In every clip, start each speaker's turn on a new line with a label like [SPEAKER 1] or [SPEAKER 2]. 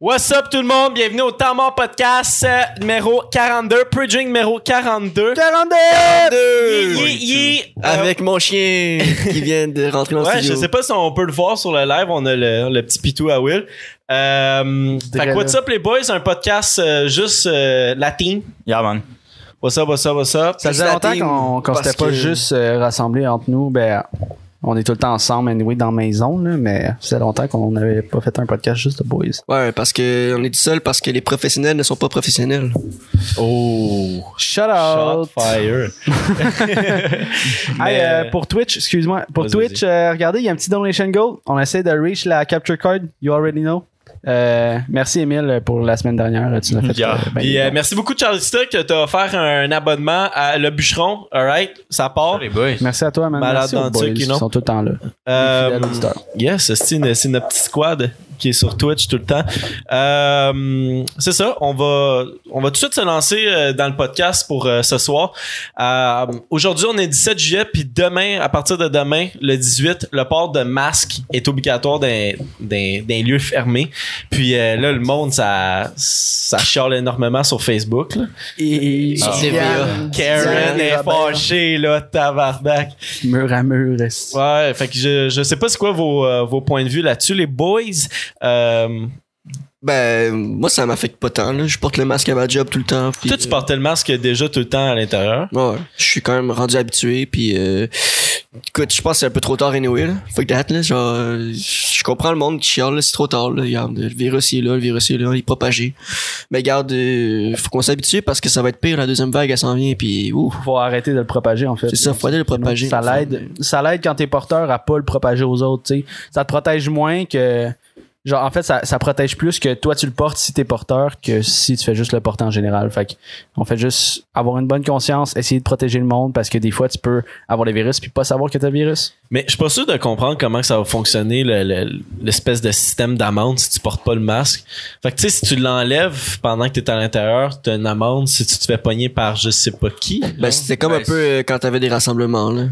[SPEAKER 1] What's up tout le monde? Bienvenue au Temps Mort Podcast euh, numéro 42, Pre-Drink numéro 42.
[SPEAKER 2] 42!
[SPEAKER 1] Yé, yé, yé. Euh,
[SPEAKER 2] Avec mon chien qui vient de rentrer dans le
[SPEAKER 1] ouais, je
[SPEAKER 2] studio.
[SPEAKER 1] sais pas si on peut le voir sur le live, on a le, le petit pitou à Will. Euh, fait que
[SPEAKER 2] là.
[SPEAKER 1] what's up les boys, un podcast euh, juste euh, latin.
[SPEAKER 3] Yeah, man.
[SPEAKER 1] What's up, what's up, what's up?
[SPEAKER 2] Ça-
[SPEAKER 4] Ça faisait
[SPEAKER 2] la
[SPEAKER 4] longtemps
[SPEAKER 2] team,
[SPEAKER 4] qu'on qu'on
[SPEAKER 2] parce
[SPEAKER 4] s'était pas
[SPEAKER 2] que-
[SPEAKER 4] juste euh, rassemblés entre nous. Ben, on est tout le temps ensemble, anyway, dans la maison, là, mais ça faisait longtemps qu'on n'avait pas fait un podcast juste de boys.
[SPEAKER 2] Ouais, parce que on est tout seul parce que les professionnels ne sont pas professionnels.
[SPEAKER 1] Oh,
[SPEAKER 4] Shout
[SPEAKER 1] shot
[SPEAKER 4] out!
[SPEAKER 1] fire.
[SPEAKER 4] Hey, euh,
[SPEAKER 1] Mais-
[SPEAKER 4] pour Twitch, excuse-moi, pour
[SPEAKER 1] Vas-y,
[SPEAKER 4] Twitch, euh, regardez, il y a un petit donation goal. On essaie de reach la capture card, you already know. Euh, merci Emile pour la semaine dernière, tu l'as fait.
[SPEAKER 3] Yeah.
[SPEAKER 4] euh, ben,
[SPEAKER 1] Puis, euh, merci beaucoup Charles Stock que t'as offert un abonnement à Le Bûcheron, alright? Ça part.
[SPEAKER 3] Les boys.
[SPEAKER 4] Merci à toi, man.
[SPEAKER 1] Malade
[SPEAKER 4] Merci aux boys
[SPEAKER 1] dentique, you
[SPEAKER 4] qui
[SPEAKER 1] know.
[SPEAKER 4] sont tout le temps là.
[SPEAKER 1] Euh,
[SPEAKER 4] Fidèle auditeur.
[SPEAKER 1] Yes, c'est une- c'est notre petite squad qui est sur Twitch tout le temps. Euh, c'est ça, on va, on va tout de suite se lancer euh, dans le podcast pour euh, ce soir. Euh, Aujourd'hui, on est 17 juillet, puis demain, à partir de demain, le 18, le port de masque est obligatoire dans des lieux fermés. Puis euh, là, le monde, ça, ça chiale énormément sur Facebook. là.
[SPEAKER 4] Et,
[SPEAKER 2] Sur
[SPEAKER 3] Ah.
[SPEAKER 2] TVA.
[SPEAKER 1] Karen est fâchée, là, tabarnak.
[SPEAKER 4] mur à mur. est-ce-
[SPEAKER 1] Ouais, fait que je, je sais pas c'est quoi vos, euh, vos points de vue là-dessus, les boys. Euh,
[SPEAKER 2] Ben, moi, ça m'affecte pas tant. Là. Je porte le masque à ma job tout le temps. Puis,
[SPEAKER 1] toi, tu portais le masque déjà tout le temps à l'intérieur.
[SPEAKER 2] Ouais, je suis quand même rendu habitué. Puis, euh, écoute, je pense que c'est un peu trop tard anyway. Là. Fuck that, là. Genre, euh, je comprends le monde qui chiale, là, c'est trop tard. Là. Regarde, le virus il est là, le virus il est là, il est propagé. Mais regarde, euh, faut qu'on s'habitue parce que ça va être pire. La deuxième vague, elle s'en vient. Puis, ouh.
[SPEAKER 4] faut arrêter de le propager en fait.
[SPEAKER 2] C'est ça, faut arrêter de le propager.
[SPEAKER 4] Euh, Ça l'aide, ça l'aide quand t'es porteur à pas le propager aux autres. tu sais. Ça te protège moins que. Genre, en fait, ça, ça protège plus que toi tu le portes si t'es porteur que si tu fais juste le porter en général. Fait que, on fait juste avoir une bonne conscience, essayer de protéger le monde parce que des fois tu peux avoir le virus puis pas savoir que t'as le virus.
[SPEAKER 1] Mais je suis pas sûr de comprendre comment que ça va fonctionner, le- le- l'espèce de système d'amende si tu portes pas le masque. Fait que tu sais, si tu l'enlèves pendant que t'es à l'intérieur, t'as une amende si tu te fais pogner par je sais pas qui.
[SPEAKER 2] Ben, c'était comme un
[SPEAKER 3] Ouais,
[SPEAKER 2] peu euh, quand t'avais des rassemblements, là.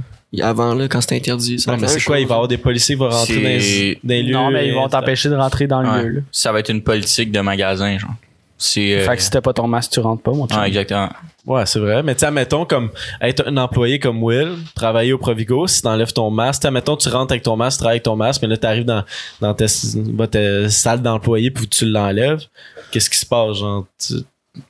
[SPEAKER 2] Avant, là, quand c'était interdit. ça
[SPEAKER 1] Non, Ben, mais
[SPEAKER 2] fait
[SPEAKER 1] c'est
[SPEAKER 2] la même
[SPEAKER 1] quoi, il
[SPEAKER 2] chose.
[SPEAKER 1] va y avoir des policiers qui vont rentrer dans les,
[SPEAKER 3] C'est-
[SPEAKER 1] dans les lieux.
[SPEAKER 4] non, mais ils vont
[SPEAKER 1] et-
[SPEAKER 4] t'empêcher de rentrer dans le lieu. là.
[SPEAKER 3] Ça va être une politique de magasin, genre. C'est. euh,
[SPEAKER 4] Fait que si t'as pas ton masque, tu rentres pas, mon chum.
[SPEAKER 3] ouais, exactement.
[SPEAKER 1] Ouais, c'est vrai. Mais tu sais, mettons, comme être un employé comme Will, travailler au Provigo, si t'enlèves ton masque, tu mettons, tu rentres avec ton masque, tu travailles avec ton masque, mais là, t'arrives dans, dans ta, votre euh, salle d'employé puis tu l'enlèves. Qu'est-ce qui se passe, genre? Tu,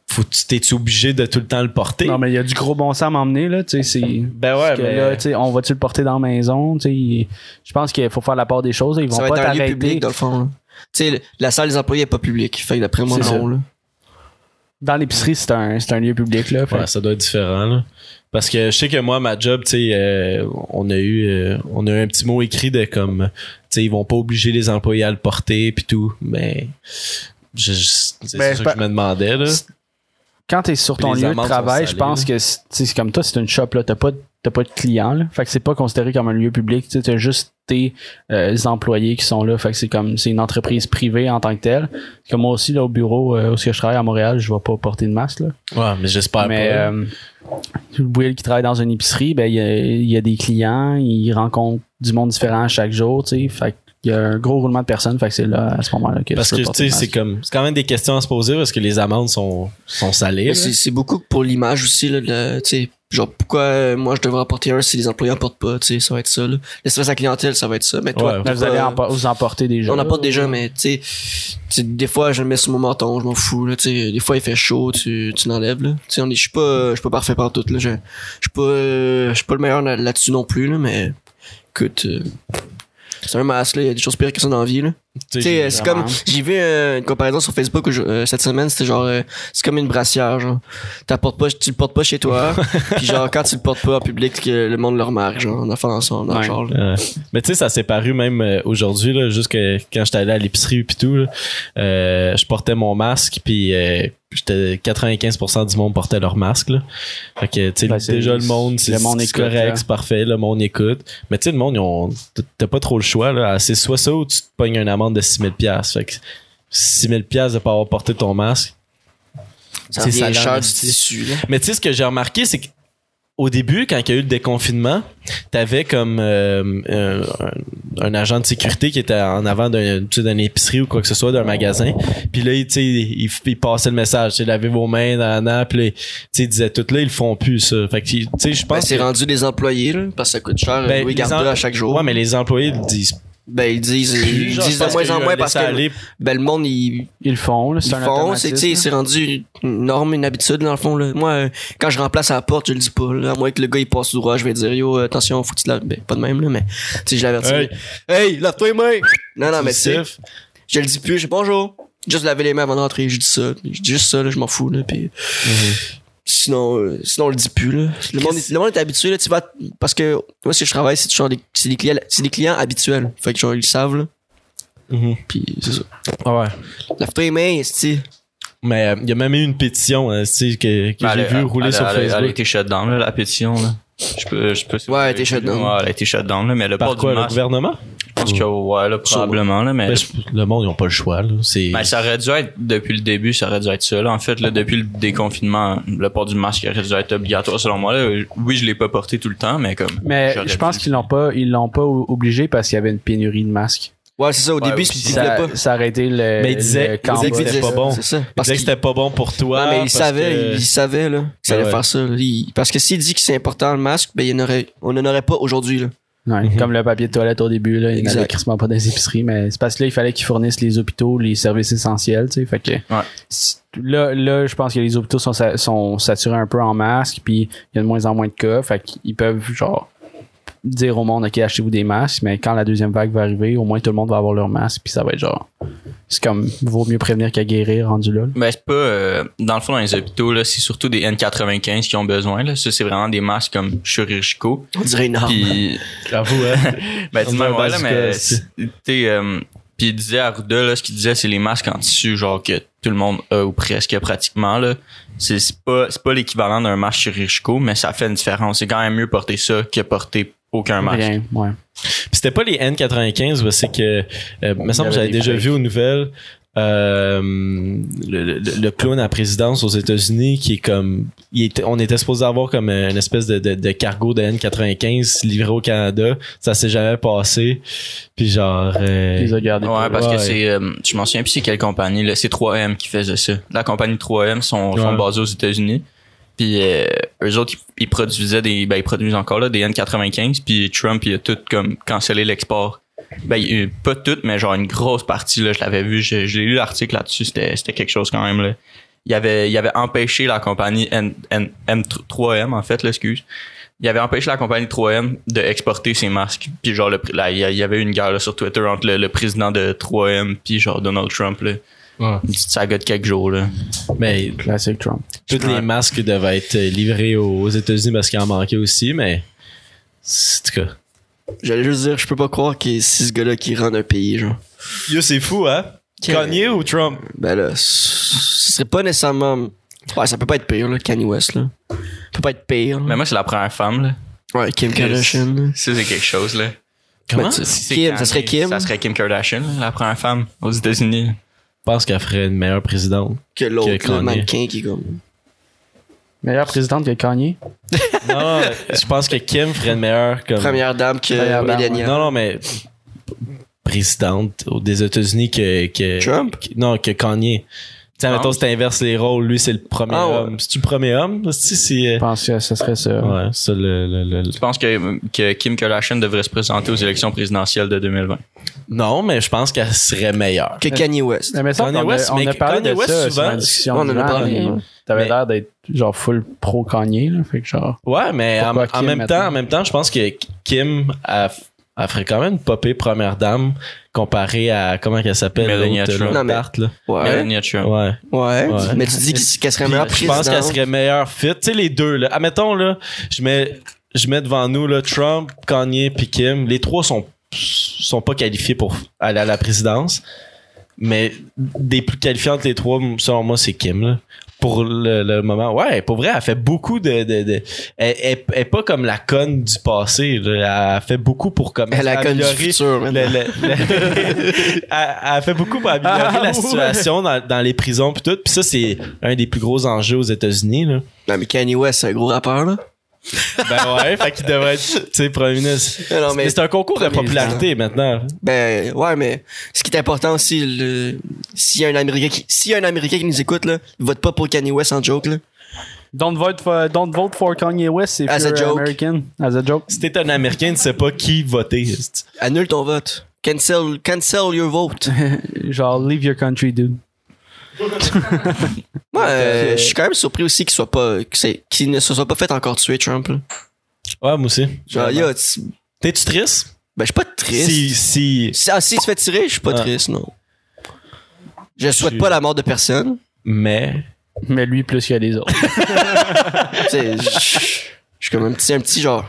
[SPEAKER 1] faut, tu- t'es-tu obligé de tout le temps le porter?
[SPEAKER 4] Non, mais il y a du gros bon sens à m'emmener, là, tu sais, c'est.
[SPEAKER 1] ben ouais,
[SPEAKER 4] Parce que
[SPEAKER 1] mais...
[SPEAKER 4] là, tu sais, on va-tu le porter dans la maison? Tu sais, il- Je pense qu'il faut faire la part des choses. Ils vont
[SPEAKER 2] Ça va
[SPEAKER 4] pas
[SPEAKER 2] être un lieu
[SPEAKER 4] t'arrêter.
[SPEAKER 2] public, dans le fond, là. Tu sais, le- la salle des employés est pas publique. Fait que d'après moi,
[SPEAKER 4] C'est ça.
[SPEAKER 2] non, là.
[SPEAKER 4] Dans l'épicerie, c'est un, c'est un lieu public. Là, Fait-
[SPEAKER 1] Ouais, ça doit être différent, là. Parce que je sais que moi, ma job, tu sais, euh, on a eu, euh, on a eu un petit mot écrit de comme, tu sais, ils vont pas obliger les employés à le porter puis tout, mais je- je- c'est
[SPEAKER 4] Ben,
[SPEAKER 1] ça
[SPEAKER 4] pa-
[SPEAKER 1] que je me demandais là.
[SPEAKER 4] C'est- Quand tu es sur
[SPEAKER 1] Puis
[SPEAKER 4] ton
[SPEAKER 1] les
[SPEAKER 4] lieu de
[SPEAKER 1] amendes sont
[SPEAKER 4] travail, je
[SPEAKER 1] salées,
[SPEAKER 4] pense que c'est tu sais, c'est comme toi, c'est une shop. Tu n'as pas, de- t'as pas de clients. Là. Fait que c'est pas considéré comme un lieu public. Tu as juste tes euh, employés qui sont là. Fait que c'est comme c'est une entreprise privée en tant que telle. Comme moi aussi, là, au bureau euh, où est-ce que je travaille à Montréal, je vais pas porter de masque. Là.
[SPEAKER 1] Ouais, mais j'espère
[SPEAKER 4] mais
[SPEAKER 1] pas.
[SPEAKER 4] euh, Will qui travaille dans une épicerie, ben il y a, il y a des clients, il rencontre du monde différent à chaque jour, tu sais. Fait qu'il y a un gros roulement de personnes, fait que c'est là à ce moment-là que
[SPEAKER 1] parce
[SPEAKER 4] tu
[SPEAKER 1] que
[SPEAKER 4] peux
[SPEAKER 1] tu
[SPEAKER 4] porter
[SPEAKER 1] sais,
[SPEAKER 4] le
[SPEAKER 1] c'est
[SPEAKER 4] masque.
[SPEAKER 1] comme, c'est quand même des questions à se poser parce que les amendes sont sont salées.
[SPEAKER 2] Mais
[SPEAKER 1] là.
[SPEAKER 2] C'est c'est beaucoup pour l'image aussi, là. de la- Tu sais, genre, pourquoi euh, moi je devrais en porter un si les employés en portent pas? Tu sais, ça va être ça, là. L'espace à la clientèle, ça va être ça. Mais toi,
[SPEAKER 1] Ouais.
[SPEAKER 4] Là, vous
[SPEAKER 2] pourquoi-
[SPEAKER 4] allez en, por- vous en porter déjà.
[SPEAKER 2] on en porte déjà, mais tu sais, tu sais, des fois, je le mets sur mon menton, je m'en fous, là. Tu sais, des fois, il fait chaud, tu, tu l'enlèves, là. Tu sais, on est- je suis pas, je suis pas parfait partout, là. Je je suis pas, euh, je suis pas le meilleur là- là-dessus non plus, là, mais écoute, euh, c'est un masque, là. Il y a des choses pires que ça dans la vie, là.
[SPEAKER 1] Tu
[SPEAKER 2] Tu sais, euh, c'est
[SPEAKER 4] vraiment.
[SPEAKER 2] comme. J'ai vu euh, une comparaison sur Facebook aujourd'hui- euh, cette semaine, c'était genre. euh, c'est comme une brassière, genre. T'apportes pas, tu le portes pas chez toi, puis genre, quand tu le portes pas en public, que le monde le remarque, genre, en affaire ensemble, dans le
[SPEAKER 4] Ouais.
[SPEAKER 2] genre, là.
[SPEAKER 1] Ouais. Mais tu sais, ça s'est paru même euh, aujourd'hui, là, jusque quand j'étais allé à l'épicerie puis tout, là, euh, je portais mon masque puis euh, j'étais 95% du monde portait leur masque. Là. Fait que tu sais,
[SPEAKER 4] Ben, c'est-
[SPEAKER 1] déjà le monde,
[SPEAKER 4] le
[SPEAKER 1] c'est
[SPEAKER 4] monde
[SPEAKER 1] c'est
[SPEAKER 4] écoute, hein.
[SPEAKER 1] correct,
[SPEAKER 4] là.
[SPEAKER 1] c'est parfait, le monde écoute. Mais tu sais, le monde, ils ont- t- t'as pas trop le choix. là. C'est soit ça ou tu te pognes une amende de 6000$. Fait que 6000$ de pas avoir porté ton masque.
[SPEAKER 2] Ça
[SPEAKER 1] C'est
[SPEAKER 2] vient
[SPEAKER 1] salaire,
[SPEAKER 2] cher du
[SPEAKER 1] c'est-
[SPEAKER 2] tissu. là.
[SPEAKER 1] Mais tu sais, ce que j'ai remarqué, c'est qu'au début, quand il y a eu le déconfinement, t'avais comme euh, euh, un, un agent de sécurité qui était en avant d'un- tu sais, d'une épicerie ou quoi que ce soit, d'un magasin. Puis là, il, tu sais, il, il passait le message, tu sais, lavez vos mains, nan, nan, puis là, tu sais, il disait tout là, ils le font plus, ça. Fait que, tu sais, je
[SPEAKER 2] Ben,
[SPEAKER 1] pense
[SPEAKER 2] c'est
[SPEAKER 1] que-
[SPEAKER 2] rendu des employés, là, parce que ça coûte cher.
[SPEAKER 1] Ben,
[SPEAKER 2] Ben, oui,
[SPEAKER 1] les
[SPEAKER 2] garde
[SPEAKER 1] em-
[SPEAKER 2] à chaque jour.
[SPEAKER 1] Ouais, mais les employés le disent.
[SPEAKER 2] Ben, ils disent, ils
[SPEAKER 1] Genre, je
[SPEAKER 2] disent de
[SPEAKER 1] pense
[SPEAKER 2] moins
[SPEAKER 1] qu'il y a
[SPEAKER 2] en
[SPEAKER 1] eu un
[SPEAKER 2] moins parce que
[SPEAKER 1] laisser-aller.
[SPEAKER 2] ben, le monde, il,
[SPEAKER 4] Ils le font, là, c'est
[SPEAKER 2] ils
[SPEAKER 4] un
[SPEAKER 2] font. C'est tu sais,
[SPEAKER 4] automatisme.
[SPEAKER 2] c'est rendu une norme, une habitude, dans le fond. Là. Moi, euh, quand je remplace à la porte, je le dis pas. là. à moins que le gars, il passe du droit, je vais dire, yo, euh, attention, faut que tu te laves. Ben, pas de même, là, mais tu sais, je l'avertis.
[SPEAKER 1] Hey.
[SPEAKER 2] Hey, lave-toi les mains! Non, non, mais tu sais,
[SPEAKER 1] Positif.
[SPEAKER 2] je le dis plus, je dis bonjour. Juste laver les mains avant d'entrer, je dis ça. Je dis juste ça, là, je m'en fous, là, puis- Sinon, euh, sinon, on le dit plus, là. Le monde, est- le monde est habitué, là, tu vas. Parce que moi, ce que je travaille, c'est genre des, c'est des clients, c'est des clients habituels. Fait que genre, ils le savent, là.
[SPEAKER 1] Mhm.
[SPEAKER 2] Puis c'est ça.
[SPEAKER 1] Ouais.
[SPEAKER 2] Lave-toi les mains, esti.
[SPEAKER 1] Mais euh, il y a même eu une pétition hein, tu sais, que, que
[SPEAKER 3] Ben,
[SPEAKER 1] j'ai
[SPEAKER 3] elle-
[SPEAKER 1] vu
[SPEAKER 3] elle-
[SPEAKER 1] rouler
[SPEAKER 3] elle-
[SPEAKER 1] sur
[SPEAKER 3] elle-
[SPEAKER 1] Facebook.
[SPEAKER 3] Elle a été shut down, là, la pétition. Là. Je peux, je peux,
[SPEAKER 2] Ouais, elle a été shut down.
[SPEAKER 3] Ouais, elle a été shut down, là, mais le
[SPEAKER 1] Par
[SPEAKER 3] port
[SPEAKER 1] quoi,
[SPEAKER 3] du
[SPEAKER 1] le
[SPEAKER 3] masque,
[SPEAKER 1] gouvernement?
[SPEAKER 3] je pense que, ouais, là, probablement, là, mais...
[SPEAKER 1] Ben, je- le monde, ils n'ont pas le choix. là. C'est...
[SPEAKER 3] Euh, Ben, ça aurait dû être, depuis le début, ça aurait dû être ça. là. En fait, là, depuis le déconfinement, le port du masque aurait dû être obligatoire selon moi. là. Oui, je l'ai pas porté tout le temps, mais comme.
[SPEAKER 4] Mais
[SPEAKER 3] j'aurais
[SPEAKER 4] je pense
[SPEAKER 3] dû.
[SPEAKER 4] qu'ils l'ont pas, ils l'ont pas o- obligé parce qu'il y avait une pénurie de masques.
[SPEAKER 2] Ouais, c'est ça, au
[SPEAKER 3] Ouais,
[SPEAKER 2] début,
[SPEAKER 3] ou
[SPEAKER 2] ils
[SPEAKER 3] si
[SPEAKER 2] se plaît pas.
[SPEAKER 4] Ça, ça aurait été le.
[SPEAKER 1] Mais ils disaient-
[SPEAKER 4] le
[SPEAKER 1] ils disaient que
[SPEAKER 4] combat.
[SPEAKER 1] c'était pas bon.
[SPEAKER 2] C'est ça.
[SPEAKER 1] Ils
[SPEAKER 2] Parce
[SPEAKER 1] disaient
[SPEAKER 2] que
[SPEAKER 1] que c'était pas bon pour toi.
[SPEAKER 2] non, mais il
[SPEAKER 1] parce
[SPEAKER 2] savait,
[SPEAKER 1] que-
[SPEAKER 2] il savait, là, que ça allait
[SPEAKER 1] Ouais.
[SPEAKER 2] faire ça. là. Il- Parce que s'il dit que c'est important le masque, ben, il y en aurait, on n'en aurait pas aujourd'hui, là.
[SPEAKER 4] Ouais,
[SPEAKER 1] Mhm.
[SPEAKER 4] Comme le papier de toilette au début, là, il
[SPEAKER 2] Exact.
[SPEAKER 4] n'avait quasiment pas dans les épiceries, mais c'est parce que là, il fallait qu'ils fournissent les hôpitaux, les services essentiels, tu sais. Fait que si- là, là, je pense que les hôpitaux sont, sa- sont saturés un peu en masques, puis il y a de moins en moins de cas. Fait qu'ils peuvent, genre, dire au monde, OK, achetez-vous des masques, mais quand la deuxième vague va arriver, au moins tout le monde va avoir leur masque, puis ça va être genre. C'est comme, vaut mieux prévenir qu'à guérir, rendu là. là.
[SPEAKER 3] Ben, c'est pas. euh, dans le fond, dans les hôpitaux, là, c'est surtout des N95 qui ont besoin. Là. Ça, c'est vraiment des masques comme chirurgicaux.
[SPEAKER 2] On dirait une arme.
[SPEAKER 3] Puis,
[SPEAKER 1] J'avoue, hein.
[SPEAKER 3] ben,
[SPEAKER 1] On
[SPEAKER 3] dis-moi,
[SPEAKER 1] dirait un
[SPEAKER 3] ouais, là, mais.
[SPEAKER 1] bazooka, c'est-
[SPEAKER 3] c'est- t'sais, euh, Puis, il disait à Arruda, là, ce qu'il disait, c'est les masques en tissu, genre, que tout le monde a ou presque pratiquement, là. C'est c'est pas, c'est pas l'équivalent d'un masque chirurgical, mais ça fait une différence. C'est quand même mieux porter ça que porter aucun masque.
[SPEAKER 4] Rien, ouais.
[SPEAKER 1] Puis c'était pas les N95, ouais, c'est que. Euh, me semble que
[SPEAKER 4] avait
[SPEAKER 1] j'avais
[SPEAKER 4] des
[SPEAKER 1] déjà
[SPEAKER 4] fakes.
[SPEAKER 1] vu aux nouvelles. euh, le, le- le clown à présidence aux États-Unis qui est comme il était- on était supposé avoir comme une espèce de, de- de cargo de N95 livré au Canada ça s'est jamais passé puis genre euh,
[SPEAKER 4] Ils ont gardé
[SPEAKER 3] Ouais, parce
[SPEAKER 1] Ouais.
[SPEAKER 3] que c'est. euh, je m'en souviens plus c'est quelle compagnie, là. C'est 3M qui faisait ça. La compagnie 3M sont, sont
[SPEAKER 1] Ouais.
[SPEAKER 3] basées aux États-Unis. Puis euh, eux autres, ils, ils produisaient des. Ben, ils produisent encore, là, des N95. Puis Trump, il a tout, comme, cancellé l'export. Ben, il- pas tout, mais genre une grosse partie, là. Je l'avais vu. Je, je l'ai lu l'article là-dessus. C'était c'était quelque chose quand même, là. Il avait, il avait empêché la compagnie N, N- M, 3M, en fait, là, excuse. Il avait empêché la compagnie 3M de exporter ses masques. Puis genre, le pr- là, il y a- il y avait eu une guerre là, sur Twitter entre le, le président de 3M puis genre Donald Trump. Là.
[SPEAKER 1] Ouais.
[SPEAKER 3] Une petite saga de quelques jours. Là.
[SPEAKER 1] mais
[SPEAKER 4] Classic Trump.
[SPEAKER 1] tous les
[SPEAKER 3] Ouais.
[SPEAKER 1] masques devaient être livrés aux États-Unis parce qu'il en manquait aussi mais c'est- en tout cas
[SPEAKER 2] J'allais juste dire, je peux pas croire que c'est ce gars-là qui rend un pays, genre.
[SPEAKER 1] Yo, c'est fou, hein?
[SPEAKER 2] Quel-
[SPEAKER 1] Kanye ou Trump?
[SPEAKER 2] Ben là, ce serait pas nécessairement. Ouais, ça peut pas être pire, là, Kanye West, là. Ça peut pas être pire. là.
[SPEAKER 3] Mais moi, c'est la première femme. Là.
[SPEAKER 2] Ouais, Kim Kardashian. là.
[SPEAKER 3] Ça, c'est quelque chose. Là.
[SPEAKER 1] Comment?
[SPEAKER 2] Ben,
[SPEAKER 1] Je
[SPEAKER 2] tu-
[SPEAKER 3] C'est
[SPEAKER 2] Kim, ça
[SPEAKER 3] Kanye,
[SPEAKER 2] serait Kim
[SPEAKER 3] Ça serait Kim Kardashian, là, la première femme aux États-Unis.
[SPEAKER 1] pense qu'elle ferait une meilleure présidente.
[SPEAKER 2] que l'autre,
[SPEAKER 1] que
[SPEAKER 2] le
[SPEAKER 1] Kanye.
[SPEAKER 2] mannequin qui est comme.
[SPEAKER 4] Meilleure présidente que Kanye.
[SPEAKER 1] Non, non, mais je pense que Kim ferait une meilleure comme.
[SPEAKER 2] Première dame que
[SPEAKER 4] Première dame,
[SPEAKER 2] Melania.
[SPEAKER 1] Non, non, mais. Présidente des États-Unis que. que-
[SPEAKER 2] Trump?
[SPEAKER 1] que- non, que Kanye. Tu sais,
[SPEAKER 3] Trump?
[SPEAKER 1] mettons, si t'inverses les rôles, lui, c'est le premier
[SPEAKER 2] Ah ouais.
[SPEAKER 1] homme. C'est-tu le premier homme? Si, si. euh,
[SPEAKER 4] Je pense que ce serait ça.
[SPEAKER 1] Ouais, ça, le. le- le- le-
[SPEAKER 3] Tu penses que, que Kim Kardashian devrait se présenter aux élections présidentielles de 2020?
[SPEAKER 1] Non, mais je pense qu'elle serait meilleure.
[SPEAKER 2] Que Kanye West.
[SPEAKER 4] Mais, mais ça,
[SPEAKER 1] Kanye
[SPEAKER 4] on,
[SPEAKER 1] West,
[SPEAKER 4] a, on
[SPEAKER 1] mais
[SPEAKER 4] a parlé
[SPEAKER 1] Kanye
[SPEAKER 4] de
[SPEAKER 1] West,
[SPEAKER 4] ça
[SPEAKER 1] souvent,
[SPEAKER 4] sur la discussion
[SPEAKER 2] on en a
[SPEAKER 4] d'hiver,
[SPEAKER 2] parlé,
[SPEAKER 4] mais
[SPEAKER 2] ouais.
[SPEAKER 4] T'avais
[SPEAKER 1] Mais-
[SPEAKER 4] l'air d'être genre full pro Kanye, là, fait que genre.
[SPEAKER 1] Ouais, mais en,
[SPEAKER 4] Pourquoi
[SPEAKER 1] en
[SPEAKER 4] Kim
[SPEAKER 1] même
[SPEAKER 4] maintenant?
[SPEAKER 1] temps, en même temps, je pense que Kim elle, f- elle ferait quand même une popée première dame comparée à comment qu'elle s'appelle
[SPEAKER 3] Melania
[SPEAKER 1] l'autre
[SPEAKER 3] Trump.
[SPEAKER 1] l'autre
[SPEAKER 2] Non, mais-
[SPEAKER 1] tarte, là.
[SPEAKER 2] Ouais.
[SPEAKER 3] Melania Trump.
[SPEAKER 1] Ouais.
[SPEAKER 2] Ouais.
[SPEAKER 1] Euh, Ouais.
[SPEAKER 2] Mais tu dis qu'elle- qu'elle serait
[SPEAKER 1] Puis,
[SPEAKER 2] meilleure
[SPEAKER 1] je pense
[SPEAKER 2] présidente.
[SPEAKER 1] qu'elle serait meilleure fit. Tu sais les deux là, admettons là, je mets je mets devant nous là Trump, Kanye puis Kim, les trois sont sont pas qualifiés pour aller à la présidence. Mais des plus qualifiantes, les trois, selon moi, c'est Kim. là. Pour le, le moment, ouais, pour vrai, elle fait beaucoup de. de, de- elle, elle- elle est pas comme la conne du passé. là. Elle fait beaucoup pour comme.
[SPEAKER 2] Elle a connu du
[SPEAKER 1] améliorer
[SPEAKER 2] futur,
[SPEAKER 1] le-
[SPEAKER 2] man.
[SPEAKER 1] le- le- elle, elle fait beaucoup pour améliorer
[SPEAKER 4] Ah,
[SPEAKER 1] la
[SPEAKER 4] ouais.
[SPEAKER 1] situation dans, dans les prisons puis tout. Puis ça, c'est un des plus gros enjeux aux États-Unis. là.
[SPEAKER 2] Non, mais Kanye West, c'est un gros rappeur, là.
[SPEAKER 1] Ben ouais, fait qu'il devrait être, tu sais, premier ministre.
[SPEAKER 2] Non, non,
[SPEAKER 1] mais
[SPEAKER 2] mais-
[SPEAKER 1] c'est un concours de
[SPEAKER 2] Premier
[SPEAKER 1] popularité maintenant.
[SPEAKER 2] Ben, ouais, mais ce qui est important aussi, le... s'il y a un Américain qui, s'il y a un Américain qui nous écoute, là, vote pas pour Kanye West en joke, là.
[SPEAKER 4] Don't vote for, don't vote for Kanye West if
[SPEAKER 2] As a
[SPEAKER 4] you're
[SPEAKER 2] joke.
[SPEAKER 4] American. As a joke.
[SPEAKER 1] Si t'es un Américain, tu sais pas qui voter. c'est-
[SPEAKER 2] Annule ton vote. Cancel, cancel your vote.
[SPEAKER 4] Genre, leave your country, dude.
[SPEAKER 2] Moi, euh, je suis quand même surpris aussi qu'il soit pas, que c'est- qu'il ne se soit pas fait encore tuer, Trump, là.
[SPEAKER 1] Ouais, moi aussi.
[SPEAKER 2] Genre,
[SPEAKER 1] Vraiment.
[SPEAKER 2] yo, tu-
[SPEAKER 1] T'es-tu triste?
[SPEAKER 2] ben, je suis pas triste.
[SPEAKER 1] Si, si.
[SPEAKER 2] Si- Ah, s'il se fait tirer, je suis pas
[SPEAKER 1] Ah.
[SPEAKER 2] triste, non. Je souhaite
[SPEAKER 1] suis-
[SPEAKER 2] pas la mort de personne.
[SPEAKER 1] Mais.
[SPEAKER 4] Mais lui plus que les autres.
[SPEAKER 2] Tu sais, je je suis comme un petit, un petit genre,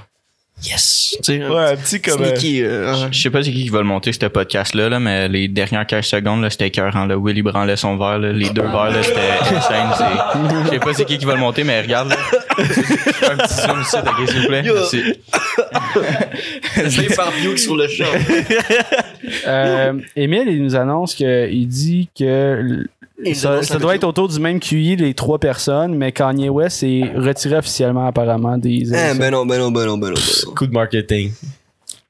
[SPEAKER 2] yes. Tu sais, un
[SPEAKER 1] Ouais, un petit
[SPEAKER 2] petit
[SPEAKER 1] comme. euh,
[SPEAKER 2] sneaky, euh,
[SPEAKER 3] Je sais pas c'est qui qui va le monter, ce podcast-là, là, mais les dernières 15 secondes, là, c'était écœurant. Là. Willy branlait son verre, là. les deux
[SPEAKER 2] Ah.
[SPEAKER 3] verres, là, c'était insane. c'est- Je sais pas c'est qui qui va le monter, mais regarde. Là. Fais un petit zoom ici, ok, s'il vous plaît. Merci.
[SPEAKER 2] J'ai barbecue sur le champ.
[SPEAKER 4] Euh, Émile, il nous annonce que il dit que l-
[SPEAKER 2] Il
[SPEAKER 4] ça,
[SPEAKER 2] annonce
[SPEAKER 4] ça
[SPEAKER 2] avec
[SPEAKER 4] doit
[SPEAKER 2] nous.
[SPEAKER 4] être autour du même QI les trois personnes, mais Kanye West est retiré officiellement apparemment des.
[SPEAKER 2] Eh, ben non, ben non, ben non, ben non. ben non.
[SPEAKER 1] Coup de marketing.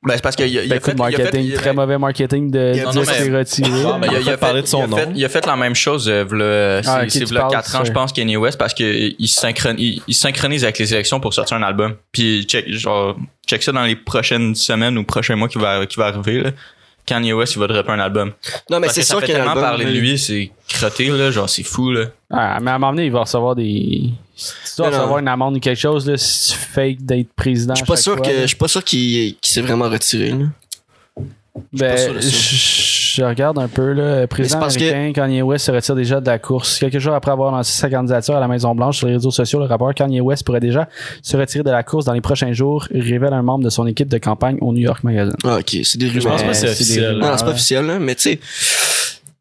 [SPEAKER 3] Ben, c'est parce qu'il a, il
[SPEAKER 4] Ben,
[SPEAKER 3] a
[SPEAKER 4] coup
[SPEAKER 3] fait...
[SPEAKER 4] de
[SPEAKER 3] il a fait-
[SPEAKER 4] marketing,
[SPEAKER 3] il a-
[SPEAKER 4] très mauvais marketing de
[SPEAKER 2] Il a-
[SPEAKER 4] dire
[SPEAKER 2] non,
[SPEAKER 4] qu'il est
[SPEAKER 3] mais-
[SPEAKER 4] retiré.
[SPEAKER 3] Non, Ah, mais il a- il a
[SPEAKER 1] parler
[SPEAKER 3] fait-
[SPEAKER 1] de son
[SPEAKER 3] il a
[SPEAKER 1] nom.
[SPEAKER 3] fait- Il a fait la même chose, euh, v'là- c'est
[SPEAKER 4] Ah, ok,
[SPEAKER 3] c'est
[SPEAKER 4] tu
[SPEAKER 3] v'là
[SPEAKER 4] parles,
[SPEAKER 3] 4 ans,
[SPEAKER 4] c'est-
[SPEAKER 3] je pense, Kanye West, parce qu'il synchronise, il, il synchronise avec les élections pour sortir un album. Puis check, genre, check ça dans les prochaines semaines ou prochains mois qui va, qui va arriver. Là. Kanye West, il va dropper un album.
[SPEAKER 2] Non, Ah, mais
[SPEAKER 3] Parce
[SPEAKER 2] c'est
[SPEAKER 3] que ça
[SPEAKER 2] sûr euh,
[SPEAKER 3] fait
[SPEAKER 2] qu'il y a un
[SPEAKER 3] tellement
[SPEAKER 2] album,
[SPEAKER 3] parler de
[SPEAKER 2] mais-
[SPEAKER 3] lui, c'est crotté, là, genre, c'est fou, là.
[SPEAKER 4] Ah, mais à un moment donné, il va recevoir des. Tu dois
[SPEAKER 2] Non, non.
[SPEAKER 4] recevoir une amende ou quelque chose là, si tu fake d'être président.
[SPEAKER 2] Je suis pas sûr que, je suis pas sûr qu'il qu'il s'est vraiment retiré, là.
[SPEAKER 4] Ben,
[SPEAKER 2] pas sûr de ça.
[SPEAKER 4] je, je regarde un peu, là. Président
[SPEAKER 2] c'est parce que-
[SPEAKER 4] américain, Kanye West se retire déjà de la course. Quelques jours après avoir lancé sa candidature à la Maison-Blanche sur les réseaux sociaux, le rapport Kanye West pourrait déjà se retirer de la course dans les prochains jours, révèle un membre de son équipe de campagne au New York Magazine. Euh,
[SPEAKER 2] Ah, ok, c'est des
[SPEAKER 1] Je pense
[SPEAKER 2] rumeurs.
[SPEAKER 1] pas que c'est
[SPEAKER 4] c'est des-
[SPEAKER 1] officiel.
[SPEAKER 2] Non, non, c'est pas
[SPEAKER 4] Ouais.
[SPEAKER 2] officiel, là, mais tu sais,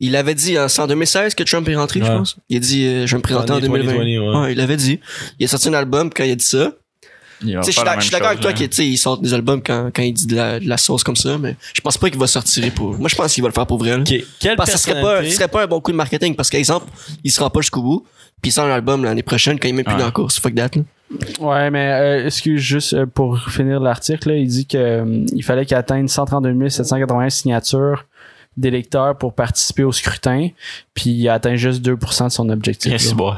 [SPEAKER 2] il avait dit, hein, c'est en 2016 que Trump est rentré, je
[SPEAKER 1] Ouais.
[SPEAKER 2] pense. Il a dit, euh, je vais me présenter en 2020.
[SPEAKER 1] 2020, ouais.
[SPEAKER 2] Ouais, il l'avait dit. Il a sorti un album quand il a dit ça.
[SPEAKER 3] Il va
[SPEAKER 2] Tu sais, Je suis
[SPEAKER 3] faire la
[SPEAKER 2] d'ac- je suis
[SPEAKER 3] même
[SPEAKER 2] d'accord avec
[SPEAKER 3] chose, hein.
[SPEAKER 2] toi
[SPEAKER 3] là.
[SPEAKER 2] qu'il tu sais, il sort des albums quand, quand il dit de la, de la sauce comme ça, mais je pense pas qu'il va sortir pour. Moi, je pense qu'il va le faire pour vrai. là.
[SPEAKER 1] Ok. Quelle
[SPEAKER 2] Parce que ce serait pas, ce
[SPEAKER 1] personnalité-
[SPEAKER 2] serait pas un bon coup de marketing. Parce qu'exemple, il se rend pas jusqu'au bout, puis il sort un album l'année prochaine quand il est même plus
[SPEAKER 3] Ouais.
[SPEAKER 2] dans la course. Fuck that. là.
[SPEAKER 4] Ouais, mais euh, excuse juste euh, pour finir l'article, là, il dit que euh, il fallait qu'il atteigne 132 781 signatures d'électeurs pour participer au scrutin, puis il a atteint juste 2% de son objectif.
[SPEAKER 3] Yes,
[SPEAKER 4] là.
[SPEAKER 3] boy.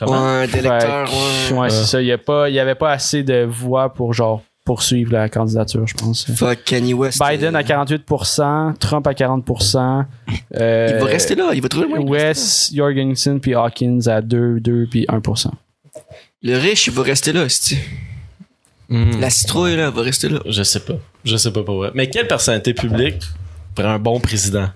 [SPEAKER 3] Comment?
[SPEAKER 2] Ouais, des lecteurs,
[SPEAKER 4] Fait que,
[SPEAKER 2] ouais.
[SPEAKER 4] ouais, c'est ça. Il n'y avait pas assez de voix pour genre poursuivre la candidature, je pense.
[SPEAKER 2] Fuck Kanye West.
[SPEAKER 4] Biden
[SPEAKER 2] euh,
[SPEAKER 4] à 48%, Trump à 40%. euh,
[SPEAKER 2] Il va rester là, il va trouver le moyen. de rester là.
[SPEAKER 4] West, Jorgensen puis Hawkins à 2, 2 puis 1%.
[SPEAKER 2] Le riche, il va rester là, c'ti.
[SPEAKER 1] Hmm.
[SPEAKER 2] La citrouille, là, elle va rester là.
[SPEAKER 1] Je sais pas. Je sais pas pour vrai. Mais quelle personnalité publique prend un bon président?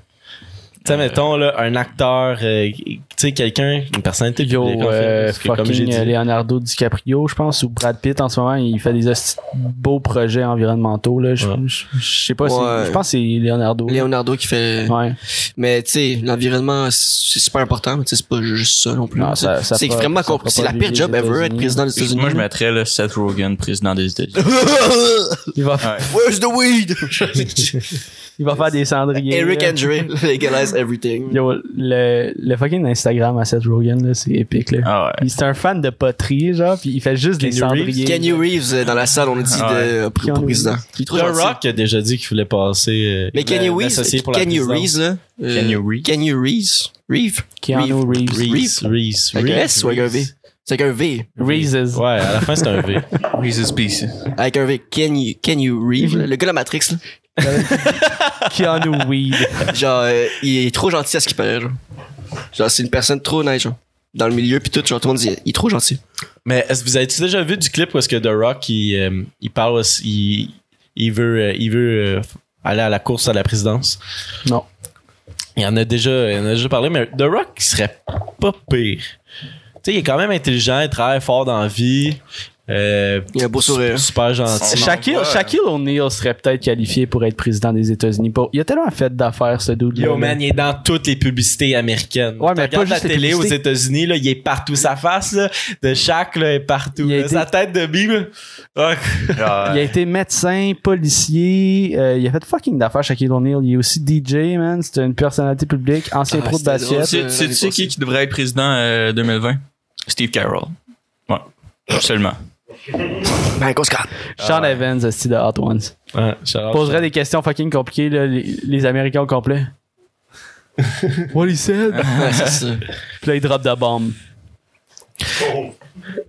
[SPEAKER 1] Tu
[SPEAKER 4] Euh,
[SPEAKER 1] sais, mettons, là, un acteur, euh, tu sais, quelqu'un, une personnalité
[SPEAKER 4] Yo,
[SPEAKER 1] publique, en fait,
[SPEAKER 4] euh,
[SPEAKER 1] parce que comme j'ai
[SPEAKER 4] fucking
[SPEAKER 1] dit.
[SPEAKER 4] euh, Leonardo DiCaprio, je pense, ou Brad Pitt en ce moment, il fait des hosties de beaux projets environnementaux. Là. Je,
[SPEAKER 1] Ouais.
[SPEAKER 4] je- je sais pas si.
[SPEAKER 2] Ouais.
[SPEAKER 4] Je pense que c'est Leonardo.
[SPEAKER 2] Leonardo qui fait.
[SPEAKER 4] Ouais.
[SPEAKER 2] Mais tu sais, l'environnement, c'est super important, mais tu sais, c'est pas juste ça non plus.
[SPEAKER 4] Non, ça- ça
[SPEAKER 2] c'est
[SPEAKER 4] fera-
[SPEAKER 2] vraiment
[SPEAKER 4] ça fera
[SPEAKER 2] compliqué. C'est
[SPEAKER 4] pas
[SPEAKER 2] la pire
[SPEAKER 4] vivre
[SPEAKER 2] job
[SPEAKER 4] les
[SPEAKER 2] ever, être
[SPEAKER 4] États-Unis.
[SPEAKER 2] président des États-Unis.
[SPEAKER 3] Moi, je mettrais là, Seth Rogen, président des États-Unis.
[SPEAKER 4] Il va,
[SPEAKER 2] Where's the weed?
[SPEAKER 4] il va faire des cendriers.
[SPEAKER 2] Eric
[SPEAKER 4] là.
[SPEAKER 2] Andre legalize everything.
[SPEAKER 4] Yo, le, le fucking Instagram à Seth Rogen, là, c'est épique. Là.
[SPEAKER 3] Ah ouais.
[SPEAKER 4] Il- C'est un fan de poterie, genre, puis il fait juste des
[SPEAKER 1] Keanu Reeves.
[SPEAKER 4] cendriers.
[SPEAKER 2] Kenny Reeves euh, dans la salle, on a dit
[SPEAKER 3] Ah ouais.
[SPEAKER 2] de, pour- pour président. Il est trop
[SPEAKER 1] The
[SPEAKER 2] gentil.
[SPEAKER 1] Rock a déjà dit qu'il voulait passer. euh,
[SPEAKER 2] Mais Kenny
[SPEAKER 4] Ben,
[SPEAKER 1] la-
[SPEAKER 2] Reeves,
[SPEAKER 1] l'associer pour la
[SPEAKER 2] Kenny
[SPEAKER 1] présidence.
[SPEAKER 2] Reeves, là. euh,
[SPEAKER 3] Kenny Reeves.
[SPEAKER 2] Kenny Reeves. Reeves.
[SPEAKER 4] Keanu Reeves.
[SPEAKER 2] Reeves.
[SPEAKER 1] Reeves. Reeves.
[SPEAKER 2] Avec un
[SPEAKER 1] Reeves.
[SPEAKER 2] S ou avec un V? C'est avec un V.
[SPEAKER 4] Reeves.
[SPEAKER 1] Ouais, à la fin, c'est un V.
[SPEAKER 3] Jesus Peace.
[SPEAKER 2] Avec un V. Kenny, Kenny Reeves, là, le gars de la Matrix, là.
[SPEAKER 4] Keanu Weed.
[SPEAKER 2] Genre, euh, il est trop gentil à ce qu'il paraît, genre. Genre, c'est une personne trop nice, genre. Dans le milieu, puis tout, genre, tout le monde dit, il est trop gentil.
[SPEAKER 1] Mais est-ce que vous avez-tu déjà vu du clip où est-ce que The Rock, il, euh, il parle, aussi- il, il veut, euh, il veut euh, aller à la course à la présidence?
[SPEAKER 4] Non.
[SPEAKER 1] Il en a déjà, il en a déjà parlé, mais The Rock, il serait pas pire. Tu sais, il est quand même intelligent, il travaille fort dans la vie. Euh,
[SPEAKER 2] Il a un beau sourire.
[SPEAKER 1] Super gentil.
[SPEAKER 3] On en
[SPEAKER 4] Shaquille,
[SPEAKER 3] voit, hein.
[SPEAKER 4] Shaquille O'Neal serait peut-être qualifié pour être président des États-Unis. Pour- Il a tellement fait d'affaires, ce dude
[SPEAKER 1] Yo man, il est dans toutes les publicités américaines.
[SPEAKER 4] Ouais, mais
[SPEAKER 1] Tu regardes
[SPEAKER 4] pas juste
[SPEAKER 1] la
[SPEAKER 4] les
[SPEAKER 1] télé aux
[SPEAKER 4] publicités.
[SPEAKER 1] États-Unis, là, il est partout sa face là, de chaque là, est partout.
[SPEAKER 4] Il a
[SPEAKER 1] là.
[SPEAKER 4] été-
[SPEAKER 1] Sa tête de bim.
[SPEAKER 3] Genre,
[SPEAKER 4] Il a été médecin, policier, euh, il a fait fucking d'affaires, Shaquille O'Neal. Il est aussi DJ, man. C'est une personnalité publique, ancien
[SPEAKER 2] Ah,
[SPEAKER 4] pro de
[SPEAKER 2] c'était drôle,
[SPEAKER 4] basket.
[SPEAKER 2] ça.
[SPEAKER 3] C'est
[SPEAKER 2] euh,
[SPEAKER 3] c'est- tu sais
[SPEAKER 2] l'année
[SPEAKER 3] qui qui devrait être président euh, 2020 Steve Carroll. Ouais, absolument.
[SPEAKER 2] Ben, qu'on se calme.
[SPEAKER 1] Ah,
[SPEAKER 4] Sean Evans, esti de Hot Ones.
[SPEAKER 1] Ouais, shout-out.
[SPEAKER 4] Poserait des questions fucking compliquées, là, les, les Américains au complet. What he said?
[SPEAKER 1] Ah.
[SPEAKER 2] Ouais, c'est ça.
[SPEAKER 4] Puis là, il drop de bombe.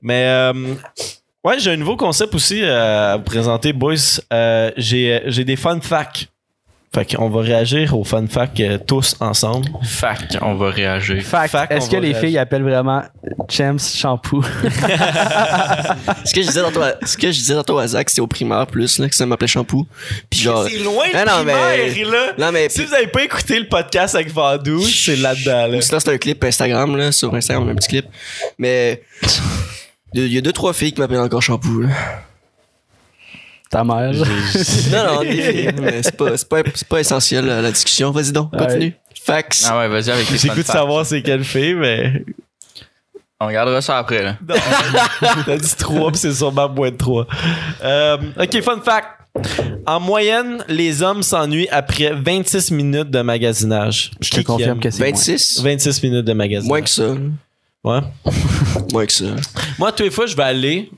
[SPEAKER 1] Mais euh, ouais, j'ai un nouveau concept aussi euh, à vous présenter, boys. Euh, j'ai j'ai des fun facts. Fait qu'on va réagir aux fun facts euh, tous ensemble.
[SPEAKER 3] Fact, on va réagir.
[SPEAKER 4] Fact,
[SPEAKER 1] Fact,
[SPEAKER 4] est-ce
[SPEAKER 1] on
[SPEAKER 4] que
[SPEAKER 1] va
[SPEAKER 4] les
[SPEAKER 1] réagir.
[SPEAKER 4] filles appellent vraiment Champs shampoo?
[SPEAKER 2] Ce que je disais tantôt à, ce que je disais tantôt à Zach, c'était au primaire plus, là, que ça m'appelait shampoo. Puis genre.
[SPEAKER 1] loin
[SPEAKER 2] Ah non, mais-
[SPEAKER 1] là.
[SPEAKER 2] Non, mais.
[SPEAKER 1] Si vous avez pas écouté le podcast avec Vandou, c'est là-dedans. Là.
[SPEAKER 2] Ou sinon, c'est un clip Instagram, là, sur Instagram, un petit clip. Mais. Il y a deux, trois filles qui m'appellent encore shampoo, là.
[SPEAKER 4] Ta mère.
[SPEAKER 2] Non, non, des filles, mais c'est pas, c'est pas, c'est pas essentiel, euh, la la discussion. Vas-y donc, continue. Fax.
[SPEAKER 3] Ah ouais, vas-y avec les
[SPEAKER 1] J'ai
[SPEAKER 3] fun
[SPEAKER 1] goût de
[SPEAKER 3] facts.
[SPEAKER 1] savoir c'est quelle fille, mais.
[SPEAKER 3] On regardera ça après. Là.
[SPEAKER 1] Non, T'as dit 3, puis c'est sûrement moins de 3. ok, fun fact. En moyenne, les hommes s'ennuient après 26 minutes de magasinage.
[SPEAKER 4] Je
[SPEAKER 1] Qui qui
[SPEAKER 4] te
[SPEAKER 1] aime?
[SPEAKER 4] confirme que c'est
[SPEAKER 2] 26?
[SPEAKER 1] 26 minutes de magasinage.
[SPEAKER 2] Moins que ça.
[SPEAKER 1] Ouais.
[SPEAKER 2] Moins que ça.
[SPEAKER 1] Moi, tous les fois, je vais aller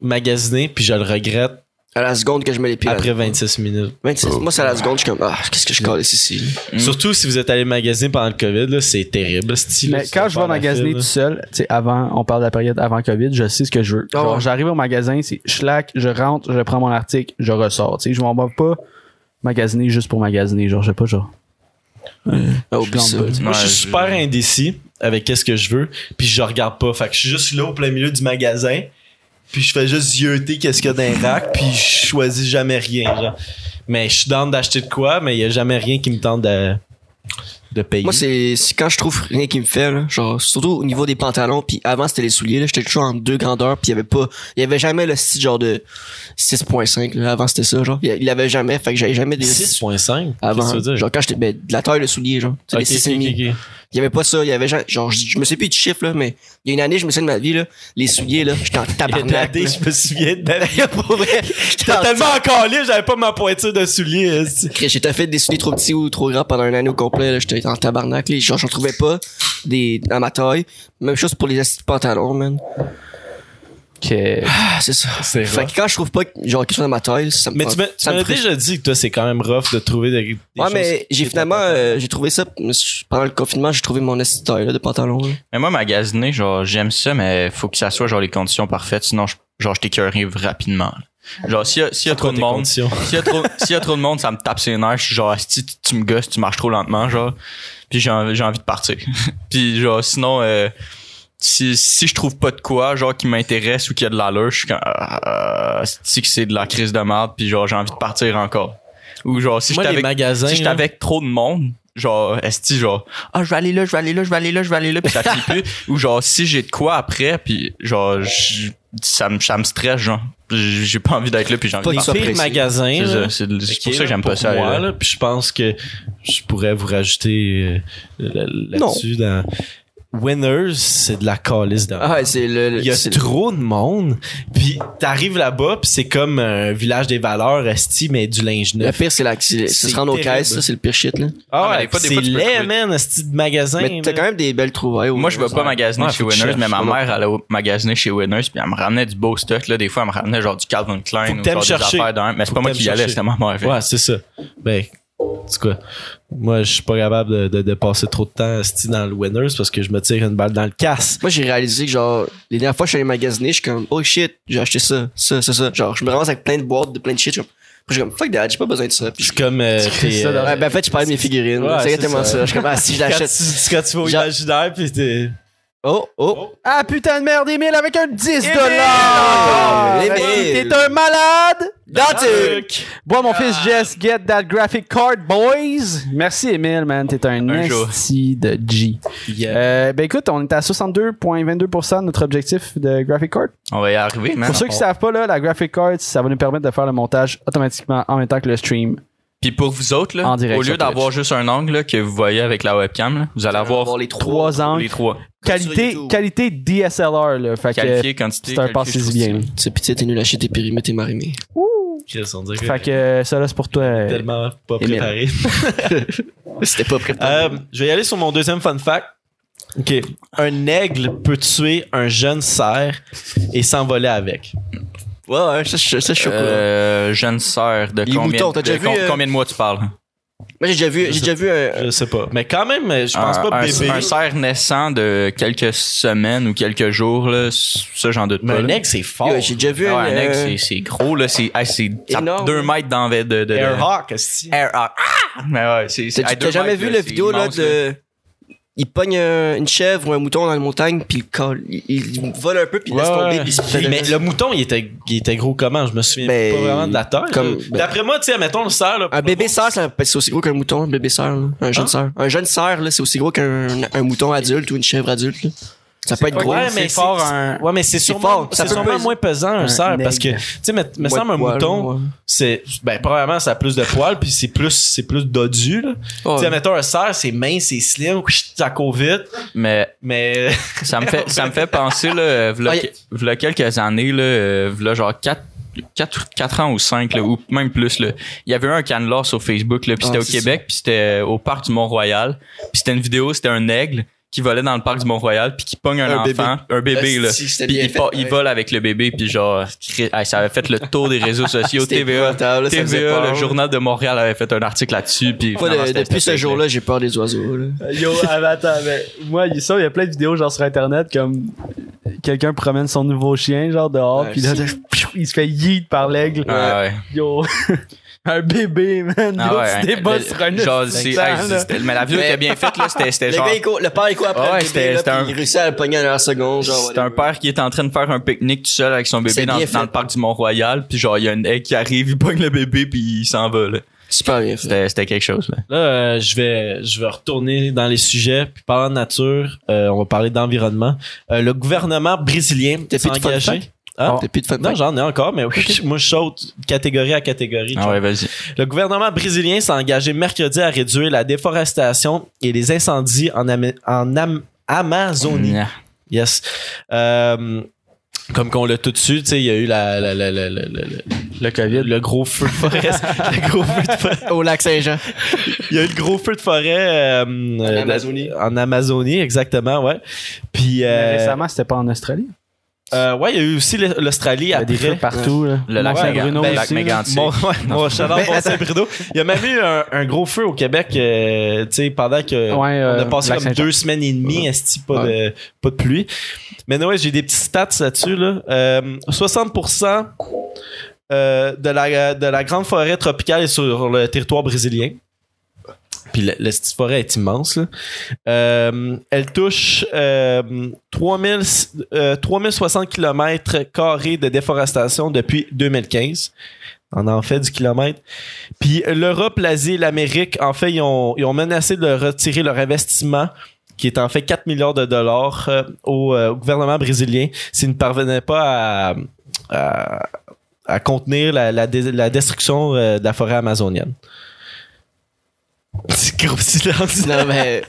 [SPEAKER 1] magasiner, puis je le regrette
[SPEAKER 2] À la seconde que je mets les pieds.
[SPEAKER 1] après 26 minutes.
[SPEAKER 2] 26. Moi, c'est à la seconde, je suis comme, ah, qu'est-ce que je calisse ici?
[SPEAKER 3] Mm.
[SPEAKER 1] Surtout si vous êtes allé magasiner pendant le COVID, là, c'est terrible. style,
[SPEAKER 4] Mais
[SPEAKER 1] là,
[SPEAKER 4] quand
[SPEAKER 1] ça
[SPEAKER 4] je
[SPEAKER 1] part euh,
[SPEAKER 4] vais
[SPEAKER 1] la
[SPEAKER 4] magasiner
[SPEAKER 1] file,
[SPEAKER 4] tout
[SPEAKER 1] là.
[SPEAKER 4] seul, tu sais, avant, on parle de la période avant COVID, je sais ce que je veux.
[SPEAKER 2] Ah
[SPEAKER 4] Genre,
[SPEAKER 2] ouais.
[SPEAKER 4] j'arrive au magasin, c'est schlack, je rentre, je prends mon article, je ressors. Tu sais, je m'en vais pas magasiner juste pour magasiner. Genre, je sais pas, genre.
[SPEAKER 2] Ah, oublie
[SPEAKER 4] Je
[SPEAKER 2] ça.
[SPEAKER 4] plante
[SPEAKER 1] Moi, je
[SPEAKER 3] Ouais,
[SPEAKER 1] suis super indécis avec qu'est-ce que je veux, puis je regarde pas. Fait que je suis juste là au plein milieu du magasin, puis je fais juste zioter qu'est-ce qu'il y a dans les racks, puis je choisis jamais rien. genre. Mais je suis dans d'acheter de quoi, mais il y a jamais rien qui me tente de, de payer.
[SPEAKER 2] Moi, c'est c'est quand je trouve rien qui me fait, là, genre, surtout au niveau des pantalons, puis avant, c'était les souliers, là, j'étais toujours en deux grandeurs, puis il y avait pas, il y avait jamais le style genre de 6.5, là, avant, c'était ça, genre, il il y avait jamais, fait que j'avais jamais des
[SPEAKER 1] 6.5
[SPEAKER 2] avant,
[SPEAKER 1] qu'est-ce que tu veux dire?
[SPEAKER 2] genre, quand j'étais, ben, de la taille, le soulier, genre, tu sais,
[SPEAKER 1] Ok,
[SPEAKER 2] les six
[SPEAKER 1] ok,
[SPEAKER 2] et demi.
[SPEAKER 1] ok, ok.
[SPEAKER 2] il y avait pas ça, il y avait, genre, genre, je je me sais plus du chiffre, là, mais il y a une année, je me souviens de ma vie, là, les souliers, là, j'étais en
[SPEAKER 1] Il y a une
[SPEAKER 2] tabarnak,
[SPEAKER 1] année,
[SPEAKER 2] là.
[SPEAKER 1] je me souviens de
[SPEAKER 2] Pour vrai, j'étais en
[SPEAKER 1] J'étais tellement encore libre, j'avais pas ma pointure de soulier. esti.
[SPEAKER 2] Chris, J'étais fait des souliers trop petits ou trop grands pendant un année au complet. là. J'étais en tabarnak. Là. Genre, j'en trouvais pas des, à ma taille. Même chose pour les assis de pantalon, man.
[SPEAKER 4] Que...
[SPEAKER 2] Ah, c'est ça.
[SPEAKER 1] C'est
[SPEAKER 2] Fait
[SPEAKER 1] rough.
[SPEAKER 2] que quand je trouve pas genre quelque chose à ma taille, ça me
[SPEAKER 1] Mais
[SPEAKER 2] prend-
[SPEAKER 1] tu m'as tu
[SPEAKER 2] ça me
[SPEAKER 1] m'as
[SPEAKER 2] frustre.
[SPEAKER 1] déjà dit que toi, c'est quand même rough de trouver des, des
[SPEAKER 2] Ouais,
[SPEAKER 1] choses
[SPEAKER 2] mais
[SPEAKER 1] qui
[SPEAKER 2] j'ai
[SPEAKER 1] te
[SPEAKER 2] finalement,
[SPEAKER 1] plaisent.
[SPEAKER 2] euh, j'ai trouvé ça pendant le confinement, j'ai trouvé mon assis de taille là, de pantalon. là.
[SPEAKER 3] Mais moi, magasiner, genre, j'aime ça, mais faut que ça soit genre les conditions parfaites, sinon, je, genre, je t'écœurerai rapidement. là. Genre, s'il y a, s'il y a trop de
[SPEAKER 1] Tes
[SPEAKER 3] monde,
[SPEAKER 1] conditions.
[SPEAKER 3] s'il y, a trop- s'il y a trop de monde, ça me tape ses nerfs. Je suis genre, si tu, tu me gosses, tu marches trop lentement, genre. Puis j'ai envie, j'ai envie de partir. puis genre, sinon, euh, si, si je trouve pas de quoi, genre, qui m'intéresse ou qui a de l'allure, je suis comme, ah, si que c'est de la crise de merde, puis genre, j'ai envie de partir encore. Ou genre, si
[SPEAKER 1] Moi,
[SPEAKER 3] j'étais
[SPEAKER 1] les
[SPEAKER 3] avec,
[SPEAKER 1] magasins.
[SPEAKER 3] si j'étais
[SPEAKER 1] là,
[SPEAKER 3] avec trop de monde, genre, esti, genre, ah, je vais aller là, je vais aller là, je vais aller là, je vais aller là, puis ça finit plus. Ou genre, si j'ai de quoi après, puis genre, je- ça me, ça me stresse, genre. J'ai j'ai pas envie d'être là, puis j'ai envie
[SPEAKER 2] Pas
[SPEAKER 3] de
[SPEAKER 1] les
[SPEAKER 2] que tu sois
[SPEAKER 1] pires
[SPEAKER 2] pressé.
[SPEAKER 1] magasins.
[SPEAKER 3] c'est
[SPEAKER 1] là,
[SPEAKER 3] ça, c'est c'est pour ça que j'aime pas
[SPEAKER 1] pour
[SPEAKER 3] ça.
[SPEAKER 1] moi,
[SPEAKER 3] là.
[SPEAKER 1] là, puis je pense que je pourrais vous rajouter euh, là- là-dessus dans Winners, c'est de la calice de
[SPEAKER 2] Ah, ouais, c'est le. le-
[SPEAKER 1] Il y a
[SPEAKER 2] c'est le-
[SPEAKER 1] trop de monde. Puis t'arrives là-bas, puis c'est comme un village des valeurs, esti, mais du linge
[SPEAKER 2] Le
[SPEAKER 1] neuf.
[SPEAKER 2] pire, c'est la. C'est c'est
[SPEAKER 1] C'est
[SPEAKER 2] se rendre aux
[SPEAKER 1] terrible.
[SPEAKER 2] caisses, ça, c'est le pire shit, là.
[SPEAKER 1] Ah
[SPEAKER 3] mais
[SPEAKER 1] ouais,
[SPEAKER 3] des fois- des
[SPEAKER 1] c'est
[SPEAKER 3] fois, tu peux
[SPEAKER 1] laid,
[SPEAKER 3] trouver-
[SPEAKER 1] man, esti de magasin.
[SPEAKER 2] Mais t'as
[SPEAKER 1] man.
[SPEAKER 2] quand même des belles trouvailles. au-
[SPEAKER 3] Moi, je vais pas magasiner
[SPEAKER 1] Ouais,
[SPEAKER 3] chez
[SPEAKER 1] faut que tu
[SPEAKER 3] Winners, mais ma
[SPEAKER 2] cherches.
[SPEAKER 3] mère, elle allait magasiner chez Winners, puis elle me ramenait du beau stock. Là. Des fois, elle me ramenait genre du Calvin Klein
[SPEAKER 1] Faut que
[SPEAKER 3] ou
[SPEAKER 1] t'aimes
[SPEAKER 3] genre
[SPEAKER 1] chercher.
[SPEAKER 3] des affaires d'un. Mais c'est
[SPEAKER 1] Faut
[SPEAKER 3] pas moi
[SPEAKER 1] que
[SPEAKER 3] qui y
[SPEAKER 1] t'aimes
[SPEAKER 3] allais,
[SPEAKER 1] chercher.
[SPEAKER 3] c'était ma mère. fait.
[SPEAKER 1] Ouais, c'est ça. Ben, c'est quoi? Moi, je suis pas capable de, de- de passer trop de temps esti, dans le Winners parce que je me tire une balle dans le casse.
[SPEAKER 2] Moi, j'ai réalisé que, genre, les dernières fois que je suis allé magasiner, je suis comme, oh shit, j'ai acheté ça, ça, ça, ça. Genre, je me ramasse avec plein de boîtes, de plein de shit. Je suis comme- je suis comme, fuck dad, j'ai pas besoin de ça.
[SPEAKER 1] Je
[SPEAKER 2] Puis,
[SPEAKER 1] suis comme. euh,
[SPEAKER 4] C'est
[SPEAKER 1] t'es,
[SPEAKER 4] ça,
[SPEAKER 1] euh,
[SPEAKER 4] dans-
[SPEAKER 2] ouais, ben, en fait, je parlais de mes figurines.
[SPEAKER 1] Ouais,
[SPEAKER 2] c'est
[SPEAKER 1] c'est
[SPEAKER 2] exactement
[SPEAKER 1] ça.
[SPEAKER 2] ça. Je suis comme, ah, si je
[SPEAKER 1] quand, tu,
[SPEAKER 2] l'achète.
[SPEAKER 1] quand tu vas au
[SPEAKER 2] J'a-
[SPEAKER 1] imaginaire, puis t'es.
[SPEAKER 2] Oh, oh.
[SPEAKER 4] Ah putain de merde, Emile avec un 10
[SPEAKER 2] Emile!
[SPEAKER 4] dollars!
[SPEAKER 2] Emile!
[SPEAKER 4] T'es un malade!
[SPEAKER 2] That's it!
[SPEAKER 4] Bois, mon fils Jess, get that graphic card, boys! Merci, Emile, man. T'es un,
[SPEAKER 3] Un jour.
[SPEAKER 4] esti de G.
[SPEAKER 1] Yeah.
[SPEAKER 4] Euh, ben écoute, on est à 62,22% de notre objectif de graphic card.
[SPEAKER 3] On va y arriver, man.
[SPEAKER 4] Pour ceux qui savent pas, là, la graphic card, ça va nous permettre de faire le montage automatiquement en même temps que le stream.
[SPEAKER 3] Puis pour vous autres, là,
[SPEAKER 4] En direct
[SPEAKER 3] au
[SPEAKER 4] sur
[SPEAKER 3] lieu d'avoir
[SPEAKER 4] Twitch.
[SPEAKER 3] juste un angle là, que vous voyez avec la webcam, là, vous allez
[SPEAKER 2] On va
[SPEAKER 3] avoir
[SPEAKER 2] avoir les
[SPEAKER 4] Trois,
[SPEAKER 3] les
[SPEAKER 4] angles,
[SPEAKER 3] trois.
[SPEAKER 4] qualité,
[SPEAKER 2] sur YouTube.
[SPEAKER 4] qualité DSLR, là. Fait que
[SPEAKER 3] Qualifié, quantité.
[SPEAKER 4] c'est un
[SPEAKER 3] qualifié,
[SPEAKER 4] passé
[SPEAKER 3] je trouve
[SPEAKER 4] bien.
[SPEAKER 3] que
[SPEAKER 4] là.
[SPEAKER 2] Tu sais, pis tu sais, t'es nul à chier tes périmètres et marimés.
[SPEAKER 1] Chris, on dirait que
[SPEAKER 4] Fait que euh, ça, là, c'est pour toi. euh,
[SPEAKER 1] tellement pas
[SPEAKER 2] Emile.
[SPEAKER 1] préparé.
[SPEAKER 2] C'était pas préparé.
[SPEAKER 1] Euh, je vais y aller sur mon deuxième fun fact. OK. Un aigle peut tuer un jeune cerf et s'envoler avec.
[SPEAKER 2] Ouais, ouais, ça, je- ça, je suis
[SPEAKER 3] c'est-
[SPEAKER 2] au courant.
[SPEAKER 3] Euh, jeune sœur, de,
[SPEAKER 2] Les
[SPEAKER 3] combien,
[SPEAKER 2] moutons, t'as
[SPEAKER 3] de
[SPEAKER 2] déjà vu,
[SPEAKER 3] com-
[SPEAKER 2] euh,
[SPEAKER 3] combien de mois tu parles?
[SPEAKER 2] Moi, j'ai déjà vu, j'ai déjà vu un.
[SPEAKER 1] Je sais pas. Mais quand même, je pense
[SPEAKER 3] un,
[SPEAKER 1] pas
[SPEAKER 3] un,
[SPEAKER 1] bébé.
[SPEAKER 3] un cerf naissant de quelques semaines ou quelques jours, là, ça j'en doute
[SPEAKER 1] Mais
[SPEAKER 3] pas.
[SPEAKER 1] un
[SPEAKER 3] là. Ah
[SPEAKER 1] aigle, c'est fort.
[SPEAKER 2] Ouais, j'ai déjà vu
[SPEAKER 3] Ouais,
[SPEAKER 2] un.
[SPEAKER 3] un aigle,
[SPEAKER 2] euh,
[SPEAKER 3] c'est- c'est gros, là, c'est hey, c'est- ça-
[SPEAKER 2] Énorme.
[SPEAKER 3] deux mètres d'envers de, de, de-
[SPEAKER 1] Airhawk, est-ce que-
[SPEAKER 3] Air Hawk. Ah! Mais ouais, c'est- c'est-
[SPEAKER 2] T'as
[SPEAKER 3] hey,
[SPEAKER 2] t'as
[SPEAKER 3] deux
[SPEAKER 2] jamais
[SPEAKER 3] mètres,
[SPEAKER 2] vu
[SPEAKER 3] là,
[SPEAKER 2] la
[SPEAKER 3] c'est
[SPEAKER 2] vidéo là
[SPEAKER 3] immense, là.
[SPEAKER 2] de. Il pogne un- une chèvre ou un mouton dans la montagne, puis il, colle- il, il vole un peu, puis il laisse
[SPEAKER 1] Ouais,
[SPEAKER 2] tomber,
[SPEAKER 1] ouais.
[SPEAKER 2] puis il se fait-
[SPEAKER 1] Mais le mouton, il était, il était gros comment? Je me souviens
[SPEAKER 2] Ben,
[SPEAKER 1] pas vraiment de la taille.
[SPEAKER 2] comme-
[SPEAKER 1] là. D'après moi, tu sais, mettons le cerf. là, pour
[SPEAKER 2] Un bébé
[SPEAKER 1] le-
[SPEAKER 2] cerf, ça- c'est aussi gros qu'un mouton, un bébé cerf, là. un jeune
[SPEAKER 1] Hein?
[SPEAKER 2] cerf. Un jeune cerf, là, c'est aussi gros qu'un un mouton adulte ou une chèvre adulte. là. Ça peut être
[SPEAKER 4] pas
[SPEAKER 2] gros.
[SPEAKER 4] grave. c'est fort, un-
[SPEAKER 1] Ouais, mais c'est sûrement,
[SPEAKER 2] fort,
[SPEAKER 1] c'est
[SPEAKER 2] ça peut
[SPEAKER 1] sûrement
[SPEAKER 2] peser.
[SPEAKER 1] moins pesant un,
[SPEAKER 4] Un
[SPEAKER 1] cerf parce que,
[SPEAKER 4] aigle.
[SPEAKER 1] tu sais, me, me
[SPEAKER 2] Moi,
[SPEAKER 1] semble un
[SPEAKER 2] de poil,
[SPEAKER 1] mouton,
[SPEAKER 2] ouais.
[SPEAKER 1] c'est, ben, premièrement, ça a plus de poils, puis c'est plus, c'est plus dodu, là.
[SPEAKER 2] Ouais.
[SPEAKER 1] Tu sais, mettons un cerf, c'est mince, c'est slim, ça court vite,
[SPEAKER 3] Mais
[SPEAKER 1] mais
[SPEAKER 3] ça me fait ça me fait penser là v'là
[SPEAKER 2] Ah, y-
[SPEAKER 3] que- v'là quelques années là euh, v'là genre 4 4, ans ou 5 ou même plus là. il y avait eu un canular sur Facebook là puis
[SPEAKER 2] Ah,
[SPEAKER 3] c'était au
[SPEAKER 2] c'est
[SPEAKER 3] Québec puis c'était au parc du Mont-Royal puis c'était une vidéo c'était un aigle qui volait dans le parc du Mont-Royal puis qui pogne un,
[SPEAKER 2] Un
[SPEAKER 3] enfant
[SPEAKER 2] bébé.
[SPEAKER 3] un bébé là
[SPEAKER 2] Si, c'était
[SPEAKER 3] puis
[SPEAKER 2] bien
[SPEAKER 3] il,
[SPEAKER 2] fait,
[SPEAKER 3] part- il
[SPEAKER 2] ouais.
[SPEAKER 3] vole avec le bébé puis genre cri- hey, ça avait fait le tour des réseaux sociaux
[SPEAKER 2] C'était
[SPEAKER 3] TVA
[SPEAKER 2] épouvantable, là, ça faisait
[SPEAKER 3] TVA
[SPEAKER 2] peur,
[SPEAKER 3] le
[SPEAKER 2] là.
[SPEAKER 3] journal de Montréal avait fait un article là-dessus puis
[SPEAKER 2] Moi, de-
[SPEAKER 3] finalement, c'était-
[SPEAKER 2] depuis
[SPEAKER 3] c'était
[SPEAKER 2] ce jour-là, j'ai peur des oiseaux. là.
[SPEAKER 4] Yo, ah, ben, attends, mais moi, il- ça, il y a plein de vidéos genre sur internet comme quelqu'un promène son nouveau chien genre dehors
[SPEAKER 2] Ouais,
[SPEAKER 4] puis là, piou, il se fait yeet par l'aigle.
[SPEAKER 3] Ah ouais.
[SPEAKER 4] Yo, un bébé, man.
[SPEAKER 3] Ah
[SPEAKER 4] Yo,
[SPEAKER 3] ouais,
[SPEAKER 4] tu débats
[SPEAKER 3] le-
[SPEAKER 4] sur un
[SPEAKER 3] genre,
[SPEAKER 4] instant,
[SPEAKER 3] c'est- hey,
[SPEAKER 4] là.
[SPEAKER 3] c'était- mais la vidéo était bien faite là, c'était- c'était
[SPEAKER 2] Le,
[SPEAKER 3] genre
[SPEAKER 2] gars, il court- le père, il court après
[SPEAKER 3] Ouais,
[SPEAKER 2] le bébé,
[SPEAKER 3] c'était-
[SPEAKER 2] là,
[SPEAKER 3] c'était
[SPEAKER 2] puis
[SPEAKER 3] un-
[SPEAKER 2] il réussit à le pogner en une heure seconde. genre,
[SPEAKER 3] C'est un
[SPEAKER 2] whatever.
[SPEAKER 3] père qui est en train de faire un pique-nique tout seul avec son bébé
[SPEAKER 2] C'est
[SPEAKER 3] dans,
[SPEAKER 2] bien
[SPEAKER 3] dans
[SPEAKER 2] fait.
[SPEAKER 3] le parc du Mont-Royal. Puis genre, il y a une aigle qui arrive, il pogne le bébé, puis il s'en va. là.
[SPEAKER 2] Super bien fait.
[SPEAKER 3] C'était c'était quelque chose. Là.
[SPEAKER 1] là, euh, je vais, je vais retourner dans les sujets, puis parlant de nature, euh, on va parler d'environnement. Euh, le gouvernement brésilien
[SPEAKER 2] T'as
[SPEAKER 1] s'est
[SPEAKER 2] plus de fun
[SPEAKER 1] engagé.
[SPEAKER 2] fact?
[SPEAKER 1] Hein?
[SPEAKER 2] T'as plus de fun
[SPEAKER 1] Non,
[SPEAKER 2] fact?
[SPEAKER 1] j'en ai encore, mais moi, je saute catégorie à catégorie.
[SPEAKER 3] Ah ouais, vas-y.
[SPEAKER 1] Le gouvernement brésilien s'est engagé mercredi à réduire la déforestation et les incendies en, Amé- en Am- Amazonie.
[SPEAKER 3] Nya.
[SPEAKER 1] Yes. Euh, comme qu'on l'a tout de suite, tu sais, il y a eu la, la- la- la- la- la- la- le COVID, le gros feu de forêt. le gros feu de forêt.
[SPEAKER 2] Au lac Saint-Jean.
[SPEAKER 1] Il y a eu le gros feu de forêt euh, euh,
[SPEAKER 2] Amazonie.
[SPEAKER 1] en Amazonie, exactement, ouais. Puis euh,
[SPEAKER 4] Mais Récemment, c'était pas en Australie.
[SPEAKER 1] euh, ouais, il y a eu aussi l'A- l'Australie
[SPEAKER 4] Il y a des
[SPEAKER 1] après.
[SPEAKER 4] feux partout. là.
[SPEAKER 3] Le lac
[SPEAKER 1] Ouais,
[SPEAKER 3] Mégan-
[SPEAKER 4] Bruno
[SPEAKER 3] le lac
[SPEAKER 4] aussi, là.
[SPEAKER 3] Mégantic.
[SPEAKER 1] Mon, ouais, mon chaleur
[SPEAKER 2] Ben,
[SPEAKER 1] pour Saint-Bruno. Il y a même eu un, un gros feu au Québec, euh, tu sais, pendant que
[SPEAKER 4] Ouais,
[SPEAKER 1] on a
[SPEAKER 4] euh,
[SPEAKER 1] passé
[SPEAKER 4] Lac
[SPEAKER 1] comme
[SPEAKER 4] Saint-Jean.
[SPEAKER 1] deux semaines et demie, esti, pas, de, pas de pluie. Mais ouais, j'ai des petits stats là-dessus. Là. Euh, 60% euh, de, la, de la grande forêt tropicale est sur le territoire brésilien. Puis la, la petite forêt est immense. là. Euh, elle touche euh, 3000, euh, 3060 km carrés de déforestation depuis 2015. On en fait du kilomètre. Puis l'Europe, l'Asie, l'Amérique, en fait, ils ont, ils ont menacé de retirer leur investissement, qui est en fait 4 milliards de dollars, euh, au, euh, au gouvernement brésilien s'ils ne parvenaient pas à, à, à contenir la, la dé- la destruction euh, de la forêt amazonienne. Petit Gros silence.
[SPEAKER 2] Non, mais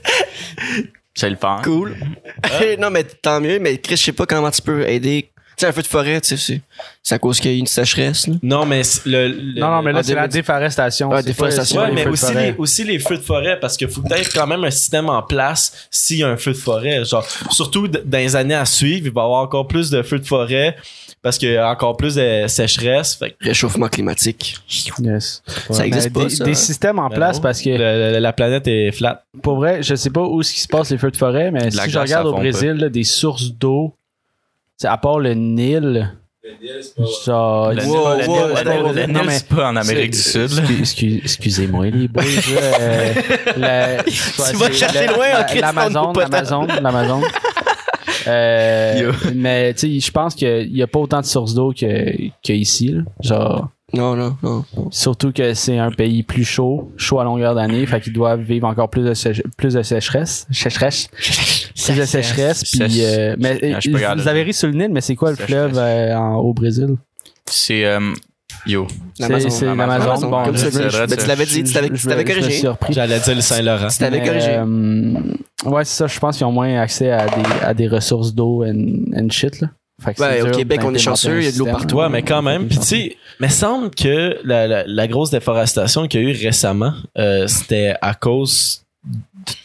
[SPEAKER 3] C'est le fun.
[SPEAKER 2] cool. non, mais tant mieux, mais Chris, je sais pas comment tu peux aider. Tu sais, un feu de forêt, tu sais, c'est- c'est à cause qu'il y a eu une sécheresse, là.
[SPEAKER 1] Non, mais c'est le, le-
[SPEAKER 4] Non, non, mais là,
[SPEAKER 2] en
[SPEAKER 4] c'est la
[SPEAKER 2] 2010.
[SPEAKER 4] déforestation.
[SPEAKER 2] Ouais,
[SPEAKER 4] c'est pas-
[SPEAKER 2] déforestation.
[SPEAKER 4] c'est pas
[SPEAKER 1] Ouais,
[SPEAKER 4] les
[SPEAKER 1] mais
[SPEAKER 4] feux de
[SPEAKER 1] aussi
[SPEAKER 4] forêt.
[SPEAKER 1] les, aussi les feux de forêt, parce qu'il faut peut-être quand même un système en place s'il y a un feu de forêt. Genre, surtout d- dans les années à suivre, il va y avoir encore plus de feux de forêt parce qu'il y a encore plus de sécheresse. Fait que
[SPEAKER 2] Réchauffement climatique.
[SPEAKER 4] Yes.
[SPEAKER 2] Ça
[SPEAKER 4] Ouais,
[SPEAKER 2] existe
[SPEAKER 4] mais
[SPEAKER 2] pas,
[SPEAKER 4] des,
[SPEAKER 2] ça.
[SPEAKER 4] des systèmes en
[SPEAKER 1] Ben
[SPEAKER 4] place
[SPEAKER 1] non.
[SPEAKER 4] parce que
[SPEAKER 1] le- le- la planète est flat.
[SPEAKER 4] pour vrai, je sais pas où ce qui se passe les feux de forêt, mais
[SPEAKER 3] La
[SPEAKER 4] si je
[SPEAKER 3] glace,
[SPEAKER 4] regarde
[SPEAKER 3] ça
[SPEAKER 4] au
[SPEAKER 3] fond
[SPEAKER 4] Brésil, là, des sources d'eau, c'est à part le Nil, genre,
[SPEAKER 3] Le Nil-
[SPEAKER 2] Wow,
[SPEAKER 3] le
[SPEAKER 2] wow,
[SPEAKER 3] Nil-
[SPEAKER 2] wow,
[SPEAKER 3] le
[SPEAKER 4] wow.
[SPEAKER 3] Nil,
[SPEAKER 4] Non, mais-
[SPEAKER 3] c'est pas en Amérique du
[SPEAKER 4] C'est-
[SPEAKER 3] Sud. là.
[SPEAKER 4] excu- excu- Excusez-moi, les boys. là, euh, la- c'est-
[SPEAKER 2] vas
[SPEAKER 4] le-
[SPEAKER 2] chercher loin,
[SPEAKER 4] la-
[SPEAKER 2] en Christ,
[SPEAKER 4] L'Amazon,
[SPEAKER 2] on nous
[SPEAKER 4] l'Amazon, l'Amazon. Euh, mais tu sais, je pense qu'il n'y a pas autant de sources d'eau que, que ici. là. Genre,
[SPEAKER 2] Non, non, non.
[SPEAKER 4] Surtout que c'est un pays plus chaud, chaud à longueur d'année, fait qu'ils doivent vivre encore plus de, sé- plus de sécheresse. Sécheresse. plus de sécheresse. Puis,
[SPEAKER 3] Sèche.
[SPEAKER 4] euh, mais
[SPEAKER 3] Ah, je suis pas capable
[SPEAKER 4] vous
[SPEAKER 3] de-
[SPEAKER 4] avez ri sur le Nil, mais c'est quoi le
[SPEAKER 3] Sécheresse.
[SPEAKER 4] fleuve euh, en- au Brésil?
[SPEAKER 3] C'est. euh, yo.
[SPEAKER 4] C'est c'est l'Amazon.
[SPEAKER 2] l'Amazon.
[SPEAKER 4] Bon, euh,
[SPEAKER 2] Comme ça,
[SPEAKER 4] je-
[SPEAKER 2] tu-
[SPEAKER 3] je-
[SPEAKER 2] ben, tu l'avais dit, tu t'avais
[SPEAKER 4] je-
[SPEAKER 2] tu t'avais
[SPEAKER 4] je me suis
[SPEAKER 2] corrigé.
[SPEAKER 4] surpris.
[SPEAKER 1] J'allais dire le Saint-Laurent.
[SPEAKER 2] Tu t'avais
[SPEAKER 4] Mais,
[SPEAKER 2] corrigé.
[SPEAKER 4] euh, ouais, c'est ça. Je pense qu'ils ont moins accès à des, à des ressources d'eau and, and shit. Là. Fait que
[SPEAKER 2] Ouais,
[SPEAKER 4] c'est
[SPEAKER 2] au
[SPEAKER 4] dur
[SPEAKER 2] Québec, on est
[SPEAKER 4] d'implémenter
[SPEAKER 2] chanceux,
[SPEAKER 4] un
[SPEAKER 2] il y a de l'eau
[SPEAKER 4] système.
[SPEAKER 2] partout.
[SPEAKER 1] Ouais, mais quand même. Puis tu sais, mais semble que la, la- la grosse déforestation qu'il y a eu récemment, euh, c'était à cause d-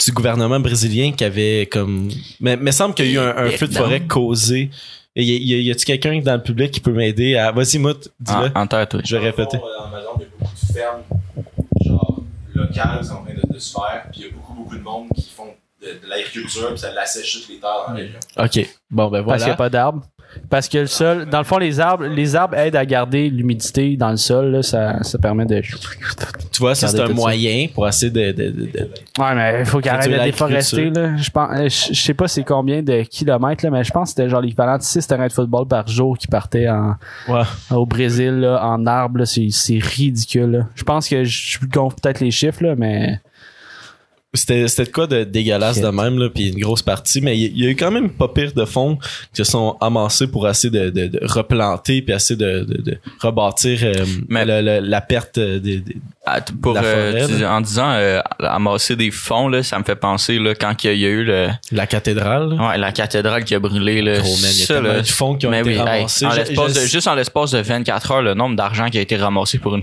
[SPEAKER 1] du gouvernement brésilien qui avait comme. Mais mais semble qu'il y a eu un, un feu de forêt causé. Et y a- y a- y a-tu quelqu'un dans le public qui peut m'aider à. Vas-y, Mout, dis-le.
[SPEAKER 3] En, en terre, toi.
[SPEAKER 1] Je vais répéter.
[SPEAKER 5] Dans le fond, euh, en Amazon, il y a beaucoup de fermes, genre, locales qui sont en train de, de se faire, puis il y a beaucoup, beaucoup de monde qui font de, de l'agriculture, puis ça l'assèche toutes les terres dans la région.
[SPEAKER 1] Ok. Bon, ben
[SPEAKER 4] Parce qu'il n'y
[SPEAKER 1] voilà.
[SPEAKER 4] a pas d'arbres. Parce que le sol, dans le fond, les arbres, les arbres aident à garder l'humidité dans le sol. là, ça, ça permet de.
[SPEAKER 1] Tu vois, ça, c'est un
[SPEAKER 4] Regardez tout ça.
[SPEAKER 1] moyen pour essayer de. de- de- de-
[SPEAKER 4] Ouais, mais il faut qu'il
[SPEAKER 1] Faut
[SPEAKER 4] arrête
[SPEAKER 1] tuer
[SPEAKER 4] de
[SPEAKER 1] la
[SPEAKER 4] déforester.
[SPEAKER 1] culture.
[SPEAKER 4] Là. Je, pense, euh, je, je sais pas c'est combien de kilomètres, là, mais je pense que c'était genre l'équivalent de 6 terrains de football par jour qui partaient en,
[SPEAKER 1] Ouais.
[SPEAKER 4] au Brésil là, en arbres. là. C'est c'est ridicule. là. Je pense que je je gonfle peut-être les chiffres, là, mais.
[SPEAKER 1] C'était, c'était de quoi de dégueulasse
[SPEAKER 4] Shit.
[SPEAKER 1] de même, là, puis une grosse partie, mais il y, y a eu quand même pas pire de fonds qui se sont amassés pour essayer de, de- de replanter, puis essayer de, de- de rebâtir euh,
[SPEAKER 3] Mais-
[SPEAKER 1] le- le- la perte euh, des. des-
[SPEAKER 3] Ah, t- pour,
[SPEAKER 1] La
[SPEAKER 3] euh,
[SPEAKER 1] forêt,
[SPEAKER 3] tu- en disant euh, amasser des fonds, là, ça me fait penser là, quand il y a eu le,
[SPEAKER 1] la cathédrale. là.
[SPEAKER 3] ouais, la cathédrale qui a brûlé. Là,
[SPEAKER 1] Gros, man, il y a
[SPEAKER 3] Euh, ça,
[SPEAKER 1] tellement
[SPEAKER 3] là,
[SPEAKER 1] de fonds qui ont
[SPEAKER 3] mais
[SPEAKER 1] été
[SPEAKER 3] oui, hey,
[SPEAKER 1] ramassés.
[SPEAKER 3] en
[SPEAKER 1] Je-
[SPEAKER 3] l'espace
[SPEAKER 1] je-
[SPEAKER 3] de- juste en l'espace de 24 heures, le nombre d'argent qui a été ramassé pour une,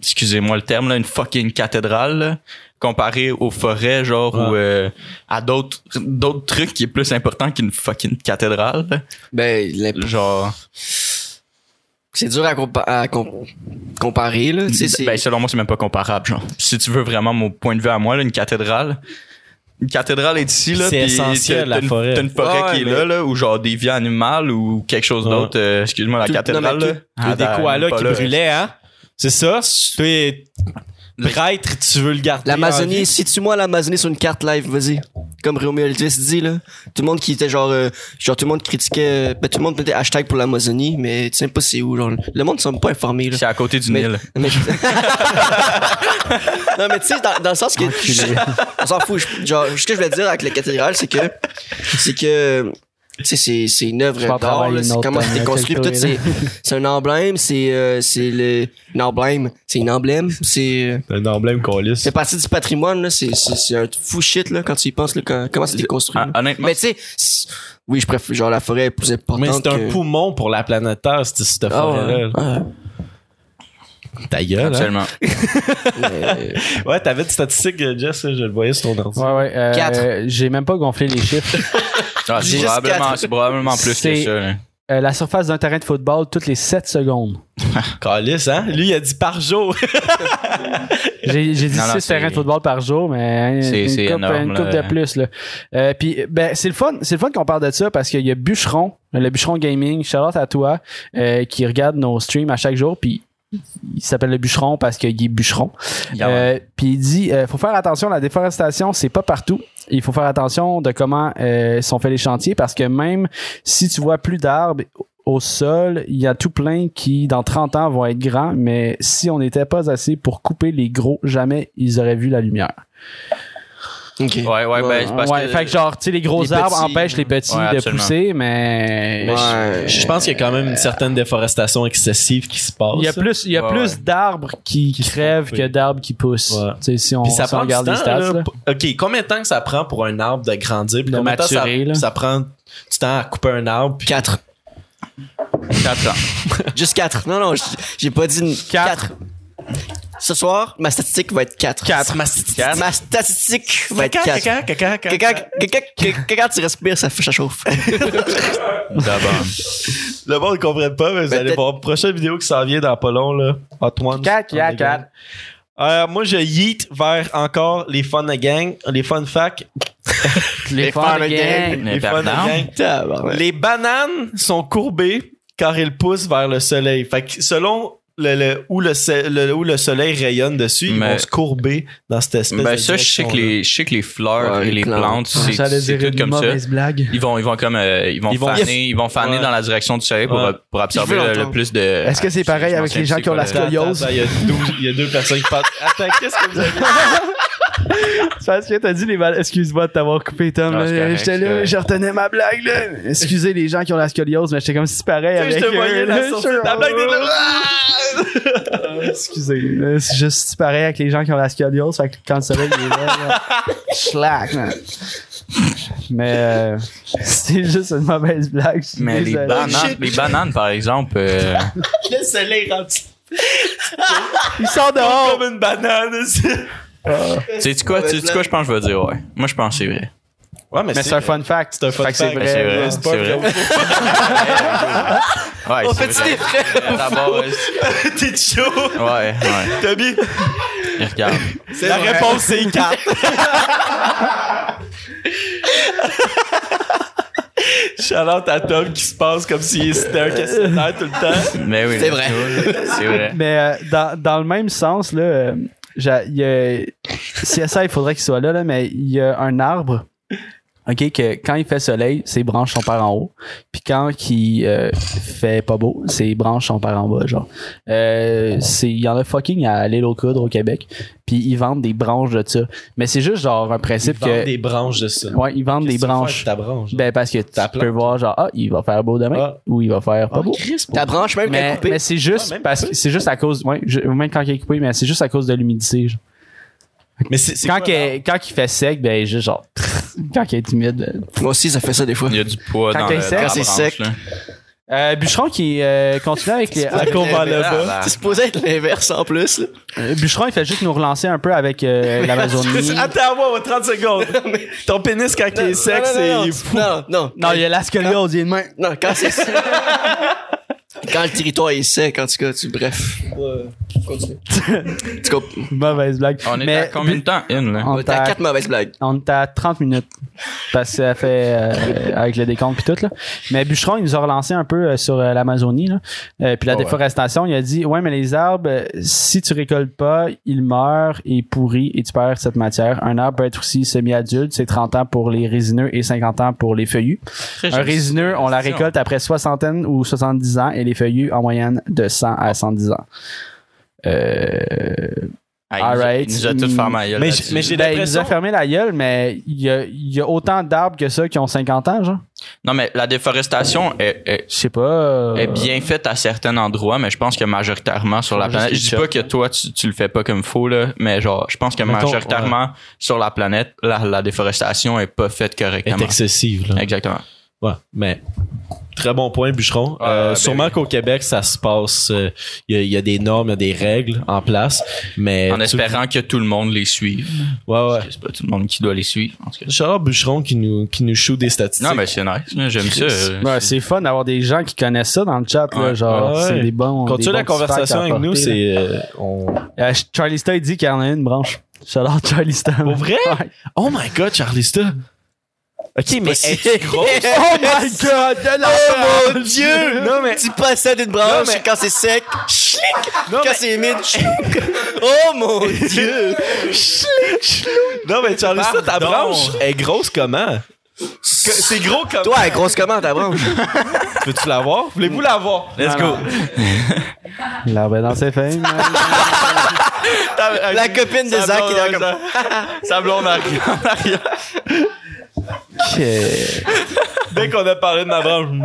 [SPEAKER 3] excusez-moi le terme, là, une fucking cathédrale, là, comparé aux forêts, genre,
[SPEAKER 1] Ouais.
[SPEAKER 3] ou euh, à d'autres d'autres trucs qui est plus important qu'une fucking cathédrale. là.
[SPEAKER 2] Ben, l'imp-
[SPEAKER 3] Genre,
[SPEAKER 2] c'est dur à, compa- à com- comparer, là. Tu sais, c'est-
[SPEAKER 3] ben, selon moi, c'est même pas comparable. Genre. Si tu veux vraiment mon point de vue à moi, là, une cathédrale. Une cathédrale est ici, là.
[SPEAKER 1] C'est
[SPEAKER 3] puis
[SPEAKER 1] essentiel,
[SPEAKER 3] t'as-
[SPEAKER 1] la
[SPEAKER 3] t'as une-
[SPEAKER 1] forêt.
[SPEAKER 3] T'as une forêt
[SPEAKER 2] Ouais,
[SPEAKER 3] qui est
[SPEAKER 2] mais-
[SPEAKER 3] là, là, ou genre des vies animales ou quelque chose
[SPEAKER 1] Ouais.
[SPEAKER 3] d'autre. euh, excuse-moi, la
[SPEAKER 2] Tout- non,
[SPEAKER 3] cathédrale,
[SPEAKER 2] mais
[SPEAKER 3] là.
[SPEAKER 2] tout-
[SPEAKER 1] Il y a des
[SPEAKER 3] Ah,
[SPEAKER 1] koalas
[SPEAKER 3] pas
[SPEAKER 1] qui
[SPEAKER 3] là.
[SPEAKER 1] brûlaient, hein? C'est ça? Si Tu es
[SPEAKER 3] Le-
[SPEAKER 1] prêtre, tu veux le garder. en
[SPEAKER 2] L'Amazonie,
[SPEAKER 1] vie.
[SPEAKER 2] situe-moi l'Amazonie sur une carte live, vas-y. Comme Romeo Elvis dit, là. Tout le monde qui était genre, euh, genre tout le monde critiquait, ben, tout le monde mettait hashtag pour l'Amazonie, mais tu sais pas c'est où, genre. Le monde ne semble pas informé, là.
[SPEAKER 3] C'est à côté du
[SPEAKER 2] Mais-
[SPEAKER 3] Nil.
[SPEAKER 2] Mais- non, mais tu sais, dans, dans le sens que. on s'en fout. je- genre, ce que je voulais dire avec la cathédrale, c'est que. C'est que. Tu sais, c'est- c'est une
[SPEAKER 4] Je vais en
[SPEAKER 2] œuvre d'art,
[SPEAKER 4] travailler
[SPEAKER 2] là,
[SPEAKER 4] une
[SPEAKER 2] c'est
[SPEAKER 4] autre,
[SPEAKER 2] comment c'était
[SPEAKER 4] euh,
[SPEAKER 2] construit, puis tout.
[SPEAKER 4] quelques
[SPEAKER 2] C'est c'est un emblème, c'est euh, c'est le. Un emblème. C'est un emblème. C'est. euh,
[SPEAKER 1] C'est un emblème qu'on lisse.
[SPEAKER 2] c'est partie du patrimoine, là. C'est c'est- c'est un fou shit, là, quand tu y penses, là, quand- comment c'était construit.
[SPEAKER 3] Ah,
[SPEAKER 2] là.
[SPEAKER 3] honnêtement,
[SPEAKER 2] mais tu sais, c'est- oui, je préfère. Genre, la forêt est plus importante.
[SPEAKER 1] Mais c'est un
[SPEAKER 2] que-
[SPEAKER 1] poumon pour la planète Terre, cette, cette
[SPEAKER 2] Ah ouais,
[SPEAKER 1] forêt-là. là.
[SPEAKER 2] ouais.
[SPEAKER 1] Ta gueule, hein?
[SPEAKER 3] absolument.
[SPEAKER 2] Mais-
[SPEAKER 1] Ouais, t'avais des statistiques, euh, Jess, je le voyais sur ton ordi.
[SPEAKER 4] Ouais, ouais. euh,
[SPEAKER 2] Quatre.
[SPEAKER 4] euh, J'ai même pas gonflé les chiffres.
[SPEAKER 3] Ah,
[SPEAKER 2] J'ai
[SPEAKER 3] c'est
[SPEAKER 2] juste
[SPEAKER 3] probablement,
[SPEAKER 2] quatre.
[SPEAKER 3] c'est probablement plus que
[SPEAKER 4] C'est-
[SPEAKER 3] ça. là.
[SPEAKER 4] Euh, la surface d'un terrain de football toutes les 7 secondes.
[SPEAKER 1] Calice, hein? Lui, il a dit par jour.
[SPEAKER 4] J'ai j'ai dit
[SPEAKER 3] Non, non,
[SPEAKER 4] 6
[SPEAKER 3] c'est-
[SPEAKER 4] terrains de football par jour, mais hein,
[SPEAKER 3] C'est-
[SPEAKER 4] une,
[SPEAKER 3] c'est
[SPEAKER 4] coupe,
[SPEAKER 3] énorme,
[SPEAKER 4] une coupe
[SPEAKER 3] là.
[SPEAKER 4] de plus. Là. Euh, puis ben, c'est le fun, c'est le fun qu'on parle de ça parce qu'il y a Bûcheron, le Bûcheron Gaming, Charlotte à toi, euh, qui regarde nos streams à chaque jour, puis il s'appelle le bûcheron parce qu'il est bûcheron.
[SPEAKER 3] Yeah, ouais.
[SPEAKER 4] Euh, Puis il dit, euh, faut faire attention, la déforestation, c'est pas partout. Il faut faire attention de comment euh, sont faits les chantiers parce que même si tu vois plus d'arbres au sol, il y a tout plein qui, dans 30 ans, vont être grands, mais si on n'était pas assez pour couper les gros, jamais ils auraient vu la lumière.
[SPEAKER 2] Ok.
[SPEAKER 3] ouais, ouais, ben, c'est parce
[SPEAKER 4] Ouais,
[SPEAKER 3] que.
[SPEAKER 4] fait que genre, tu sais, les gros
[SPEAKER 2] les
[SPEAKER 4] arbres
[SPEAKER 2] petits,
[SPEAKER 4] empêchent les petits
[SPEAKER 3] Ouais,
[SPEAKER 4] de
[SPEAKER 3] absolument.
[SPEAKER 4] pousser, mais...
[SPEAKER 2] Ouais.
[SPEAKER 1] Je pense qu'il y a quand même une certaine déforestation excessive qui se passe.
[SPEAKER 4] Il y a plus, il y a
[SPEAKER 3] Ouais,
[SPEAKER 4] plus d'arbres qui,
[SPEAKER 1] Qui se font
[SPEAKER 4] crèvent
[SPEAKER 1] couper.
[SPEAKER 4] que d'arbres qui poussent.
[SPEAKER 1] Ouais.
[SPEAKER 4] Tu sais, Si on,
[SPEAKER 1] Puis ça
[SPEAKER 4] si on
[SPEAKER 1] prend du
[SPEAKER 4] regarde
[SPEAKER 1] temps.
[SPEAKER 4] les stats.
[SPEAKER 1] là.
[SPEAKER 4] là.
[SPEAKER 1] OK, combien de temps que ça prend pour un arbre de grandir? Puis
[SPEAKER 4] De
[SPEAKER 1] combien de temps ça-
[SPEAKER 4] maturer, là.
[SPEAKER 1] ça, prend du temps à couper un arbre? Puis
[SPEAKER 2] Quatre.
[SPEAKER 3] Quatre ans.
[SPEAKER 2] Juste 4. Non, non, j- j'ai pas dit 4. Ce soir, ma statistique va être 4.
[SPEAKER 1] Quatre. Ma
[SPEAKER 2] Quatre. Ma statistique va être 4.
[SPEAKER 1] Caca, caca, caca,
[SPEAKER 2] Quelqu'un,
[SPEAKER 1] caca.
[SPEAKER 2] quelqu'un, quelqu'un, quelqu'un, tu respires, ça, fait- ça chauffe.
[SPEAKER 3] D'abord.
[SPEAKER 1] Le monde ne comprenne pas, mais vous
[SPEAKER 2] Ben,
[SPEAKER 1] allez
[SPEAKER 2] peut-être-
[SPEAKER 1] voir. Prochaine vidéo qui s'en vient dans pas long, là. Hot Ones.
[SPEAKER 4] Caca,
[SPEAKER 1] On est
[SPEAKER 4] caca.
[SPEAKER 1] gang. Euh, moi, je yeet vers encore les fun gang, les fun fac,
[SPEAKER 4] Les
[SPEAKER 2] fans
[SPEAKER 4] fans
[SPEAKER 2] de
[SPEAKER 4] gang.
[SPEAKER 3] Mais
[SPEAKER 1] les fun
[SPEAKER 3] pardon.
[SPEAKER 1] gang.
[SPEAKER 2] Tabarnak.
[SPEAKER 1] Les bananes sont courbées car ils poussent vers le soleil. Fait que selon le, le- où, le, se- le- où le soleil rayonne dessus, ils
[SPEAKER 3] Mais-
[SPEAKER 1] vont se courber dans cette espèce
[SPEAKER 3] Ben
[SPEAKER 1] de
[SPEAKER 3] ça, je sais que
[SPEAKER 4] euh,
[SPEAKER 3] les, je sais que les fleurs
[SPEAKER 2] Ouais,
[SPEAKER 3] et
[SPEAKER 2] les
[SPEAKER 3] les plantes,
[SPEAKER 2] plantes.
[SPEAKER 3] c'est
[SPEAKER 4] Ça allait
[SPEAKER 3] c'est
[SPEAKER 4] dire
[SPEAKER 3] tout
[SPEAKER 4] une
[SPEAKER 3] comme ça.
[SPEAKER 4] mauvaise blague.
[SPEAKER 3] Ils vont, ils vont comme, euh, ils vont
[SPEAKER 1] Ils vont-
[SPEAKER 3] faner, ils vont faner
[SPEAKER 1] Ouais.
[SPEAKER 3] dans la direction du soleil pour,
[SPEAKER 1] Ouais.
[SPEAKER 3] pour absorber
[SPEAKER 2] Je veux
[SPEAKER 3] le,
[SPEAKER 2] l'entendre.
[SPEAKER 3] le plus de.
[SPEAKER 4] Est-ce que c'est pareil
[SPEAKER 3] Je
[SPEAKER 4] avec
[SPEAKER 3] sais
[SPEAKER 4] les gens
[SPEAKER 3] pas
[SPEAKER 4] qui ont la
[SPEAKER 3] c'est
[SPEAKER 1] Attends,
[SPEAKER 3] quoi
[SPEAKER 4] scoliose?
[SPEAKER 1] attends, Il y, a douze- il y a deux personnes qui parlent. Attends, qu'est-ce que vous avez
[SPEAKER 4] C'est parce que t'as dit les mal... Excuse-moi de t'avoir coupé, Tom.
[SPEAKER 3] Non,
[SPEAKER 4] là.
[SPEAKER 3] Ah, c'est correct,
[SPEAKER 4] J'étais
[SPEAKER 3] c'est
[SPEAKER 4] là,
[SPEAKER 3] correct.
[SPEAKER 4] je retenais ma blague, là. Excusez les gens qui ont la scoliose, mais j'étais comme si pareil
[SPEAKER 1] Je
[SPEAKER 4] avec euh,
[SPEAKER 1] te
[SPEAKER 4] eux,
[SPEAKER 1] voyais
[SPEAKER 4] là.
[SPEAKER 1] la sortie de la
[SPEAKER 4] Sure.
[SPEAKER 1] blague des deux.
[SPEAKER 2] Ah!
[SPEAKER 4] Excusez. là, C'est juste si pareil avec les gens qui ont la scoliose. Fait que quand le soleil il est là, là, slack, man. Mais euh, c'est juste une mauvaise blague. je suis
[SPEAKER 3] Mais les
[SPEAKER 4] désolé.
[SPEAKER 3] bananes, les bananes, par exemple, euh,
[SPEAKER 1] Le soleil rentre
[SPEAKER 4] Il sort dehors.
[SPEAKER 1] comme une banane.
[SPEAKER 3] tu sais quoi, tu sais quoi, je pense que je vais dire ouais. Moi, je pense que c'est vrai.
[SPEAKER 1] Ouais,
[SPEAKER 4] Mais c'est un fun fact.
[SPEAKER 1] C'est un fun
[SPEAKER 4] Fait que c'est
[SPEAKER 1] fact,
[SPEAKER 4] vrai,
[SPEAKER 3] c'est
[SPEAKER 4] là.
[SPEAKER 3] vrai.
[SPEAKER 1] C'est pas
[SPEAKER 3] C'est
[SPEAKER 1] vrai.
[SPEAKER 3] Ouais, On fait des frères. D'abord, ouais,
[SPEAKER 1] T'es chaud,
[SPEAKER 3] ouais.
[SPEAKER 1] Toby.
[SPEAKER 3] Et Regarde.
[SPEAKER 1] La réponse, c'est 4. Charlotte à Tom qui se passe comme si c'était un questionnaire tout le temps.
[SPEAKER 3] Mais oui.
[SPEAKER 2] C'est vrai.
[SPEAKER 3] C'est vrai.
[SPEAKER 4] Mais euh, dans, dans le même sens, là, euh, j'a- il y a- CSI, il faudrait qu'il soit là, là, mais il y a un arbre. OK, que quand il fait soleil, ses branches sont par en haut. Puis quand il euh, fait pas beau, ses branches sont par en bas, genre. Euh, c'est- Il y en a fucking à l'île aux coudres au Québec. Puis ils vendent des branches de ça. Mais c'est juste genre un principe que...
[SPEAKER 1] des branches de ça.
[SPEAKER 4] Ouais, ils vendent des branches.
[SPEAKER 1] Ta branche.
[SPEAKER 4] Ben parce que tu
[SPEAKER 1] Ta
[SPEAKER 4] peux
[SPEAKER 1] plante.
[SPEAKER 4] voir genre, ah, il va faire beau demain
[SPEAKER 1] Ah.
[SPEAKER 4] ou il va faire pas beau.
[SPEAKER 2] Ta branche même qu'elle est
[SPEAKER 4] Mais,
[SPEAKER 2] coupée.
[SPEAKER 4] mais c'est juste
[SPEAKER 1] Ouais, Ah, même
[SPEAKER 4] parce que
[SPEAKER 1] coupé.
[SPEAKER 4] c'est juste à cause ouais, je- même quand il est coupé mais c'est juste à cause de l'humidité genre.
[SPEAKER 1] Mais c'est c'est
[SPEAKER 4] quand
[SPEAKER 1] quoi,
[SPEAKER 4] qu'elle- quand il fait sec ben juste genre pff, quand il est humide euh.
[SPEAKER 2] Moi aussi, ça fait ça des fois.
[SPEAKER 3] Il y a du poids
[SPEAKER 4] Quand
[SPEAKER 3] dans
[SPEAKER 4] il
[SPEAKER 3] le
[SPEAKER 4] sec,
[SPEAKER 3] dans la
[SPEAKER 2] quand c'est
[SPEAKER 3] branche,
[SPEAKER 2] sec.
[SPEAKER 3] là.
[SPEAKER 4] Euh, Bûcheron qui euh, continue avec les
[SPEAKER 1] la courbe en là-bas.
[SPEAKER 2] C'est supposé être l'inverse en plus. là.
[SPEAKER 4] Euh, Bûcheron il fait juste nous relancer un peu avec euh, l'Amazonie
[SPEAKER 1] Attends, moi, 30 secondes. Ton pénis, quand il est sec,
[SPEAKER 2] Non, non,
[SPEAKER 1] c'est.
[SPEAKER 2] non, Non, non.
[SPEAKER 4] non il y a la scoliose il est de même
[SPEAKER 2] Non, quand c'est Quand le territoire est sec, en tout cas, tu. Bref. Continue. tu comprends.
[SPEAKER 4] mauvaise blague
[SPEAKER 3] On est
[SPEAKER 4] mais Ah,
[SPEAKER 3] à combien de temps in, là?
[SPEAKER 4] on est
[SPEAKER 2] T'as
[SPEAKER 4] à-
[SPEAKER 2] quatre mauvaises blagues.
[SPEAKER 4] on est à 30 minutes parce que ça fait euh, avec le décompte puis tout là. Mais Bûcheron il nous a relancé un peu euh, sur euh, l'Amazonie là. Euh, puis la
[SPEAKER 3] Oh, ouais.
[SPEAKER 4] déforestation, il a dit ouais mais les arbres euh, si tu récoltes pas, ils meurent et pourrissent et tu perds cette matière. Un arbre peut être aussi semi-adulte, c'est 30 ans pour les résineux et 50 ans pour les feuillus. Un résineux, on la récolte après soixantaine ou 70 ans et les feuillus en moyenne de 100 à 110 ans. Euh,
[SPEAKER 3] Ah, il nous a-
[SPEAKER 4] Alright.
[SPEAKER 3] Il nous a tout fait ma gueule
[SPEAKER 1] Mais
[SPEAKER 3] là-dessus.
[SPEAKER 1] j- mais j'ai-
[SPEAKER 4] ben, il nous
[SPEAKER 1] l'impression-
[SPEAKER 4] a fermé la gueule, mais il y a, il y a autant d'arbres que ça qui ont 50 ans, genre.
[SPEAKER 3] Non, mais la déforestation est, est-
[SPEAKER 4] Je sais pas. euh,
[SPEAKER 3] est Eh bien faite à certains endroits, mais je pense que majoritairement sur la
[SPEAKER 4] Juste
[SPEAKER 3] planète.
[SPEAKER 4] les
[SPEAKER 3] Je dis
[SPEAKER 4] chocs.
[SPEAKER 3] pas que toi, tu, tu le fais pas comme faux, là, mais genre, je pense que
[SPEAKER 1] Mettons,
[SPEAKER 3] majoritairement sur la planète, la, la déforestation est pas faite
[SPEAKER 1] est
[SPEAKER 3] correctement.
[SPEAKER 1] excessive, là.
[SPEAKER 3] Exactement.
[SPEAKER 1] Ouais, mais très bon point, Bûcheron.
[SPEAKER 3] Ah,
[SPEAKER 1] Euh,
[SPEAKER 3] ben
[SPEAKER 1] sûrement
[SPEAKER 3] oui.
[SPEAKER 1] qu'au Québec, ça se passe. euh, Il y, a- il y a des normes, il y a des règles en place, mais
[SPEAKER 3] En
[SPEAKER 1] tu-
[SPEAKER 3] espérant que tout le monde les suive.
[SPEAKER 1] Ouais, ouais.
[SPEAKER 3] C'est pas tout le monde qui doit les suivre. en tout cas.
[SPEAKER 1] Charles Bûcheron qui nous qui nous shoot des statistiques.
[SPEAKER 3] Non, mais c'est nice. là, J'aime ça. euh,
[SPEAKER 4] ouais, c'est fun d'avoir des gens qui connaissent ça dans le chat, là,
[SPEAKER 3] Ouais,
[SPEAKER 4] genre,
[SPEAKER 1] ouais.
[SPEAKER 4] c'est des bons. des
[SPEAKER 1] Continue
[SPEAKER 4] bons
[SPEAKER 1] la
[SPEAKER 4] petits facts
[SPEAKER 1] conversation
[SPEAKER 4] à
[SPEAKER 1] avec nous,
[SPEAKER 4] apporter,
[SPEAKER 1] c'est euh, on-
[SPEAKER 4] là. Euh, Charlie Sta, il dit qu'il y en a une branche. J'adore Charlie Sta.
[SPEAKER 1] Pour vrai?
[SPEAKER 4] Ouais.
[SPEAKER 1] Oh my God, Charlista. Ok, mais es-tu grosse?
[SPEAKER 4] Oh my god! de la
[SPEAKER 2] Oh mon
[SPEAKER 4] branche!
[SPEAKER 2] dieu!
[SPEAKER 1] Non, mais-
[SPEAKER 2] Tu passes ça d'une branche
[SPEAKER 1] Non, mais-
[SPEAKER 2] quand c'est sec,
[SPEAKER 1] Non,
[SPEAKER 2] quand
[SPEAKER 1] mais-
[SPEAKER 2] c'est humide, Oh mon dieu!
[SPEAKER 1] Non mais Charlista, ta
[SPEAKER 3] Pardon.
[SPEAKER 1] branche est grosse comment? Que- C'est gros comme.
[SPEAKER 2] Toi, elle est grosse comment ta branche?
[SPEAKER 1] Veux-tu l'avoir? Voulez-vous l'avoir? Let's go.
[SPEAKER 4] L'arbre est dans ses feuilles, man.
[SPEAKER 2] La copine de Zach qui est dans comme.
[SPEAKER 3] Ça blonde arrive.
[SPEAKER 4] Ok.
[SPEAKER 1] Dès qu'on a parlé de ma branche.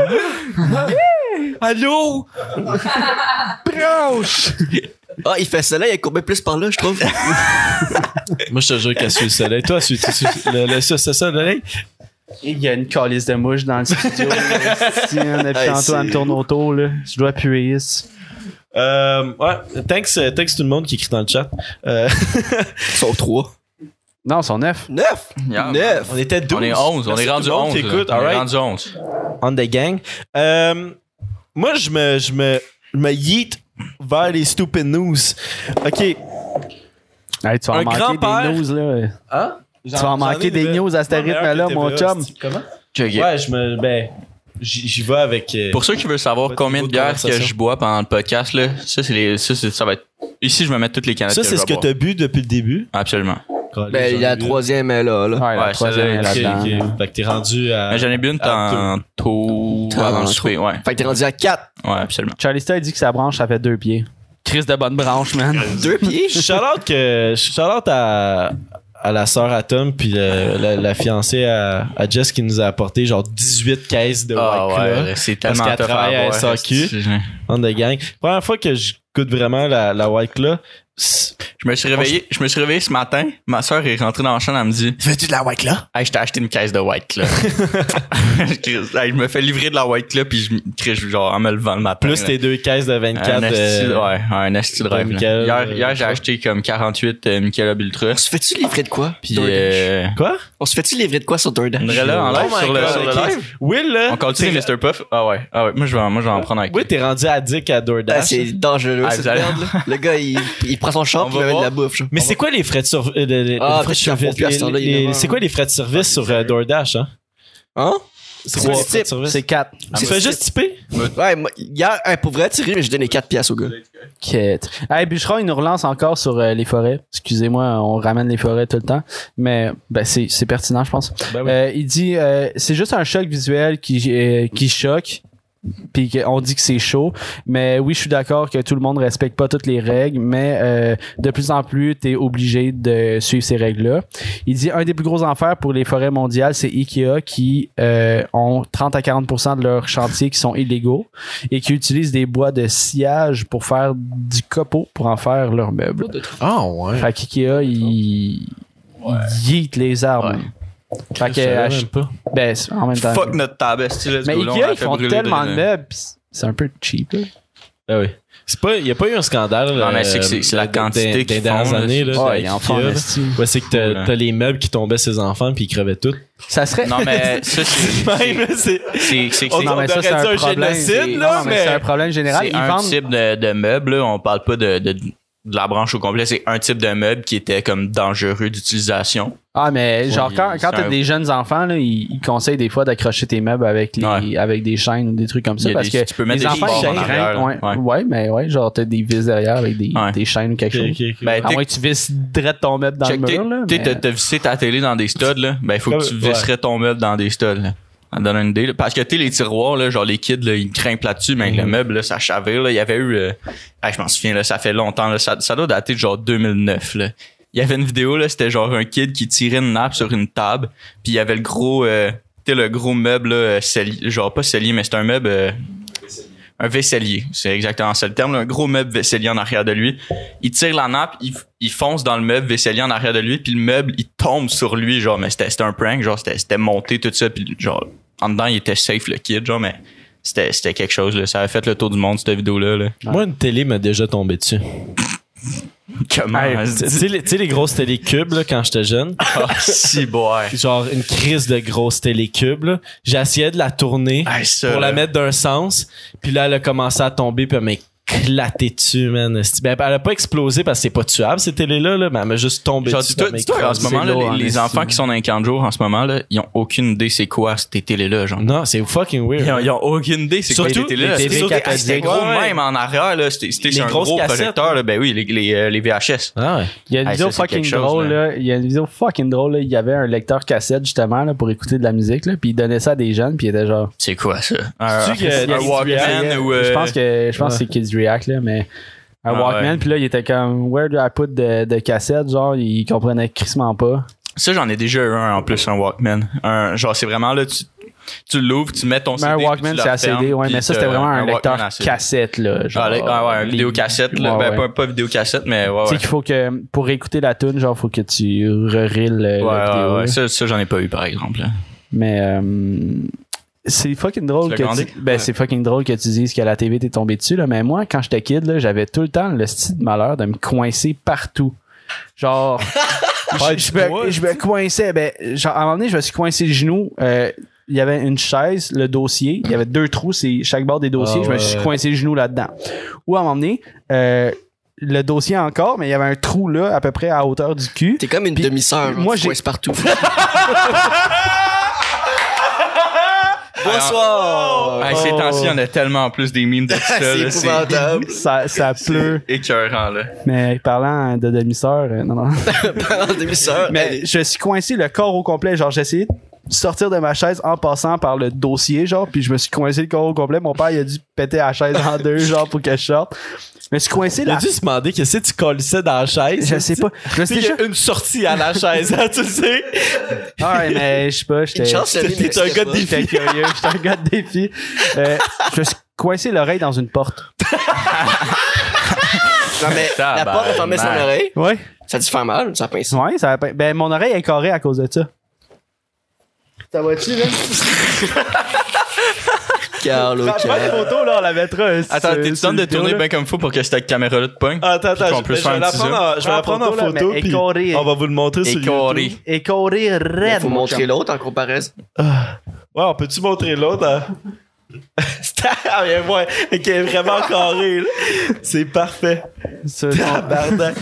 [SPEAKER 2] Allô? branche! Ah, il fait soleil, elle est courbée plus par là, je trouve.
[SPEAKER 1] Moi, je te jure qu'elle suit le soleil. Toi, suis le, le, le, le soleil?
[SPEAKER 4] Il y a une calice de mouche dans le studio. là. Si, hein,
[SPEAKER 2] Hey,
[SPEAKER 4] Depuis Antoine
[SPEAKER 2] c'est-
[SPEAKER 4] tourne autour, là. Je dois appuyer. ici.
[SPEAKER 1] Euh, ouais, thanks, euh, thanks tout le monde qui écrit dans le chat. Euh,
[SPEAKER 2] Ils sont trois.
[SPEAKER 4] Non, son neuf.
[SPEAKER 2] Neuf!
[SPEAKER 3] Yeah,
[SPEAKER 2] Neuf!
[SPEAKER 1] on était 12.
[SPEAKER 3] On est 11. On
[SPEAKER 1] Merci
[SPEAKER 3] est
[SPEAKER 1] tout
[SPEAKER 3] rendu
[SPEAKER 1] le monde
[SPEAKER 3] 11.
[SPEAKER 1] qui
[SPEAKER 3] là.
[SPEAKER 1] écoute,
[SPEAKER 3] On est
[SPEAKER 1] alright.
[SPEAKER 3] rendu 11.
[SPEAKER 1] On the gang. Euh, moi, je me, je me, je me yeet vers les stupid news. OK.
[SPEAKER 4] Hey, tu vas
[SPEAKER 1] Un
[SPEAKER 4] en manquer
[SPEAKER 1] grand-père-
[SPEAKER 4] des news, là.
[SPEAKER 1] Hein?
[SPEAKER 4] Tu vas en manquer des news à ce rythme-là, mon chum.
[SPEAKER 1] Comment?
[SPEAKER 3] Check it.
[SPEAKER 1] Ouais, je me. Ben. J'y j'y vais avec. euh,
[SPEAKER 3] Pour ceux qui veulent savoir
[SPEAKER 1] Pas de
[SPEAKER 3] combien
[SPEAKER 1] niveau de
[SPEAKER 3] de bières que
[SPEAKER 1] conversation.
[SPEAKER 3] je bois pendant le podcast, là, ça, c'est les, ça, c'est- ça va être. Ici, je me mets toutes les canettes.
[SPEAKER 1] ça, c'est
[SPEAKER 3] je
[SPEAKER 1] ce
[SPEAKER 3] vais
[SPEAKER 1] que t'as bu depuis le début.
[SPEAKER 3] boire. Absolument.
[SPEAKER 2] Ben, il y a la troisième, elle là, là.
[SPEAKER 4] Ouais, la
[SPEAKER 3] Ouais,
[SPEAKER 4] troisième
[SPEAKER 3] celle-là,
[SPEAKER 4] est là-dedans.
[SPEAKER 1] Ok, ok. Fait que t'es rendu à.
[SPEAKER 3] Mais J'en ai bu une
[SPEAKER 1] à
[SPEAKER 3] tantôt
[SPEAKER 2] Tantôt.
[SPEAKER 3] avant le souper. Ouais,
[SPEAKER 2] Fait que t'es rendu à 4.
[SPEAKER 3] ouais, absolument.
[SPEAKER 4] Charlie Star dit que sa branche, ça fait deux pieds. Chris de bonne branche, man.
[SPEAKER 2] Deux pieds.
[SPEAKER 1] Shout-out que, shout-out à, à la sœur à Tom puis le- la, la fiancée à, à Jess qui nous a apporté genre 18 caisses de White Claw
[SPEAKER 3] Ah, c'est
[SPEAKER 1] Parce
[SPEAKER 3] tellement
[SPEAKER 1] qu'elle
[SPEAKER 3] tough
[SPEAKER 1] travaille à
[SPEAKER 3] boire.
[SPEAKER 1] SAQ.
[SPEAKER 3] Je
[SPEAKER 1] on the gang. Première fois que je goûte vraiment la, la White Claw, c'est-
[SPEAKER 3] me suis réveillé, je me suis réveillé ce matin. Ma soeur est rentrée dans la chambre, elle me dit
[SPEAKER 2] Veux-tu de la white là?
[SPEAKER 3] Hey, je t'ai acheté une caisse de White Claw. Chris, hey, je me fais livrer de la White Claw puis je me- Chris, genre en me levant le matin.
[SPEAKER 1] plus
[SPEAKER 3] là.
[SPEAKER 1] tes deux caisses de
[SPEAKER 3] un
[SPEAKER 1] 24.
[SPEAKER 3] asti de-
[SPEAKER 1] euh,
[SPEAKER 3] ouais, un asti de
[SPEAKER 1] de
[SPEAKER 3] rêve. là.
[SPEAKER 1] Michelob,
[SPEAKER 3] Hier,
[SPEAKER 1] euh,
[SPEAKER 3] hier j'ai
[SPEAKER 1] ça.
[SPEAKER 3] acheté comme 48 euh, Michelob Ultra.
[SPEAKER 2] On se fait-tu livrer de quoi?
[SPEAKER 3] Puis
[SPEAKER 2] DoorDash?
[SPEAKER 3] euh,
[SPEAKER 1] Quoi?
[SPEAKER 2] On se fait-tu livrer de quoi sur
[SPEAKER 3] on
[SPEAKER 2] DoorDash?
[SPEAKER 3] dirait là en
[SPEAKER 1] Oh
[SPEAKER 3] live
[SPEAKER 1] my
[SPEAKER 3] sur le,
[SPEAKER 1] God,
[SPEAKER 3] sur le
[SPEAKER 1] ok.
[SPEAKER 3] live.
[SPEAKER 1] Will, là.
[SPEAKER 3] On continue
[SPEAKER 1] t'es-
[SPEAKER 3] Mr. Puff. Ah ouais, ah ouais. Moi je vais, en- moi je vais en prendre un.
[SPEAKER 1] Oui, t'es rendu addict à
[SPEAKER 2] Ah,
[SPEAKER 1] DoorDash.
[SPEAKER 2] c'est dangereux,
[SPEAKER 3] Ah,
[SPEAKER 2] cette
[SPEAKER 3] vous allez-
[SPEAKER 2] merde, là. Le gars, il, il prend son
[SPEAKER 3] On
[SPEAKER 2] champ, puis il
[SPEAKER 3] va
[SPEAKER 2] amène de la
[SPEAKER 3] voir.
[SPEAKER 2] bouffe. genre.
[SPEAKER 1] mais c'est quoi les frais de service? les,
[SPEAKER 2] Ah,
[SPEAKER 1] les frais de
[SPEAKER 2] peut-être qu'ils en font
[SPEAKER 1] service-
[SPEAKER 2] plus à ce temps-là,
[SPEAKER 1] les-
[SPEAKER 2] il y en a
[SPEAKER 1] les-
[SPEAKER 2] marre.
[SPEAKER 1] c'est quoi les frais de service sur euh, DoorDash, hein? Ah,
[SPEAKER 2] Hein?
[SPEAKER 1] C'est
[SPEAKER 2] quoi
[SPEAKER 1] quoi
[SPEAKER 2] les
[SPEAKER 1] les frais de
[SPEAKER 2] tips?
[SPEAKER 1] service?
[SPEAKER 4] C'est quatre.
[SPEAKER 1] Tu fais juste tiper?
[SPEAKER 2] Ouais, moi, hier, hein, pour vrai, tirer, mais j'ai donné 4 piastres au gars.
[SPEAKER 4] Quête. Hey, Bûcheron, il nous relance encore sur euh, les forêts. Excusez-moi, on ramène les forêts tout le temps. Mais ben, c'est c'est pertinent, je pense. Euh, il dit euh, c'est juste un choc visuel qui, euh, qui choque. Puis que- on dit que c'est chaud. Mais oui, je suis d'accord que tout le monde respecte pas toutes les règles. Mais euh, de plus en plus, tu es obligé de suivre ces règles-là. Il dit un des plus gros enfers pour les forêts mondiales, c'est IKEA qui euh, ont 30 à 40 de leurs chantiers qui sont illégaux et qui utilisent des bois de sciage pour faire du copeau pour en faire leurs meubles.
[SPEAKER 6] Ah, ouais.
[SPEAKER 4] Fait qu'IKEA, ils ils yeetent les arbres. Fait que,
[SPEAKER 1] savais
[SPEAKER 4] ach- ben, c'est- en même temps.
[SPEAKER 3] Fuck notre table, esti, let's
[SPEAKER 4] mais
[SPEAKER 3] go, là, on
[SPEAKER 4] IKEA,
[SPEAKER 3] l'a
[SPEAKER 4] ils
[SPEAKER 3] fait
[SPEAKER 4] font
[SPEAKER 3] brûler
[SPEAKER 4] tellement
[SPEAKER 3] de-
[SPEAKER 4] de meubles, pis c'est un peu cheap. là.
[SPEAKER 1] Ben oui. C'est pas, y a pas eu un scandale.
[SPEAKER 3] Non, mais
[SPEAKER 1] euh,
[SPEAKER 3] c'est que c'est- c'est la
[SPEAKER 1] des-
[SPEAKER 3] quantité
[SPEAKER 1] des-
[SPEAKER 3] qu'ils
[SPEAKER 1] des dernières
[SPEAKER 3] font, là.
[SPEAKER 1] années, là.
[SPEAKER 3] Ouais,
[SPEAKER 1] avec
[SPEAKER 3] ils
[SPEAKER 4] en font en
[SPEAKER 1] Ikea, là.
[SPEAKER 4] esti.
[SPEAKER 1] Ouais, c'est que
[SPEAKER 3] Cool,
[SPEAKER 1] t'as
[SPEAKER 3] hein.
[SPEAKER 1] t'as les meubles qui tombaient ses enfants puis ils crevaient tout.
[SPEAKER 4] Ça serait.
[SPEAKER 3] Non, mais ça, c'est.
[SPEAKER 1] Même, là, c'est.
[SPEAKER 3] C'est c'est-
[SPEAKER 1] On
[SPEAKER 3] c'est-
[SPEAKER 1] en
[SPEAKER 4] mais ça,
[SPEAKER 1] aurait
[SPEAKER 4] c'est
[SPEAKER 1] dit
[SPEAKER 4] un
[SPEAKER 1] un
[SPEAKER 4] problème.
[SPEAKER 1] génocide,
[SPEAKER 4] c'est-
[SPEAKER 1] là,
[SPEAKER 4] non, mais
[SPEAKER 1] mais-
[SPEAKER 4] c'est un problème général.
[SPEAKER 3] c'est
[SPEAKER 4] Ils
[SPEAKER 3] un
[SPEAKER 4] vendent.
[SPEAKER 3] type de, de meuble, là. on parle pas de, de, de la branche au complet, c'est un type de meuble qui était comme dangereux d'utilisation.
[SPEAKER 4] Ah, mais genre,
[SPEAKER 3] Ouais,
[SPEAKER 4] quand,
[SPEAKER 3] c'est
[SPEAKER 4] quand t'as
[SPEAKER 3] un-
[SPEAKER 4] des jeunes enfants, là, ils, ils conseillent des fois d'accrocher tes meubles avec, les,
[SPEAKER 3] Ouais.
[SPEAKER 4] avec des chaînes ou des trucs comme
[SPEAKER 3] Il
[SPEAKER 4] ça.
[SPEAKER 3] y a
[SPEAKER 4] Parce
[SPEAKER 3] des-
[SPEAKER 4] que
[SPEAKER 3] tu peux mettre
[SPEAKER 4] les
[SPEAKER 3] des
[SPEAKER 4] enfants,
[SPEAKER 3] supports
[SPEAKER 4] ils
[SPEAKER 3] en arrière,
[SPEAKER 4] grimpent,
[SPEAKER 3] là.
[SPEAKER 4] ouais. Ouais, mais ouais, genre, t'as des vis derrière avec des,
[SPEAKER 3] Ouais.
[SPEAKER 4] des chaînes ou quelque
[SPEAKER 1] Ok,
[SPEAKER 4] chose.
[SPEAKER 1] ok, ok.
[SPEAKER 3] Ben,
[SPEAKER 4] À
[SPEAKER 3] t'es-
[SPEAKER 4] moins que tu visses direct ton meuble dans
[SPEAKER 3] Check,
[SPEAKER 4] le
[SPEAKER 3] t'es-
[SPEAKER 4] mur, là.
[SPEAKER 3] t'es-
[SPEAKER 4] mais-
[SPEAKER 3] T'as t'as vissé ta télé dans des studs, là. Ben, il faut que tu
[SPEAKER 1] Ouais.
[SPEAKER 3] visserais ton meuble dans des studs, là. Ça donne une idée, là. Parce que, tu sais, les tiroirs, là, genre, les kids, là, ils grimpent là-dessus, mais
[SPEAKER 4] Mhm.
[SPEAKER 3] le meuble, là, ça chavire, là. Il y avait eu, euh, ah, je m'en souviens, là, ça fait longtemps, là. Ça, ça doit dater de genre 2009, là. Il y avait une vidéo, là, c'était genre un kid qui tirait une nappe sur une table, puis il y avait le gros, euh, tu sais, le gros meuble, là, euh, cellier- genre pas cellier, mais c'est un meuble, euh, un vaisselier, c'est exactement ça le terme, là, un gros meuble vaisselier en arrière de lui. Il tire la nappe, il, il fonce dans le meuble vaisselier en arrière de lui, puis le meuble, il tombe sur lui, genre, mais c'était c'était un prank, genre, c'était c'était monté, tout ça, puis genre, en dedans, il était safe, le kid, genre, mais c'était c'était quelque chose, là. Ça a fait le tour du monde, cette vidéo-là, là.
[SPEAKER 1] Moi, une télé m'a déjà tombé dessus.
[SPEAKER 3] Comment?
[SPEAKER 1] Hey, tu tu sais, les- tu sais, les grosses télé cubes, là, quand j'étais jeune?
[SPEAKER 3] Ah, si, boy.
[SPEAKER 1] Genre, une crise de grosse télé cube, là. J'essayais de la tourner
[SPEAKER 3] Hey, ça,
[SPEAKER 1] pour
[SPEAKER 3] là.
[SPEAKER 1] la mettre d'un sens. Puis là, elle a commencé à tomber, puis elle m'a éclaté dessus, man. Esti. Ben, elle a pas explosé parce que c'est pas tuable, ces télés-là, là, mais elle m'a juste tombé
[SPEAKER 3] Genre,
[SPEAKER 1] dessus.
[SPEAKER 3] dis-toi-
[SPEAKER 1] puis elle m'a
[SPEAKER 3] dis-toi, en ce
[SPEAKER 1] écrasé.
[SPEAKER 3] moment, là,
[SPEAKER 4] lourd,
[SPEAKER 3] les,
[SPEAKER 4] en
[SPEAKER 3] les
[SPEAKER 1] hein,
[SPEAKER 4] esti.
[SPEAKER 3] enfants qui sont dans les camps de jour en ce moment, là, ils ont aucune idée c'est quoi cette télé-là, genre.
[SPEAKER 1] Non, c'est fucking weird.
[SPEAKER 3] Ils ont, ils ont aucune idée, c'est quoi
[SPEAKER 1] Mm. Surtout
[SPEAKER 3] les télé là
[SPEAKER 1] les
[SPEAKER 3] C'était
[SPEAKER 1] télé
[SPEAKER 3] surtout- ah,
[SPEAKER 1] cathodiques.
[SPEAKER 3] c'était gros
[SPEAKER 1] Ouais, ouais.
[SPEAKER 3] même en arrière, là. C'était c'était
[SPEAKER 1] Les
[SPEAKER 3] sur un
[SPEAKER 1] grosses
[SPEAKER 3] gros
[SPEAKER 1] cassettes, hein.
[SPEAKER 3] projecteur, là. Ben oui, les, les, euh, les VHS.
[SPEAKER 1] Ah ouais.
[SPEAKER 4] Il y a une
[SPEAKER 3] Hey,
[SPEAKER 4] vidéo
[SPEAKER 3] ça, c'est
[SPEAKER 4] fucking
[SPEAKER 3] quelque chose,
[SPEAKER 4] drôle,
[SPEAKER 3] man.
[SPEAKER 4] là. Il y a une vidéo fucking drôle, là. Il y avait un lecteur cassette, justement, là, pour écouter de la musique, là. Puis il donnait ça à des jeunes, puis il était genre.
[SPEAKER 3] C'est quoi ça? Un,
[SPEAKER 1] C'est-tu que-
[SPEAKER 3] un
[SPEAKER 1] que-
[SPEAKER 3] Walkman ou. euh,
[SPEAKER 4] Je pense que, je pense que
[SPEAKER 1] ouais.
[SPEAKER 4] c'est Kids React, là, mais. Un
[SPEAKER 3] Ah,
[SPEAKER 4] Walkman,
[SPEAKER 3] ouais.
[SPEAKER 4] puis là, il était comme, where do I put de, de cassette? Genre, il comprenait crissement pas.
[SPEAKER 3] Ça, j'en ai déjà eu un en plus, un Walkman. Un, genre, c'est vraiment là, tu, tu l'ouvres, tu mets ton
[SPEAKER 4] Mais
[SPEAKER 3] CD.
[SPEAKER 4] un
[SPEAKER 3] puis tu
[SPEAKER 4] Walkman,
[SPEAKER 3] le
[SPEAKER 4] c'est à
[SPEAKER 3] refermes,
[SPEAKER 4] CD, ouais,
[SPEAKER 3] puis
[SPEAKER 4] mais ça, c'était
[SPEAKER 3] t'as
[SPEAKER 4] vraiment un, lecteur
[SPEAKER 3] Walkman à CD.
[SPEAKER 4] cassette, là. Genre,
[SPEAKER 3] Ah, le- ah, ouais, un
[SPEAKER 4] les-
[SPEAKER 3] vidéocassette, là.
[SPEAKER 4] Ouais,
[SPEAKER 3] ben,
[SPEAKER 4] ouais.
[SPEAKER 3] Pas, pas vidéocassette, mais ouais.
[SPEAKER 4] Tu sais
[SPEAKER 3] ouais.
[SPEAKER 4] qu'il faut que, pour écouter la tune, genre, faut que tu rerilles
[SPEAKER 3] Ouais,
[SPEAKER 4] le la
[SPEAKER 3] ouais,
[SPEAKER 4] vidéo,
[SPEAKER 3] ouais.
[SPEAKER 4] là.
[SPEAKER 3] Ça, ça, j'en ai pas eu, par exemple. là.
[SPEAKER 4] Mais euh, c'est fucking drôle
[SPEAKER 3] Tu l'as
[SPEAKER 4] que
[SPEAKER 3] grandi?
[SPEAKER 4] tu, ben c'est fucking drôle que tu dises qu'à la TV t'es tombé dessus là, mais moi quand j'étais kid là, j'avais tout le temps le style de malheur de me coincer partout. Genre je, je me, je me coinçais ben genre à un moment donné je me suis coincé le genou euh, il y avait une chaise, le dossier, il y avait deux trous, c'est chaque bord des dossiers,
[SPEAKER 1] Ah
[SPEAKER 4] je me suis
[SPEAKER 1] ouais.
[SPEAKER 4] coincé le genou là-dedans. Ou à un moment donné, euh, le dossier encore, mais il y avait un trou là, à peu près à hauteur du cul.
[SPEAKER 2] T'es comme une
[SPEAKER 4] Puis,
[SPEAKER 2] demi-sœur.
[SPEAKER 4] moi,
[SPEAKER 2] Moi,
[SPEAKER 4] j'ai-
[SPEAKER 2] j'ai. partout. Bonsoir!
[SPEAKER 3] Hey, ces temps-ci, il y en a tellement plus des mimes de Ah, ça.
[SPEAKER 2] C'est
[SPEAKER 3] là, Oh. C'est
[SPEAKER 2] épouvantable.
[SPEAKER 4] Ça, ça pleut.
[SPEAKER 3] écœurant, là.
[SPEAKER 4] Mais parlant de demi-sœur, euh, non, non.
[SPEAKER 2] Parlant de demi-sœur,
[SPEAKER 4] Mais je suis coincé le corps au complet. Genre, j'ai essayé de sortir de ma chaise en passant par le dossier, genre, puis je me suis coincé le corps au complet. Mon père, il a dû péter la chaise en deux, genre, pour que je sorte. Je me suis coincé
[SPEAKER 1] Il a
[SPEAKER 4] là.
[SPEAKER 1] dû se demander qu'est-ce que tu colissais dans la chaise.
[SPEAKER 4] Je sais pas. Je me suis
[SPEAKER 1] Tu sais, il y
[SPEAKER 4] déjà.
[SPEAKER 1] a une sortie à la chaise, hein, tu le sais.
[SPEAKER 4] Ah ouais, mais je sais pas, j'étais.
[SPEAKER 2] Une chance, la vie
[SPEAKER 1] T'es
[SPEAKER 2] n'existe
[SPEAKER 1] un gars de
[SPEAKER 2] pas.
[SPEAKER 1] défi.
[SPEAKER 4] J'étais curieux, j'étais un gars de défi. Euh, je me suis coincé l'oreille dans une porte.
[SPEAKER 2] Non, mais la
[SPEAKER 3] Tabarnak.
[SPEAKER 2] porte est fermée sur l'oreille.
[SPEAKER 4] Ouais.
[SPEAKER 2] Ça a dû faire mal, ça pince.
[SPEAKER 4] Ouais, ça a pas- Ben, mon oreille est carrée à cause de ça. Ça va-tu, là?
[SPEAKER 2] Carl,
[SPEAKER 4] Prends pas de photo, là, on la mettra. euh,
[SPEAKER 3] Attends,
[SPEAKER 4] sur-
[SPEAKER 3] t'es
[SPEAKER 4] sur
[SPEAKER 3] tu de
[SPEAKER 4] le vidéo,
[SPEAKER 3] tourner
[SPEAKER 4] là.
[SPEAKER 3] bien comme fou pour que cette caméra-là te pogne?
[SPEAKER 1] Attends,
[SPEAKER 3] Puis
[SPEAKER 1] attends,
[SPEAKER 3] qu'on
[SPEAKER 1] je,
[SPEAKER 3] peut
[SPEAKER 1] je
[SPEAKER 3] se faire
[SPEAKER 1] vais
[SPEAKER 3] un
[SPEAKER 1] la
[SPEAKER 3] petit
[SPEAKER 1] prendre en- je vais la
[SPEAKER 4] Ah,
[SPEAKER 1] prendre en
[SPEAKER 4] photo, là,
[SPEAKER 1] photo,
[SPEAKER 4] mais
[SPEAKER 1] puis
[SPEAKER 4] écoré.
[SPEAKER 1] on va vous le montrer sur YouTube.
[SPEAKER 3] Écoré.
[SPEAKER 1] Ouais,
[SPEAKER 4] Et courir raide.
[SPEAKER 2] Faut
[SPEAKER 4] mon
[SPEAKER 2] montrer
[SPEAKER 4] chum.
[SPEAKER 2] l'autre en comparaison.
[SPEAKER 1] on peut-tu montrer l'autre? hein? C'est ah, mais ouais, qui est vraiment carré, là. C'est parfait.
[SPEAKER 4] Ça,
[SPEAKER 1] Tabarnak.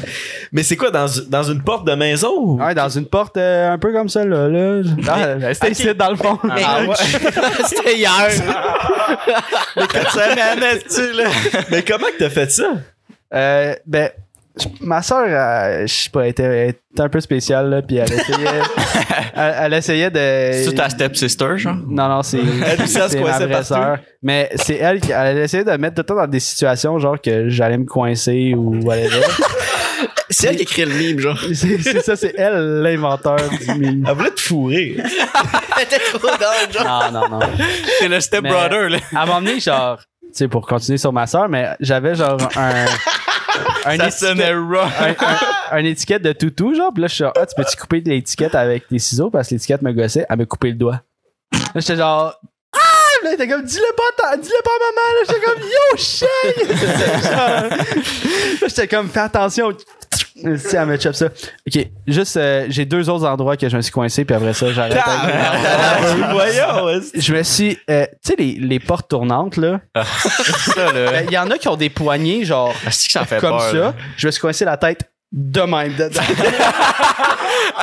[SPEAKER 1] mais c'est quoi, dans, dans une porte de maison? ou-
[SPEAKER 4] Ouais, dans une porte euh, un peu comme ça, là. là. Ah, ben, C'était ici, dans le fond.
[SPEAKER 3] Ah
[SPEAKER 2] Mais- C'était hier.
[SPEAKER 1] Tu sais, là. Mais comment que t'as fait ça?
[SPEAKER 4] Euh, ben, je- ma soeur, je sais pas, elle était, elle était un peu spéciale, là, puis elle essayait. elle, elle essayait de.
[SPEAKER 3] C'est ta stepsister, genre?
[SPEAKER 4] Non, non, c'est.
[SPEAKER 1] Elle, ça, se
[SPEAKER 4] c'est ma
[SPEAKER 1] coinçait
[SPEAKER 4] vraie
[SPEAKER 1] partout.
[SPEAKER 4] sœur. Mais c'est elle qui. Elle essayait de me mettre tout le temps dans des situations, genre que j'allais me coincer ou whatever.
[SPEAKER 2] C'est elle qui écrit le mime, genre.
[SPEAKER 4] c'est c'est ça, c'est elle l'inventeur du mime.
[SPEAKER 1] Elle voulait te fourrer.
[SPEAKER 2] Elle était trop dingue, genre.
[SPEAKER 4] Non, Ah, non, non.
[SPEAKER 3] C'est le stepbrother, là.
[SPEAKER 4] À un moment donné, genre, tu sais, pour continuer sur ma soeur, mais j'avais genre un. un
[SPEAKER 3] Ça
[SPEAKER 4] étiquette-
[SPEAKER 3] sonnait raw.
[SPEAKER 4] un, un- un étiquette de toutou, genre. Puis là, je suis genre, ah, tu peux-tu couper de l'étiquette avec tes ciseaux parce que l'étiquette me gossait, elle me coupé le doigt. Là, j'étais genre, ah! Puis Là, elle était comme, dis-le pas, ta- dis-le pas à maman. Là, j'étais comme, yo, chien! là, j'étais comme, fais attention. Si elle me chope ça. Ok, juste, euh, j'ai deux autres endroits que je me suis coincé, puis après ça, j'arrête.
[SPEAKER 1] Tabarnak. Voyons, ouais.
[SPEAKER 4] Je me suis, euh, tu sais, les, les portes tournantes, là. Ben,
[SPEAKER 3] Ça,
[SPEAKER 4] Il
[SPEAKER 3] là.
[SPEAKER 4] y en a qui ont des poignées, genre,
[SPEAKER 3] Ah, c'est que ça fait
[SPEAKER 4] comme
[SPEAKER 3] peur.
[SPEAKER 4] ça.
[SPEAKER 3] là.
[SPEAKER 4] Je me suis coincé la tête de même dedans.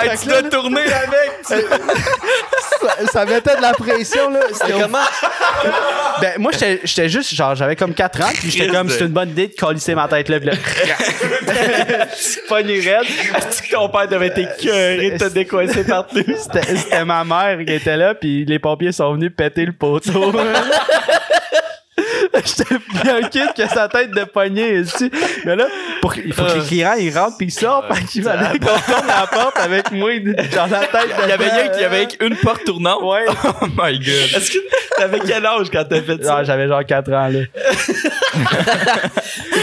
[SPEAKER 3] Hey, tu dois tourner avec!
[SPEAKER 4] ça, ça mettait de la pression, là. C'était au- Ben, moi, j'étais j'étais juste, genre, j'avais comme 4 ans, puis j'étais
[SPEAKER 3] Christ
[SPEAKER 4] comme,
[SPEAKER 3] de-
[SPEAKER 4] c'est une bonne idée de colisser ma tête, là, puis là. Pogné raide.
[SPEAKER 1] Est-ce que ton père devait t'écœurer de te décoincer partout?
[SPEAKER 4] C'était c'était ma mère qui était là, puis les pompiers sont venus péter le poteau. J'étais bien kid que sa tête de poignée ici. Mais là, pour, il faut que les clients ils rentrent puis ils sortent. Fait
[SPEAKER 1] Euh,
[SPEAKER 4] qu'il fallait qu'on tourne la porte avec moi dans la tête.
[SPEAKER 3] Il y avait rien qu'il y avait une porte tournante.
[SPEAKER 4] Ouais.
[SPEAKER 3] Oh my god.
[SPEAKER 1] Est-ce que t'avais quel âge quand t'as fait ça?
[SPEAKER 4] Ah, J'avais genre 4 ans, là.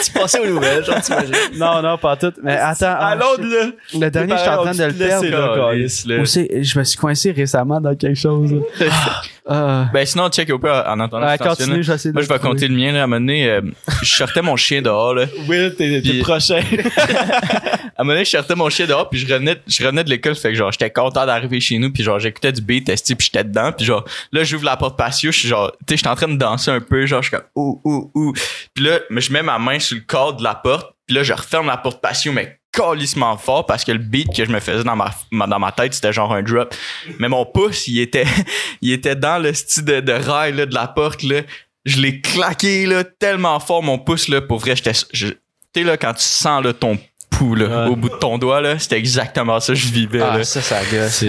[SPEAKER 2] Tu passais aux nouvelles, genre, t'imagines.
[SPEAKER 4] Non, non, pas tout. Mais attends. ah,
[SPEAKER 1] l'autre, là.
[SPEAKER 4] shit. le dernier, je suis en train de le perdre. Ou c'est- je me suis coincé récemment dans quelque chose. là. Ah.
[SPEAKER 3] Ben sinon, check au peu en entendant
[SPEAKER 4] Ouais,
[SPEAKER 3] cette ancienne,
[SPEAKER 4] continue,
[SPEAKER 3] là.
[SPEAKER 4] j'essaie de
[SPEAKER 3] Moi, je vais
[SPEAKER 4] le trouver.
[SPEAKER 3] compter le mien. Là. À un moment donné, euh, je sortais mon chien dehors. Là.
[SPEAKER 1] Will, t'es
[SPEAKER 3] Puis-
[SPEAKER 1] t'es prochain.
[SPEAKER 3] À un moment donné, je sortais mon chien dehors, puis je revenais, je revenais de l'école. Fait que genre, j'étais content d'arriver chez nous, puis genre, j'écoutais du beat, esti, puis j'étais dedans. Puis genre, là, j'ouvre la porte patio, je suis genre, tu sais, j'étais en train de danser un peu, genre, je suis comme, ouh, ouh, ouh. Puis là, je mets ma main sur le corps de la porte, puis là, je referme la porte patio, mais calissement fort parce que le beat que je me faisais dans ma, ma- dans ma tête, c'était genre un drop. Mais mon pouce, il était, il était dans le style de, de rail là, de la porte. Là. Je l'ai claqué là, tellement fort, mon pouce. Là, pour vrai, j'étais. je- Tu sais, là, quand tu sens là, ton pouls là,
[SPEAKER 1] Ouais.
[SPEAKER 3] au bout de ton doigt, là, c'était exactement ça que je vivais. là.
[SPEAKER 4] ça, ça gosse.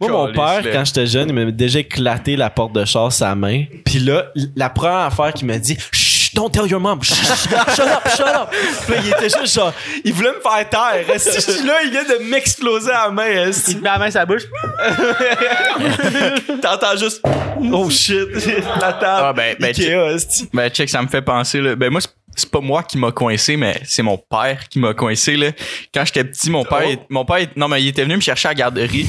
[SPEAKER 1] Moi, mon père,
[SPEAKER 3] Calisse, là.
[SPEAKER 1] quand j'étais jeune, il m'a déjà éclaté la porte de char sa main. Puis là, la première affaire qu'il m'a dit, Chut, don't tell your mom. Chut, chut, shut up, shut up. Puis là, il était juste genre, il voulait me faire taire. Si je suis là, il vient de m'exploser à la main. esti.
[SPEAKER 4] Il te met la main sur la bouche.
[SPEAKER 1] T'entends juste, oh shit, la table.
[SPEAKER 3] Ah, ben, ben,
[SPEAKER 1] Ikea, esti.
[SPEAKER 3] Ben, check, ça me fait penser, là. Ben, moi, c'est- c'est pas moi qui m'a coincé, mais c'est mon père qui m'a coincé, là. Quand j'étais petit, mon
[SPEAKER 4] Oh.
[SPEAKER 3] père, il- mon père, il- non, mais il était venu me chercher à la garderie.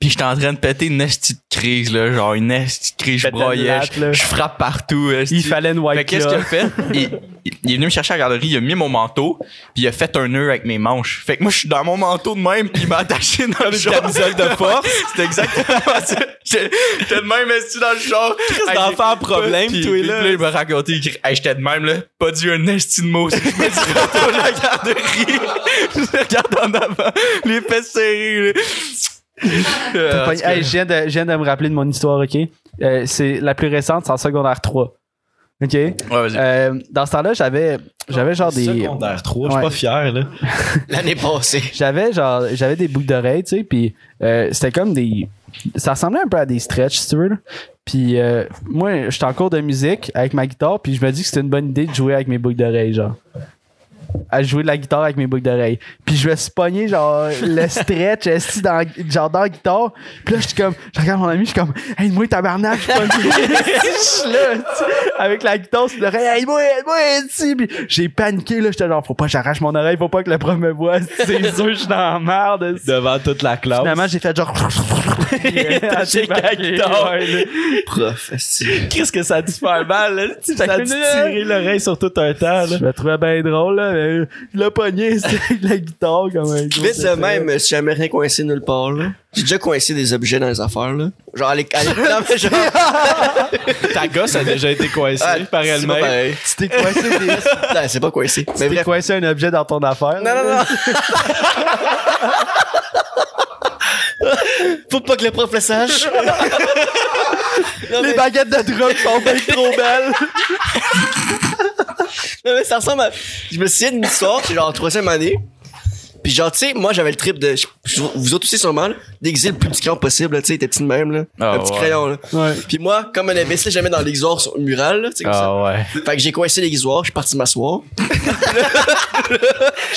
[SPEAKER 3] Puis j'étais en train de péter une esti de crise, là. Genre, une esti de crise, je
[SPEAKER 4] Pète la
[SPEAKER 3] broyais,
[SPEAKER 4] latte, là.
[SPEAKER 3] je, je frappe partout, esti.
[SPEAKER 4] Il fallait une
[SPEAKER 3] Fait
[SPEAKER 4] white
[SPEAKER 3] que qu'est-ce qu'il
[SPEAKER 4] claw.
[SPEAKER 3] a fait? Il, il- il est venu me chercher à la garderie, il a mis mon manteau, puis il a fait un nœud avec mes manches. Fait que moi, je suis dans mon manteau de même, puis il m'a attaché dans le genre.
[SPEAKER 1] Camisole de force.
[SPEAKER 3] C'était exactement ça. J'ai- J'étais de même esti dans le genre. Hey, j'ai-
[SPEAKER 1] D'enfant problème,
[SPEAKER 3] puis,
[SPEAKER 1] toi,
[SPEAKER 3] puis
[SPEAKER 1] là.
[SPEAKER 3] là, il m'a raconté, il crie, hey, j'étais de même, là. Pas dû un esti de mot. Je me suis retourné à la garderie. Je le regarde en avant, les fesses serrées, là. Euh, en tout cas,
[SPEAKER 4] Hey, je, viens de, je viens de me rappeler de mon histoire, OK? Euh, c'est la plus récente, c'est en secondaire 3. OK?
[SPEAKER 3] ouais, vas-y.
[SPEAKER 4] Euh, dans ce temps-là, j'avais j'avais genre des...
[SPEAKER 1] Secondaire 3, je suis
[SPEAKER 4] Ouais.
[SPEAKER 1] pas fier, là.
[SPEAKER 2] L'année passée.
[SPEAKER 4] J'avais genre j'avais des boucles d'oreilles, tu sais, puis euh, c'était comme des ça ressemblait un peu à des stretches, si tu veux. là. Puis euh, moi, j'étais en cours de musique avec ma guitare, puis je me dis que c'était une bonne idée de jouer avec mes boucles d'oreilles, genre. À jouer de la guitare avec mes boucles d'oreilles. Puis je vais se pogner, genre, le stretch, esti, dans, genre, dans la guitare. Puis là, je suis comme, je regarde mon ami, je suis comme, hey, moi, tabarnak, je pogne le stretch, là, tu sais, avec la guitare sur l'oreille, hey, moi, moi, esti. Puis j'ai paniqué, là, j'étais genre, faut pas que j'arrache mon oreille, faut pas que le prof me voit, c'est sûr, je suis dans la merde, esti.
[SPEAKER 1] Devant toute la classe.
[SPEAKER 4] Finalement, j'ai fait genre. T'as
[SPEAKER 1] checké la guitare.
[SPEAKER 2] Prof, esti.
[SPEAKER 1] Qu'est-ce que ça a dû faire mal, là? Tu ça a dû
[SPEAKER 4] hein?
[SPEAKER 1] tirer l'oreille sur tout un temps, là.
[SPEAKER 4] Je me trouvais bien drôle, là, mais le pogné, c'était avec la guitare comme un gros
[SPEAKER 2] Vite de
[SPEAKER 4] détail.
[SPEAKER 2] même, je suis jamais rien coincé nulle part, là. J'ai déjà coincé des objets dans les affaires, là. Genre, à l'é- à l'école, non, mais genre.
[SPEAKER 1] Ta gosse a déjà été coincée
[SPEAKER 2] ah,
[SPEAKER 1] par
[SPEAKER 2] c'est pas
[SPEAKER 1] elle-même.
[SPEAKER 2] pareil.
[SPEAKER 4] Tu t'es coincé, des- tu
[SPEAKER 2] Non, Ben, c'est pas coincé. Mais
[SPEAKER 4] t'es
[SPEAKER 2] bref.
[SPEAKER 4] coincé un objet dans ton affaire.
[SPEAKER 2] Non, non, non. Faut pas que le prof le sache. non,
[SPEAKER 4] Les
[SPEAKER 2] mais,
[SPEAKER 4] baguettes de drogue sont bien trop belles.
[SPEAKER 2] non, mais ça ressemble à... Je me souviens d'une histoire, c'est genre en troisième année. Puis genre, tu sais, moi, j'avais le trip de... je- je- Vous autres aussi, sûrement, là, déguiser le plus petit crayon possible, là, tu sais, il était petit de même, là.
[SPEAKER 3] Ah,
[SPEAKER 2] un petit
[SPEAKER 3] ouais.
[SPEAKER 2] crayon, là. Puis moi, comme un imbécile, jamais dans l'exor sur- mural, là, tu sais, comme
[SPEAKER 1] Ah.
[SPEAKER 2] ça.
[SPEAKER 4] ouais.
[SPEAKER 2] Fait que j'ai coincé l'exor, je suis parti m'asseoir.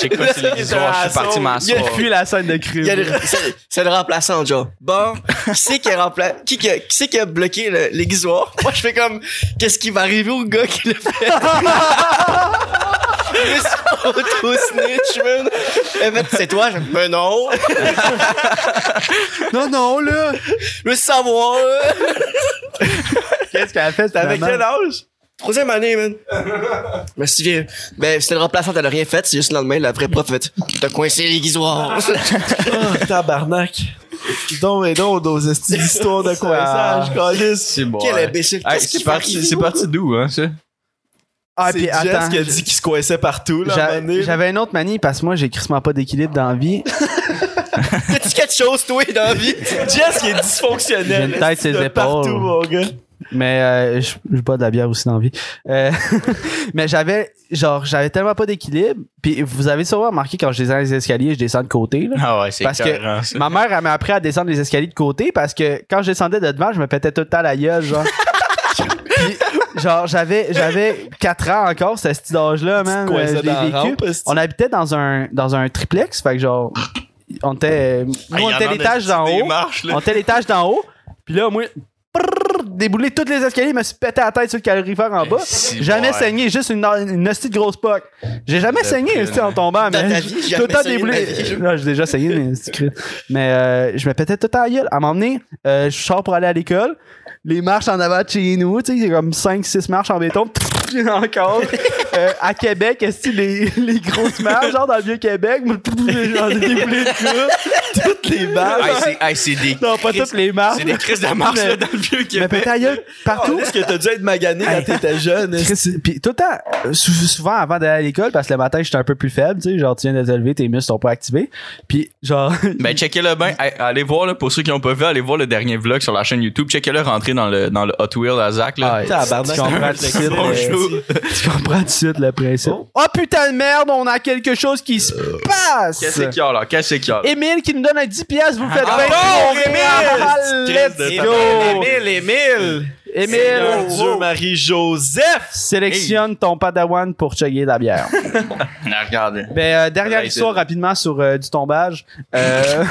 [SPEAKER 3] J'ai
[SPEAKER 4] euh,
[SPEAKER 3] quoi, c'est les histoires, je suis parti
[SPEAKER 4] Il a
[SPEAKER 3] m'asseoir.
[SPEAKER 4] fui la scène de crime.
[SPEAKER 2] Il y a le- C'est c'est le remplaçant, genre. Bon, qui c'est qui a, rempla- qui, qui a- qui c'est qui a bloqué le- l'aiguisoir? Moi, je fais comme, qu'est-ce qui va arriver au gars qui l'a fait? Je me suis auto-snitch, man. Elle fait, c'est toi? Je fais, ben non.
[SPEAKER 4] Non, non, là.
[SPEAKER 2] Je veux savoir. là.
[SPEAKER 4] Qu'est-ce qu'elle a fait?
[SPEAKER 2] Avec
[SPEAKER 4] finalement?
[SPEAKER 2] quel âge? Troisième année, man. Je me souviens. Ben, c'était le remplaçant, elle a rien fait. C'est juste le lendemain, la vraie prof a fait, t'as coincé l'aiguisoir.
[SPEAKER 1] Oh, tabarnak. Donc et donc, nos esti d'histoires de coincage, calice.
[SPEAKER 3] C'est bon.
[SPEAKER 2] Quel
[SPEAKER 3] ouais.
[SPEAKER 2] imbécile.
[SPEAKER 3] Hey,
[SPEAKER 2] Qu'est-ce qui
[SPEAKER 3] C'est
[SPEAKER 2] est
[SPEAKER 3] parti,
[SPEAKER 2] arrivé
[SPEAKER 3] c'est
[SPEAKER 2] au
[SPEAKER 3] parti d'où, hein, ça?
[SPEAKER 4] Ah,
[SPEAKER 1] c'est
[SPEAKER 4] puis
[SPEAKER 1] Jess
[SPEAKER 4] attends.
[SPEAKER 1] qui a dit qu'il se coinçait partout, là, à un
[SPEAKER 4] J'a-
[SPEAKER 1] moment donné.
[SPEAKER 4] J'avais une autre manie parce que moi, j'ai crissement pas d'équilibre dans la vie.
[SPEAKER 2] T'as-tu quelque chose, toi, dans la vie?
[SPEAKER 1] Jess qui est dysfonctionnel.
[SPEAKER 4] J'ai une tête
[SPEAKER 1] esti,
[SPEAKER 4] ses
[SPEAKER 1] de
[SPEAKER 4] épaules.
[SPEAKER 1] Partout, mon gars.
[SPEAKER 4] Mais euh, je, je bois de la bière aussi dans la vie. Euh, mais j'avais genre j'avais tellement pas d'équilibre. Puis vous avez sûrement remarqué quand je descends les escaliers, je descends de côté. Là.
[SPEAKER 3] Ah ouais, c'est
[SPEAKER 4] Parce que-
[SPEAKER 3] écœurant, ça.
[SPEAKER 4] Ma mère elle m'a appris à descendre les escaliers de côté parce que quand je descendais de devant, je me pétais tout le temps la gueule, genre. Puis, genre j'avais j'avais 4 ans encore, ce petit âge-là, man.
[SPEAKER 1] Coincé
[SPEAKER 4] Euh, je l'ai
[SPEAKER 1] dans la
[SPEAKER 4] vécu.
[SPEAKER 1] rampe, esti.
[SPEAKER 4] On habitait dans un dans un triplex, fait que genre on était nous,
[SPEAKER 3] Ah, il y
[SPEAKER 4] on
[SPEAKER 3] en
[SPEAKER 4] était
[SPEAKER 3] a
[SPEAKER 4] l'étage
[SPEAKER 3] des-
[SPEAKER 4] d'en
[SPEAKER 3] des
[SPEAKER 4] haut.
[SPEAKER 3] marches, là.
[SPEAKER 4] On était à l'étage d'en haut. Puis là, moi, prrr, déboulé toutes les escaliers, me suis pété la tête sur le calorifère en
[SPEAKER 2] Eh,
[SPEAKER 4] bas.
[SPEAKER 3] Si,
[SPEAKER 4] Jamais
[SPEAKER 3] ouais.
[SPEAKER 4] saigné, juste une, une hostie de grosse poque. J'ai jamais saigné hostie, en tombant,
[SPEAKER 2] hein. Dans
[SPEAKER 4] mais
[SPEAKER 2] ta vie,
[SPEAKER 4] j'ai
[SPEAKER 2] jamais
[SPEAKER 4] tout le temps
[SPEAKER 2] saigné de
[SPEAKER 4] déboulé.
[SPEAKER 2] ta vie.
[SPEAKER 4] Là, j'ai déjà saigné, mais c'est cru. Mais euh, je me pétais tout à la gueule. À m'emmener, euh, je sors pour aller à l'école. Les marches en avant de chez nous, tu sais, c'est comme 5-6 marches en béton. Encore. Euh, à Québec, est-ce que les, les grosses marches, genre dans le vieux Québec, j'en ai déboulé de coup. Toutes les marches.
[SPEAKER 3] Hey, c'est- hey, c'est des.
[SPEAKER 4] Non, pas toutes les marches.
[SPEAKER 3] C'est des crises de marche, là, dans le vieux
[SPEAKER 4] Mais
[SPEAKER 3] Québec. Oh,
[SPEAKER 4] pété à gueule partout.
[SPEAKER 1] Ah, Est-ce que t'as dû être magané quand t'étais jeune? hein? esti?
[SPEAKER 4] Chris, Puis tout le temps, euh, sou- souvent avant d'aller à l'école, parce que le matin, j'étais un peu plus faible, tu sais, genre, tu viens de te lever, tes muscles sont pas activés. Puis genre,
[SPEAKER 3] Ben, checkez-le bien. Hey, Allez voir, là, pour ceux qui n'ont pas vu, allez voir le dernier vlog sur la chaîne YouTube. Checkez-le rentrer dans le, dans le Hot Wheel à Zach.
[SPEAKER 4] Ah,
[SPEAKER 3] Là.
[SPEAKER 1] Tabarnak,
[SPEAKER 4] tu
[SPEAKER 1] c'est
[SPEAKER 4] comprends tout de suite,
[SPEAKER 1] bon
[SPEAKER 4] euh,
[SPEAKER 1] show.
[SPEAKER 4] tu comprends tout de suite le principe. Euh, Oh putain de merde, on a quelque chose qui se passe!
[SPEAKER 3] Qu'est-ce qu'il y a, là? Qu'est-ce qu'il y a?
[SPEAKER 4] Émile qui nous donne un 10 piastres, vous faites
[SPEAKER 3] Ah
[SPEAKER 4] 20
[SPEAKER 3] bon,
[SPEAKER 4] euros,
[SPEAKER 1] Émile!
[SPEAKER 4] Let's
[SPEAKER 1] Christ de
[SPEAKER 4] go!
[SPEAKER 1] Émile!
[SPEAKER 4] Émile,
[SPEAKER 1] Dieu, Marie-Joseph!
[SPEAKER 4] sélectionne ton padawan pour chugger la bière.
[SPEAKER 3] Ah, Regardez.
[SPEAKER 4] Ben, euh, dernière
[SPEAKER 3] Right,
[SPEAKER 4] histoire
[SPEAKER 3] Dylan.
[SPEAKER 4] rapidement sur euh, du tombage. Euh,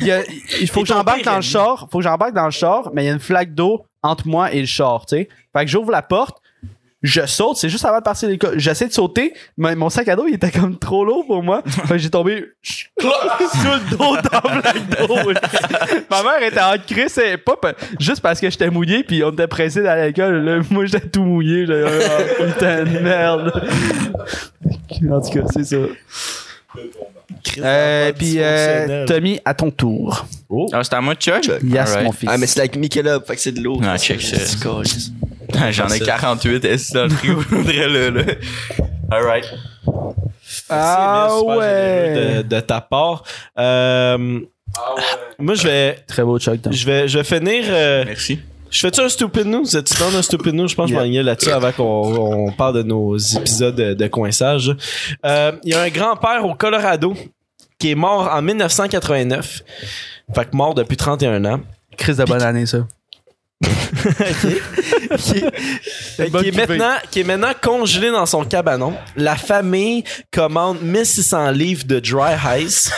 [SPEAKER 4] il y a- il faut que j'embarque dans le char. Faut que j'embarque dans le char, mais il y a une flaque d'eau entre moi et le char, tu sais. Fait que j'ouvre la porte, je saute, c'est juste avant de partir de l'école. J'essaie de sauter, mais mon sac à dos, il était comme trop lourd pour moi. Fait que j'ai tombé chut, sur le dos dans la flaque d'eau. Ma mère était en crise, et pas pa- juste parce que j'étais mouillé, puis on était pressé d'aller à l'école. Là, Moi, j'étais tout mouillé. J'étais, oh, putain de merde. En tout cas, c'est ça. Euh, puis euh, Tommy, à ton tour.
[SPEAKER 3] Ah, c'est à moi de check?
[SPEAKER 4] Yes,
[SPEAKER 3] Alright.
[SPEAKER 4] mon fils.
[SPEAKER 2] Ah, mais c'est like Michelob, fait que c'est de l'eau.
[SPEAKER 3] Ah, check ça.
[SPEAKER 2] C'est cool.
[SPEAKER 3] J'en ai 48 S dans le frigo. Je voudrais le, là. Alright.
[SPEAKER 1] Merci, Emile,
[SPEAKER 4] Ah
[SPEAKER 1] super
[SPEAKER 4] ouais.
[SPEAKER 1] généreux de, de ta part. Euh,
[SPEAKER 5] Ah ouais.
[SPEAKER 1] Moi, je vais,
[SPEAKER 4] Très beau Chuck. donc.
[SPEAKER 1] je vais, je vais finir. euh,
[SPEAKER 3] Merci.
[SPEAKER 1] je fais-tu un stupid nous? Vous êtes-tu dans un stupid nous? Je pense que je m'en là-dessus avant qu'on on parle de nos épisodes de, de coinçage. Euh, Il y a un grand-père au Colorado qui est mort en 1989. Fait que mort depuis 31 ans.
[SPEAKER 4] Crise de bonne année, ça.
[SPEAKER 1] Euh, qui, est maintenant, qui est maintenant congelé dans son cabanon. La famille commande 1600 livres de dry ice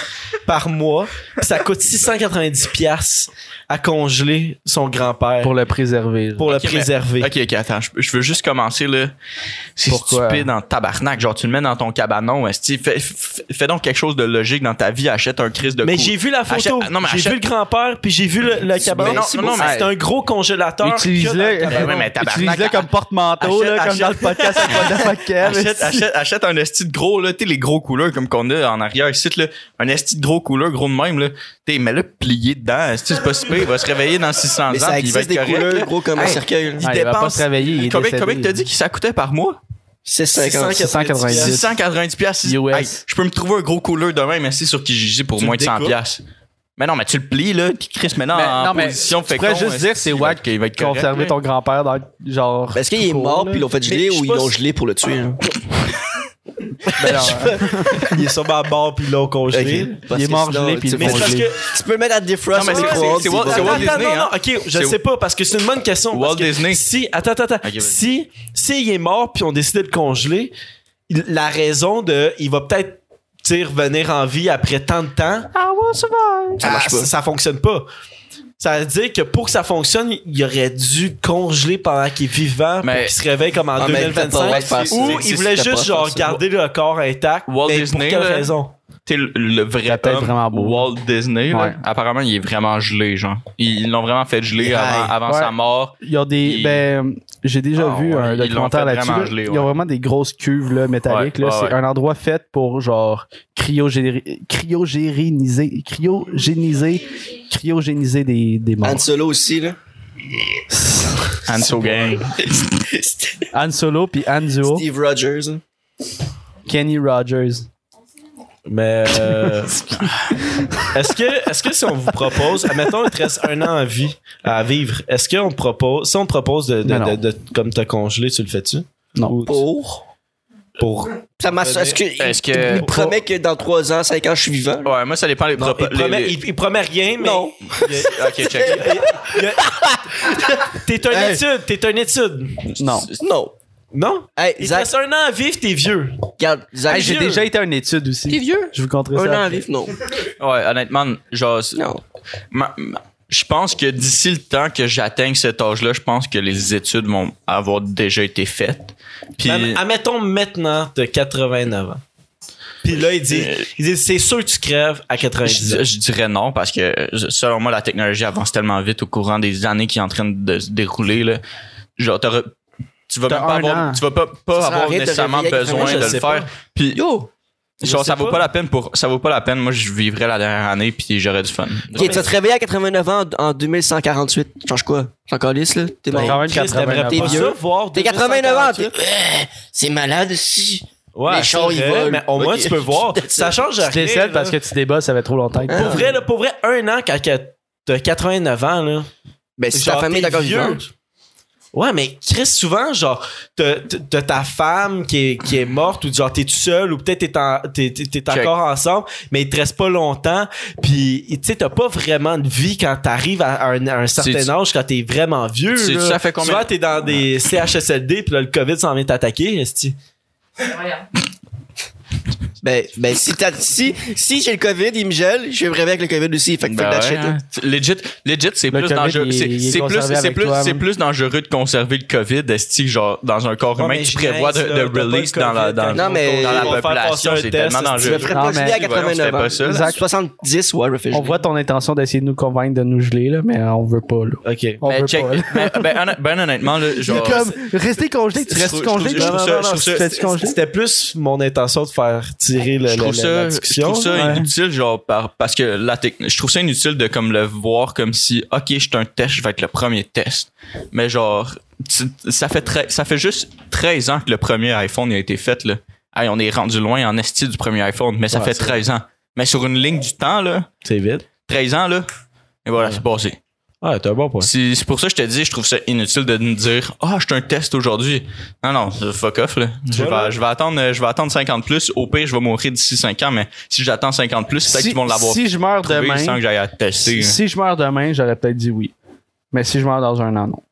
[SPEAKER 1] par mois. Puis ça coûte 690 pièces à congeler son grand-père pour,
[SPEAKER 4] Pour le préserver. genre.
[SPEAKER 1] le
[SPEAKER 3] Ok, mais-
[SPEAKER 1] préserver.
[SPEAKER 3] Ok, ok, attends, je, je veux juste commencer là. C'est
[SPEAKER 4] Pourquoi?
[SPEAKER 3] stupide en tabarnak. Genre, tu le mets dans ton cabanon, esti. Fais, f- fais donc quelque chose de logique dans ta vie. Achète un Chris de
[SPEAKER 1] Mais
[SPEAKER 3] cou-
[SPEAKER 1] j'ai vu la photo,
[SPEAKER 3] Achète- non, mais
[SPEAKER 1] j'ai
[SPEAKER 3] achète-
[SPEAKER 1] vu le grand-père, puis j'ai vu le, le cabanon.
[SPEAKER 3] Mais non,
[SPEAKER 1] C'est
[SPEAKER 3] non, non, mais-
[SPEAKER 1] un gros congélateur. que dans le
[SPEAKER 4] Utilise-le
[SPEAKER 1] cabanon.
[SPEAKER 3] Ouais, mais tabarnak,
[SPEAKER 4] utilise-le comme porte-manteau,
[SPEAKER 3] achète-
[SPEAKER 4] là, comme
[SPEAKER 3] achète-
[SPEAKER 4] dans le podcast avec Vodafone Kev,
[SPEAKER 3] Achète,
[SPEAKER 4] esti.
[SPEAKER 3] achète, achète un esti de gros, là, tu sais, les gros couleurs comme qu'on a en arrière ici, là. Un esti de gros couleur, gros de même, là. Tu mais là, plié dedans, esti, c'est pas si pire, Il va se réveiller dans 600
[SPEAKER 2] Mais
[SPEAKER 3] ans,
[SPEAKER 2] ça
[SPEAKER 3] puis il va
[SPEAKER 2] existe
[SPEAKER 3] être
[SPEAKER 2] des
[SPEAKER 3] correct.
[SPEAKER 2] couleurs
[SPEAKER 3] là.
[SPEAKER 2] gros comme un
[SPEAKER 3] Hey,
[SPEAKER 2] cercueil.
[SPEAKER 3] il
[SPEAKER 4] Ah, il va pas
[SPEAKER 3] dépense-
[SPEAKER 4] se réveiller, il est
[SPEAKER 3] Combien,
[SPEAKER 4] décédé.
[SPEAKER 3] combien que t'as dit que ça coûtait par mois?
[SPEAKER 2] C'est 50.
[SPEAKER 4] 690.
[SPEAKER 3] 690 piastres.
[SPEAKER 4] US.
[SPEAKER 3] Hey, je peux me trouver un gros couleur demain, mais c'est sur Kijiji pour
[SPEAKER 1] Tu
[SPEAKER 3] moins
[SPEAKER 1] le
[SPEAKER 3] de 100
[SPEAKER 1] découpes.
[SPEAKER 3] piastres. Mais non, mais tu le plies, là, puis Chris, maintenant,
[SPEAKER 4] Mais-
[SPEAKER 3] en
[SPEAKER 4] non, mais
[SPEAKER 3] position
[SPEAKER 4] Tu pourrais
[SPEAKER 3] féconde,
[SPEAKER 4] juste
[SPEAKER 3] esti,
[SPEAKER 4] dire que c'est
[SPEAKER 3] il va
[SPEAKER 4] wack
[SPEAKER 3] être- il va être correct,
[SPEAKER 4] conserver
[SPEAKER 3] là.
[SPEAKER 4] ton grand-père dans le- genre.
[SPEAKER 2] Est-ce qu'il est
[SPEAKER 4] tout court,
[SPEAKER 2] mort
[SPEAKER 4] là?
[SPEAKER 2] puis ils l'ont fait geler
[SPEAKER 1] Mais je
[SPEAKER 2] ou
[SPEAKER 1] sais
[SPEAKER 2] ils
[SPEAKER 1] pas
[SPEAKER 2] l'ont
[SPEAKER 1] si-
[SPEAKER 2] gelé pour le tuer? hein?
[SPEAKER 4] Ben non,
[SPEAKER 1] Il est sur à bord, puis ils l'ont congelé.
[SPEAKER 2] Ok. Parce
[SPEAKER 4] Il est
[SPEAKER 2] que
[SPEAKER 4] mort
[SPEAKER 2] sinon,
[SPEAKER 4] gelé, puis
[SPEAKER 2] tu peux-
[SPEAKER 4] ils
[SPEAKER 1] Mais
[SPEAKER 4] l'ont
[SPEAKER 1] c'est parce
[SPEAKER 4] Congelé.
[SPEAKER 1] que
[SPEAKER 2] Tu peux le mettre à defrost.
[SPEAKER 3] Non, mais
[SPEAKER 2] tu
[SPEAKER 3] c'est-
[SPEAKER 2] crois,
[SPEAKER 3] c'est- c'est
[SPEAKER 2] tu
[SPEAKER 3] Walt-
[SPEAKER 2] vas-
[SPEAKER 3] c'est Walt
[SPEAKER 1] Attends,
[SPEAKER 3] Disney,
[SPEAKER 1] non, non,
[SPEAKER 3] hein.
[SPEAKER 1] ok, je
[SPEAKER 3] C'est-
[SPEAKER 1] sais pas, parce que c'est une bonne question.
[SPEAKER 3] Walt
[SPEAKER 1] parce que
[SPEAKER 3] Disney.
[SPEAKER 1] Si, attends, attends, attends.
[SPEAKER 3] Ok, vas-y.
[SPEAKER 1] si, si il est mort puis on décidait de le congeler, il- la raison de, il va peut-être, tu sais, revenir en vie après tant de temps.
[SPEAKER 2] Ça marche
[SPEAKER 1] ah,
[SPEAKER 2] pas.
[SPEAKER 1] ça- ça fonctionne pas. Ça veut dire que pour que ça fonctionne, il aurait dû congeler pendant qu'il est vivant pour
[SPEAKER 3] Mais-
[SPEAKER 1] qu'il se réveille comme en
[SPEAKER 2] Ah, mais t'as pas le
[SPEAKER 1] 2025.
[SPEAKER 2] droit de faire ça.
[SPEAKER 1] Ou
[SPEAKER 2] C'est-
[SPEAKER 1] il
[SPEAKER 2] c'est-
[SPEAKER 1] voulait
[SPEAKER 2] t'as
[SPEAKER 1] juste
[SPEAKER 2] pas le droit de
[SPEAKER 1] genre
[SPEAKER 2] faire ça.
[SPEAKER 1] garder le corps intact.
[SPEAKER 3] Walt
[SPEAKER 1] mais
[SPEAKER 3] Disney,
[SPEAKER 1] pour quelle
[SPEAKER 3] là.
[SPEAKER 1] raison?
[SPEAKER 3] T'es le, le vrai
[SPEAKER 4] La tête
[SPEAKER 3] homme,
[SPEAKER 4] vraiment beau.
[SPEAKER 3] Walt Disney, là,
[SPEAKER 4] Ouais.
[SPEAKER 3] apparemment, il est vraiment gelé, genre. Ils ils l'ont vraiment fait geler avant,
[SPEAKER 1] Aïe.
[SPEAKER 3] avant
[SPEAKER 4] Ouais.
[SPEAKER 3] sa mort.
[SPEAKER 4] Ils ont des.
[SPEAKER 3] Il-
[SPEAKER 4] Ben, j'ai déjà
[SPEAKER 3] Ah,
[SPEAKER 4] vu
[SPEAKER 3] ouais,
[SPEAKER 4] un
[SPEAKER 3] ils l'ont
[SPEAKER 4] documentaire
[SPEAKER 3] fait
[SPEAKER 4] là-dessus.
[SPEAKER 3] vraiment
[SPEAKER 4] là.
[SPEAKER 3] geler,
[SPEAKER 4] Ils ont
[SPEAKER 3] ouais.
[SPEAKER 4] vraiment des grosses cuves là, métalliques.
[SPEAKER 3] Ouais,
[SPEAKER 4] là.
[SPEAKER 3] ouais,
[SPEAKER 4] c'est
[SPEAKER 3] ouais.
[SPEAKER 4] un endroit fait pour genre cryogéri- cryogériniser, cryogéniser, cryogéniser des, des morts.
[SPEAKER 2] Han Solo aussi, là.
[SPEAKER 3] Hanso Gang.
[SPEAKER 4] Han Solo puis Han Duo,
[SPEAKER 2] Steve Rogers. hein.
[SPEAKER 4] Kenny Rogers.
[SPEAKER 1] Mais euh, est-ce que est-ce que si on vous propose, admettons, il te reste un an à vie à vivre, est-ce qu'on te propose, si on te propose de, de-
[SPEAKER 4] Mais non.
[SPEAKER 1] de- de- comme te congeler, tu le fais-tu
[SPEAKER 4] Non.
[SPEAKER 1] Ou tu-
[SPEAKER 2] Pour.
[SPEAKER 1] pour
[SPEAKER 2] Ça marche. Est-ce que.
[SPEAKER 3] Est-ce que-
[SPEAKER 2] Il promet que dans 3 ans, 5 ans, je suis vivant.
[SPEAKER 3] Ouais, moi, ça dépend les
[SPEAKER 1] il,
[SPEAKER 3] propos.
[SPEAKER 1] promet, il- il promet rien, mais
[SPEAKER 2] Non.
[SPEAKER 3] Ok, check.
[SPEAKER 1] t'es un
[SPEAKER 2] Hey.
[SPEAKER 1] étude, t'es un étude.
[SPEAKER 4] Non.
[SPEAKER 2] Non.
[SPEAKER 1] Non,
[SPEAKER 2] Hey,
[SPEAKER 1] il
[SPEAKER 2] Zach,
[SPEAKER 1] te reste un an à vivre, t'es vieux.
[SPEAKER 2] regarde. Zach,
[SPEAKER 4] Hey, j'ai
[SPEAKER 1] vieux.
[SPEAKER 4] déjà été à une étude aussi.
[SPEAKER 2] T'es vieux?
[SPEAKER 4] Je vous conterai
[SPEAKER 2] Un
[SPEAKER 4] ça.
[SPEAKER 2] an à
[SPEAKER 4] après.
[SPEAKER 2] vivre, non.
[SPEAKER 3] Ouais, honnêtement, genre, c'est-
[SPEAKER 2] Non.
[SPEAKER 3] ma- ma- je pense que d'ici le temps que j'atteigne cet âge-là, je pense que les études vont avoir déjà été faites. Puis,
[SPEAKER 1] Ben, admettons maintenant, t'as 89 ans. Puis là, il dit,
[SPEAKER 3] Euh.
[SPEAKER 1] il dit c'est sûr que tu crèves à
[SPEAKER 3] je,
[SPEAKER 1] 90 ans.
[SPEAKER 3] dis- je dirais non parce que selon moi, la technologie avance tellement vite au courant des années qui est en train de se dérouler. Là. Genre, t'aurais- tu vas
[SPEAKER 4] T'as
[SPEAKER 3] même pas
[SPEAKER 4] un
[SPEAKER 3] avoir,
[SPEAKER 4] an.
[SPEAKER 3] tu vas pas,
[SPEAKER 2] Ça
[SPEAKER 3] pas
[SPEAKER 2] sert à
[SPEAKER 3] avoir
[SPEAKER 2] rien de
[SPEAKER 3] nécessairement
[SPEAKER 2] réveiller quelqu'un,
[SPEAKER 3] besoin
[SPEAKER 1] je
[SPEAKER 3] de le
[SPEAKER 1] sais
[SPEAKER 3] faire.
[SPEAKER 1] pas.
[SPEAKER 3] Puis,
[SPEAKER 2] Yo!
[SPEAKER 3] genre,
[SPEAKER 1] je
[SPEAKER 3] ça
[SPEAKER 1] sais
[SPEAKER 3] vaut
[SPEAKER 1] pas.
[SPEAKER 3] pas la peine pour, ça vaut pas la peine. Moi, je vivrais la dernière année puis j'aurais du fun.
[SPEAKER 2] Ok, tu vas te réveiller à 89 ans en, en 2148. Change quoi? T'es encore lisse, là? T'es
[SPEAKER 4] T'as
[SPEAKER 2] mort.
[SPEAKER 4] quand même
[SPEAKER 1] Chris, t'aimerais
[SPEAKER 4] 89
[SPEAKER 1] pas
[SPEAKER 4] ans.
[SPEAKER 2] vieux.
[SPEAKER 1] ça, voir
[SPEAKER 2] T'es 89 ans, t'es. Euh, C'est malade si.
[SPEAKER 1] Ouais,
[SPEAKER 2] Les chars,
[SPEAKER 1] c'est
[SPEAKER 2] ils
[SPEAKER 1] vrai,
[SPEAKER 2] volent.
[SPEAKER 1] mais au moins,
[SPEAKER 2] Ok.
[SPEAKER 1] tu peux voir. Ça change
[SPEAKER 4] Tu
[SPEAKER 1] rien.
[SPEAKER 4] te décèdes parce que
[SPEAKER 1] là.
[SPEAKER 4] tu débats, ça fait trop longtemps. que-
[SPEAKER 2] Hein?
[SPEAKER 1] Pour vrai, là, pour vrai, un an quand t'as 89 ans, là.
[SPEAKER 2] Ben, si
[SPEAKER 1] genre,
[SPEAKER 2] ta famille est
[SPEAKER 1] t'es
[SPEAKER 2] encore
[SPEAKER 1] vieux.
[SPEAKER 2] vivante.
[SPEAKER 1] Ouais, mais Chris, souvent, genre, t'as t'as ta femme qui est, qui est morte ou genre t'es tout seul ou peut-être t'es en- t'es t'es- t'es
[SPEAKER 3] Check.
[SPEAKER 1] encore ensemble, mais il te reste pas longtemps. Puis, tu sais, t'as pas vraiment de vie quand t'arrives à, un, à un certain
[SPEAKER 3] C'est-tu-
[SPEAKER 1] âge, quand t'es vraiment vieux.
[SPEAKER 3] C'est-tu
[SPEAKER 1] là.
[SPEAKER 3] ça fait combien-
[SPEAKER 1] Souvent, t'es dans des CHSLD, puis là, le COVID s'en vient t'attaquer, esti.
[SPEAKER 2] Ben, ben, si t'as, si, si j'ai le COVID, il me gèle, je vais me réveiller avec le COVID aussi. Fait que fuck
[SPEAKER 3] Ben
[SPEAKER 2] that shit,
[SPEAKER 3] ouais,
[SPEAKER 2] là.
[SPEAKER 3] hein. Legit, legit, c'est
[SPEAKER 4] Le
[SPEAKER 3] plus
[SPEAKER 4] COVID,
[SPEAKER 3] dangereux.
[SPEAKER 4] il est-
[SPEAKER 3] C'est
[SPEAKER 4] il est
[SPEAKER 3] c'est plus,
[SPEAKER 4] conservé
[SPEAKER 3] c'est
[SPEAKER 4] avec
[SPEAKER 3] plus,
[SPEAKER 4] toi,
[SPEAKER 3] c'est
[SPEAKER 4] man.
[SPEAKER 3] plus dangereux de conserver le COVID, esti, genre dans un corps
[SPEAKER 1] Ouais,
[SPEAKER 3] humain
[SPEAKER 1] mais
[SPEAKER 3] qui
[SPEAKER 1] je
[SPEAKER 3] prévoit de,
[SPEAKER 1] niaise, là,
[SPEAKER 3] de
[SPEAKER 1] t'as pas le
[SPEAKER 3] release dans la,
[SPEAKER 1] COVID
[SPEAKER 3] dans,
[SPEAKER 2] quand ils
[SPEAKER 3] dans la
[SPEAKER 1] vont faire passer
[SPEAKER 3] population.
[SPEAKER 1] un
[SPEAKER 3] C'est
[SPEAKER 1] test, esti.
[SPEAKER 3] tellement
[SPEAKER 2] Je
[SPEAKER 3] dangereux.
[SPEAKER 2] me ferais
[SPEAKER 4] Non,
[SPEAKER 2] pas geler à
[SPEAKER 3] mais- voyons, tu fais
[SPEAKER 2] 89
[SPEAKER 3] pas ça,
[SPEAKER 2] ans.
[SPEAKER 3] là.
[SPEAKER 2] Zach, 70, ouais, je me fais
[SPEAKER 4] On
[SPEAKER 2] geler.
[SPEAKER 4] voit ton intention d'essayer de nous convaincre de nous geler, là, mais on veut pas. Là.
[SPEAKER 1] OK.
[SPEAKER 4] On
[SPEAKER 3] Mais
[SPEAKER 4] veut
[SPEAKER 3] check,
[SPEAKER 4] pas. là.
[SPEAKER 3] mais- ben, honn- ben honnêtement, là, genre,
[SPEAKER 4] comme, restez congelé, tu
[SPEAKER 3] je
[SPEAKER 4] restes
[SPEAKER 3] trouve-
[SPEAKER 4] congelé,
[SPEAKER 3] je
[SPEAKER 4] tu
[SPEAKER 3] trouve ça- je trouve ça-
[SPEAKER 4] tu restes congelé.
[SPEAKER 1] C'était plus mon intention de faire tirer le,
[SPEAKER 3] je
[SPEAKER 1] le-
[SPEAKER 3] trouve
[SPEAKER 1] le- la
[SPEAKER 3] ça, je
[SPEAKER 1] discussion.
[SPEAKER 3] trouve ça
[SPEAKER 1] Ouais.
[SPEAKER 3] inutile, genre, par, parce que la techn- je trouve ça inutile de comme le voir comme si, ok, je suis un test, je vais être le premier test. Mais genre, tu- ça fait très, ça fait juste 13 ans que le premier iPhone a été fait, là. Hey, on est rendu loin en esti du premier iPhone, mais ça
[SPEAKER 1] Ouais,
[SPEAKER 3] fait
[SPEAKER 1] c'est
[SPEAKER 3] 13 ans. Mais sur une ligne du temps, là,
[SPEAKER 1] C'est vite.
[SPEAKER 3] 13 ans, là. Et voilà, c'est passé.
[SPEAKER 1] Ah, t'as un bon point.
[SPEAKER 3] C'est c'est pour ça que je te dis, je trouve ça inutile de me dire Ah, je suis un test aujourd'hui. Non, non, fuck off. Là. Je,
[SPEAKER 1] vois,
[SPEAKER 3] vais, je, vais attendre, euh, je vais attendre 50 plus. Au pire, je vais mourir d'ici 5 ans, mais si j'attends 50 plus, c'est peut-être qu'ils vont l'avoir
[SPEAKER 4] si je meurs
[SPEAKER 3] trouvé
[SPEAKER 4] demain,
[SPEAKER 3] sans hein. que j'aille à tester.
[SPEAKER 4] si, si je meurs demain, j'aurais peut-être dit oui. Mais si je meurs dans un an, non.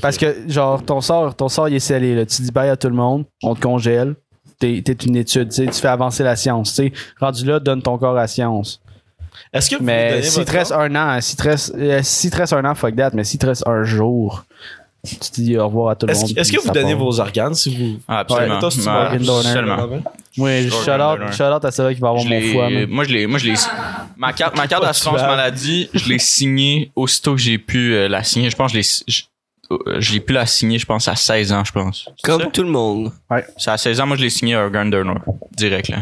[SPEAKER 4] Parce que, genre, ton sort, ton sort, il est scellé. Là. Tu dis bye à tout le monde, on te congèle, t'es t'es une étude, tu sais, tu fais avancer la science. tu sais. Rendu là, donne ton corps à la science.
[SPEAKER 1] Est-ce que vous me
[SPEAKER 4] Mais
[SPEAKER 1] donnez
[SPEAKER 4] si
[SPEAKER 1] votre
[SPEAKER 4] te reste un an, hein, si te reste, euh, si te reste un an, fuck that, mais si te reste un jour, tu te dis au revoir à tout le monde.
[SPEAKER 1] Est-ce est-ce que
[SPEAKER 4] puis
[SPEAKER 1] vous
[SPEAKER 4] ça
[SPEAKER 1] donnez
[SPEAKER 4] part.
[SPEAKER 1] vos organes si vous.
[SPEAKER 3] Ah, absolument.
[SPEAKER 1] Ouais, toi, si tu
[SPEAKER 3] Ouais,
[SPEAKER 1] vas-
[SPEAKER 3] absolument.
[SPEAKER 4] Oui,
[SPEAKER 3] Sure,
[SPEAKER 4] shout out,
[SPEAKER 3] ouais, ouais.
[SPEAKER 4] shout out à celui qui va hein, avoir
[SPEAKER 3] Je
[SPEAKER 4] mon
[SPEAKER 3] l'ai-
[SPEAKER 4] foie. hein. man.
[SPEAKER 3] moi, je l'ai. Moi, je l'ai. Ma carte, ma carte d'assurance
[SPEAKER 1] vas.
[SPEAKER 3] maladie, je l'ai signée aussitôt que j'ai pu euh, la signer. Je pense que je l'ai. Je, euh, je l'ai pu la signer, je pense, à 16 ans, je pense. C'est
[SPEAKER 2] Comme
[SPEAKER 3] ça?
[SPEAKER 2] tout le monde.
[SPEAKER 4] Ben,
[SPEAKER 3] C'est à 16 ans, moi, je l'ai signé à Organ Donor. Direct, là.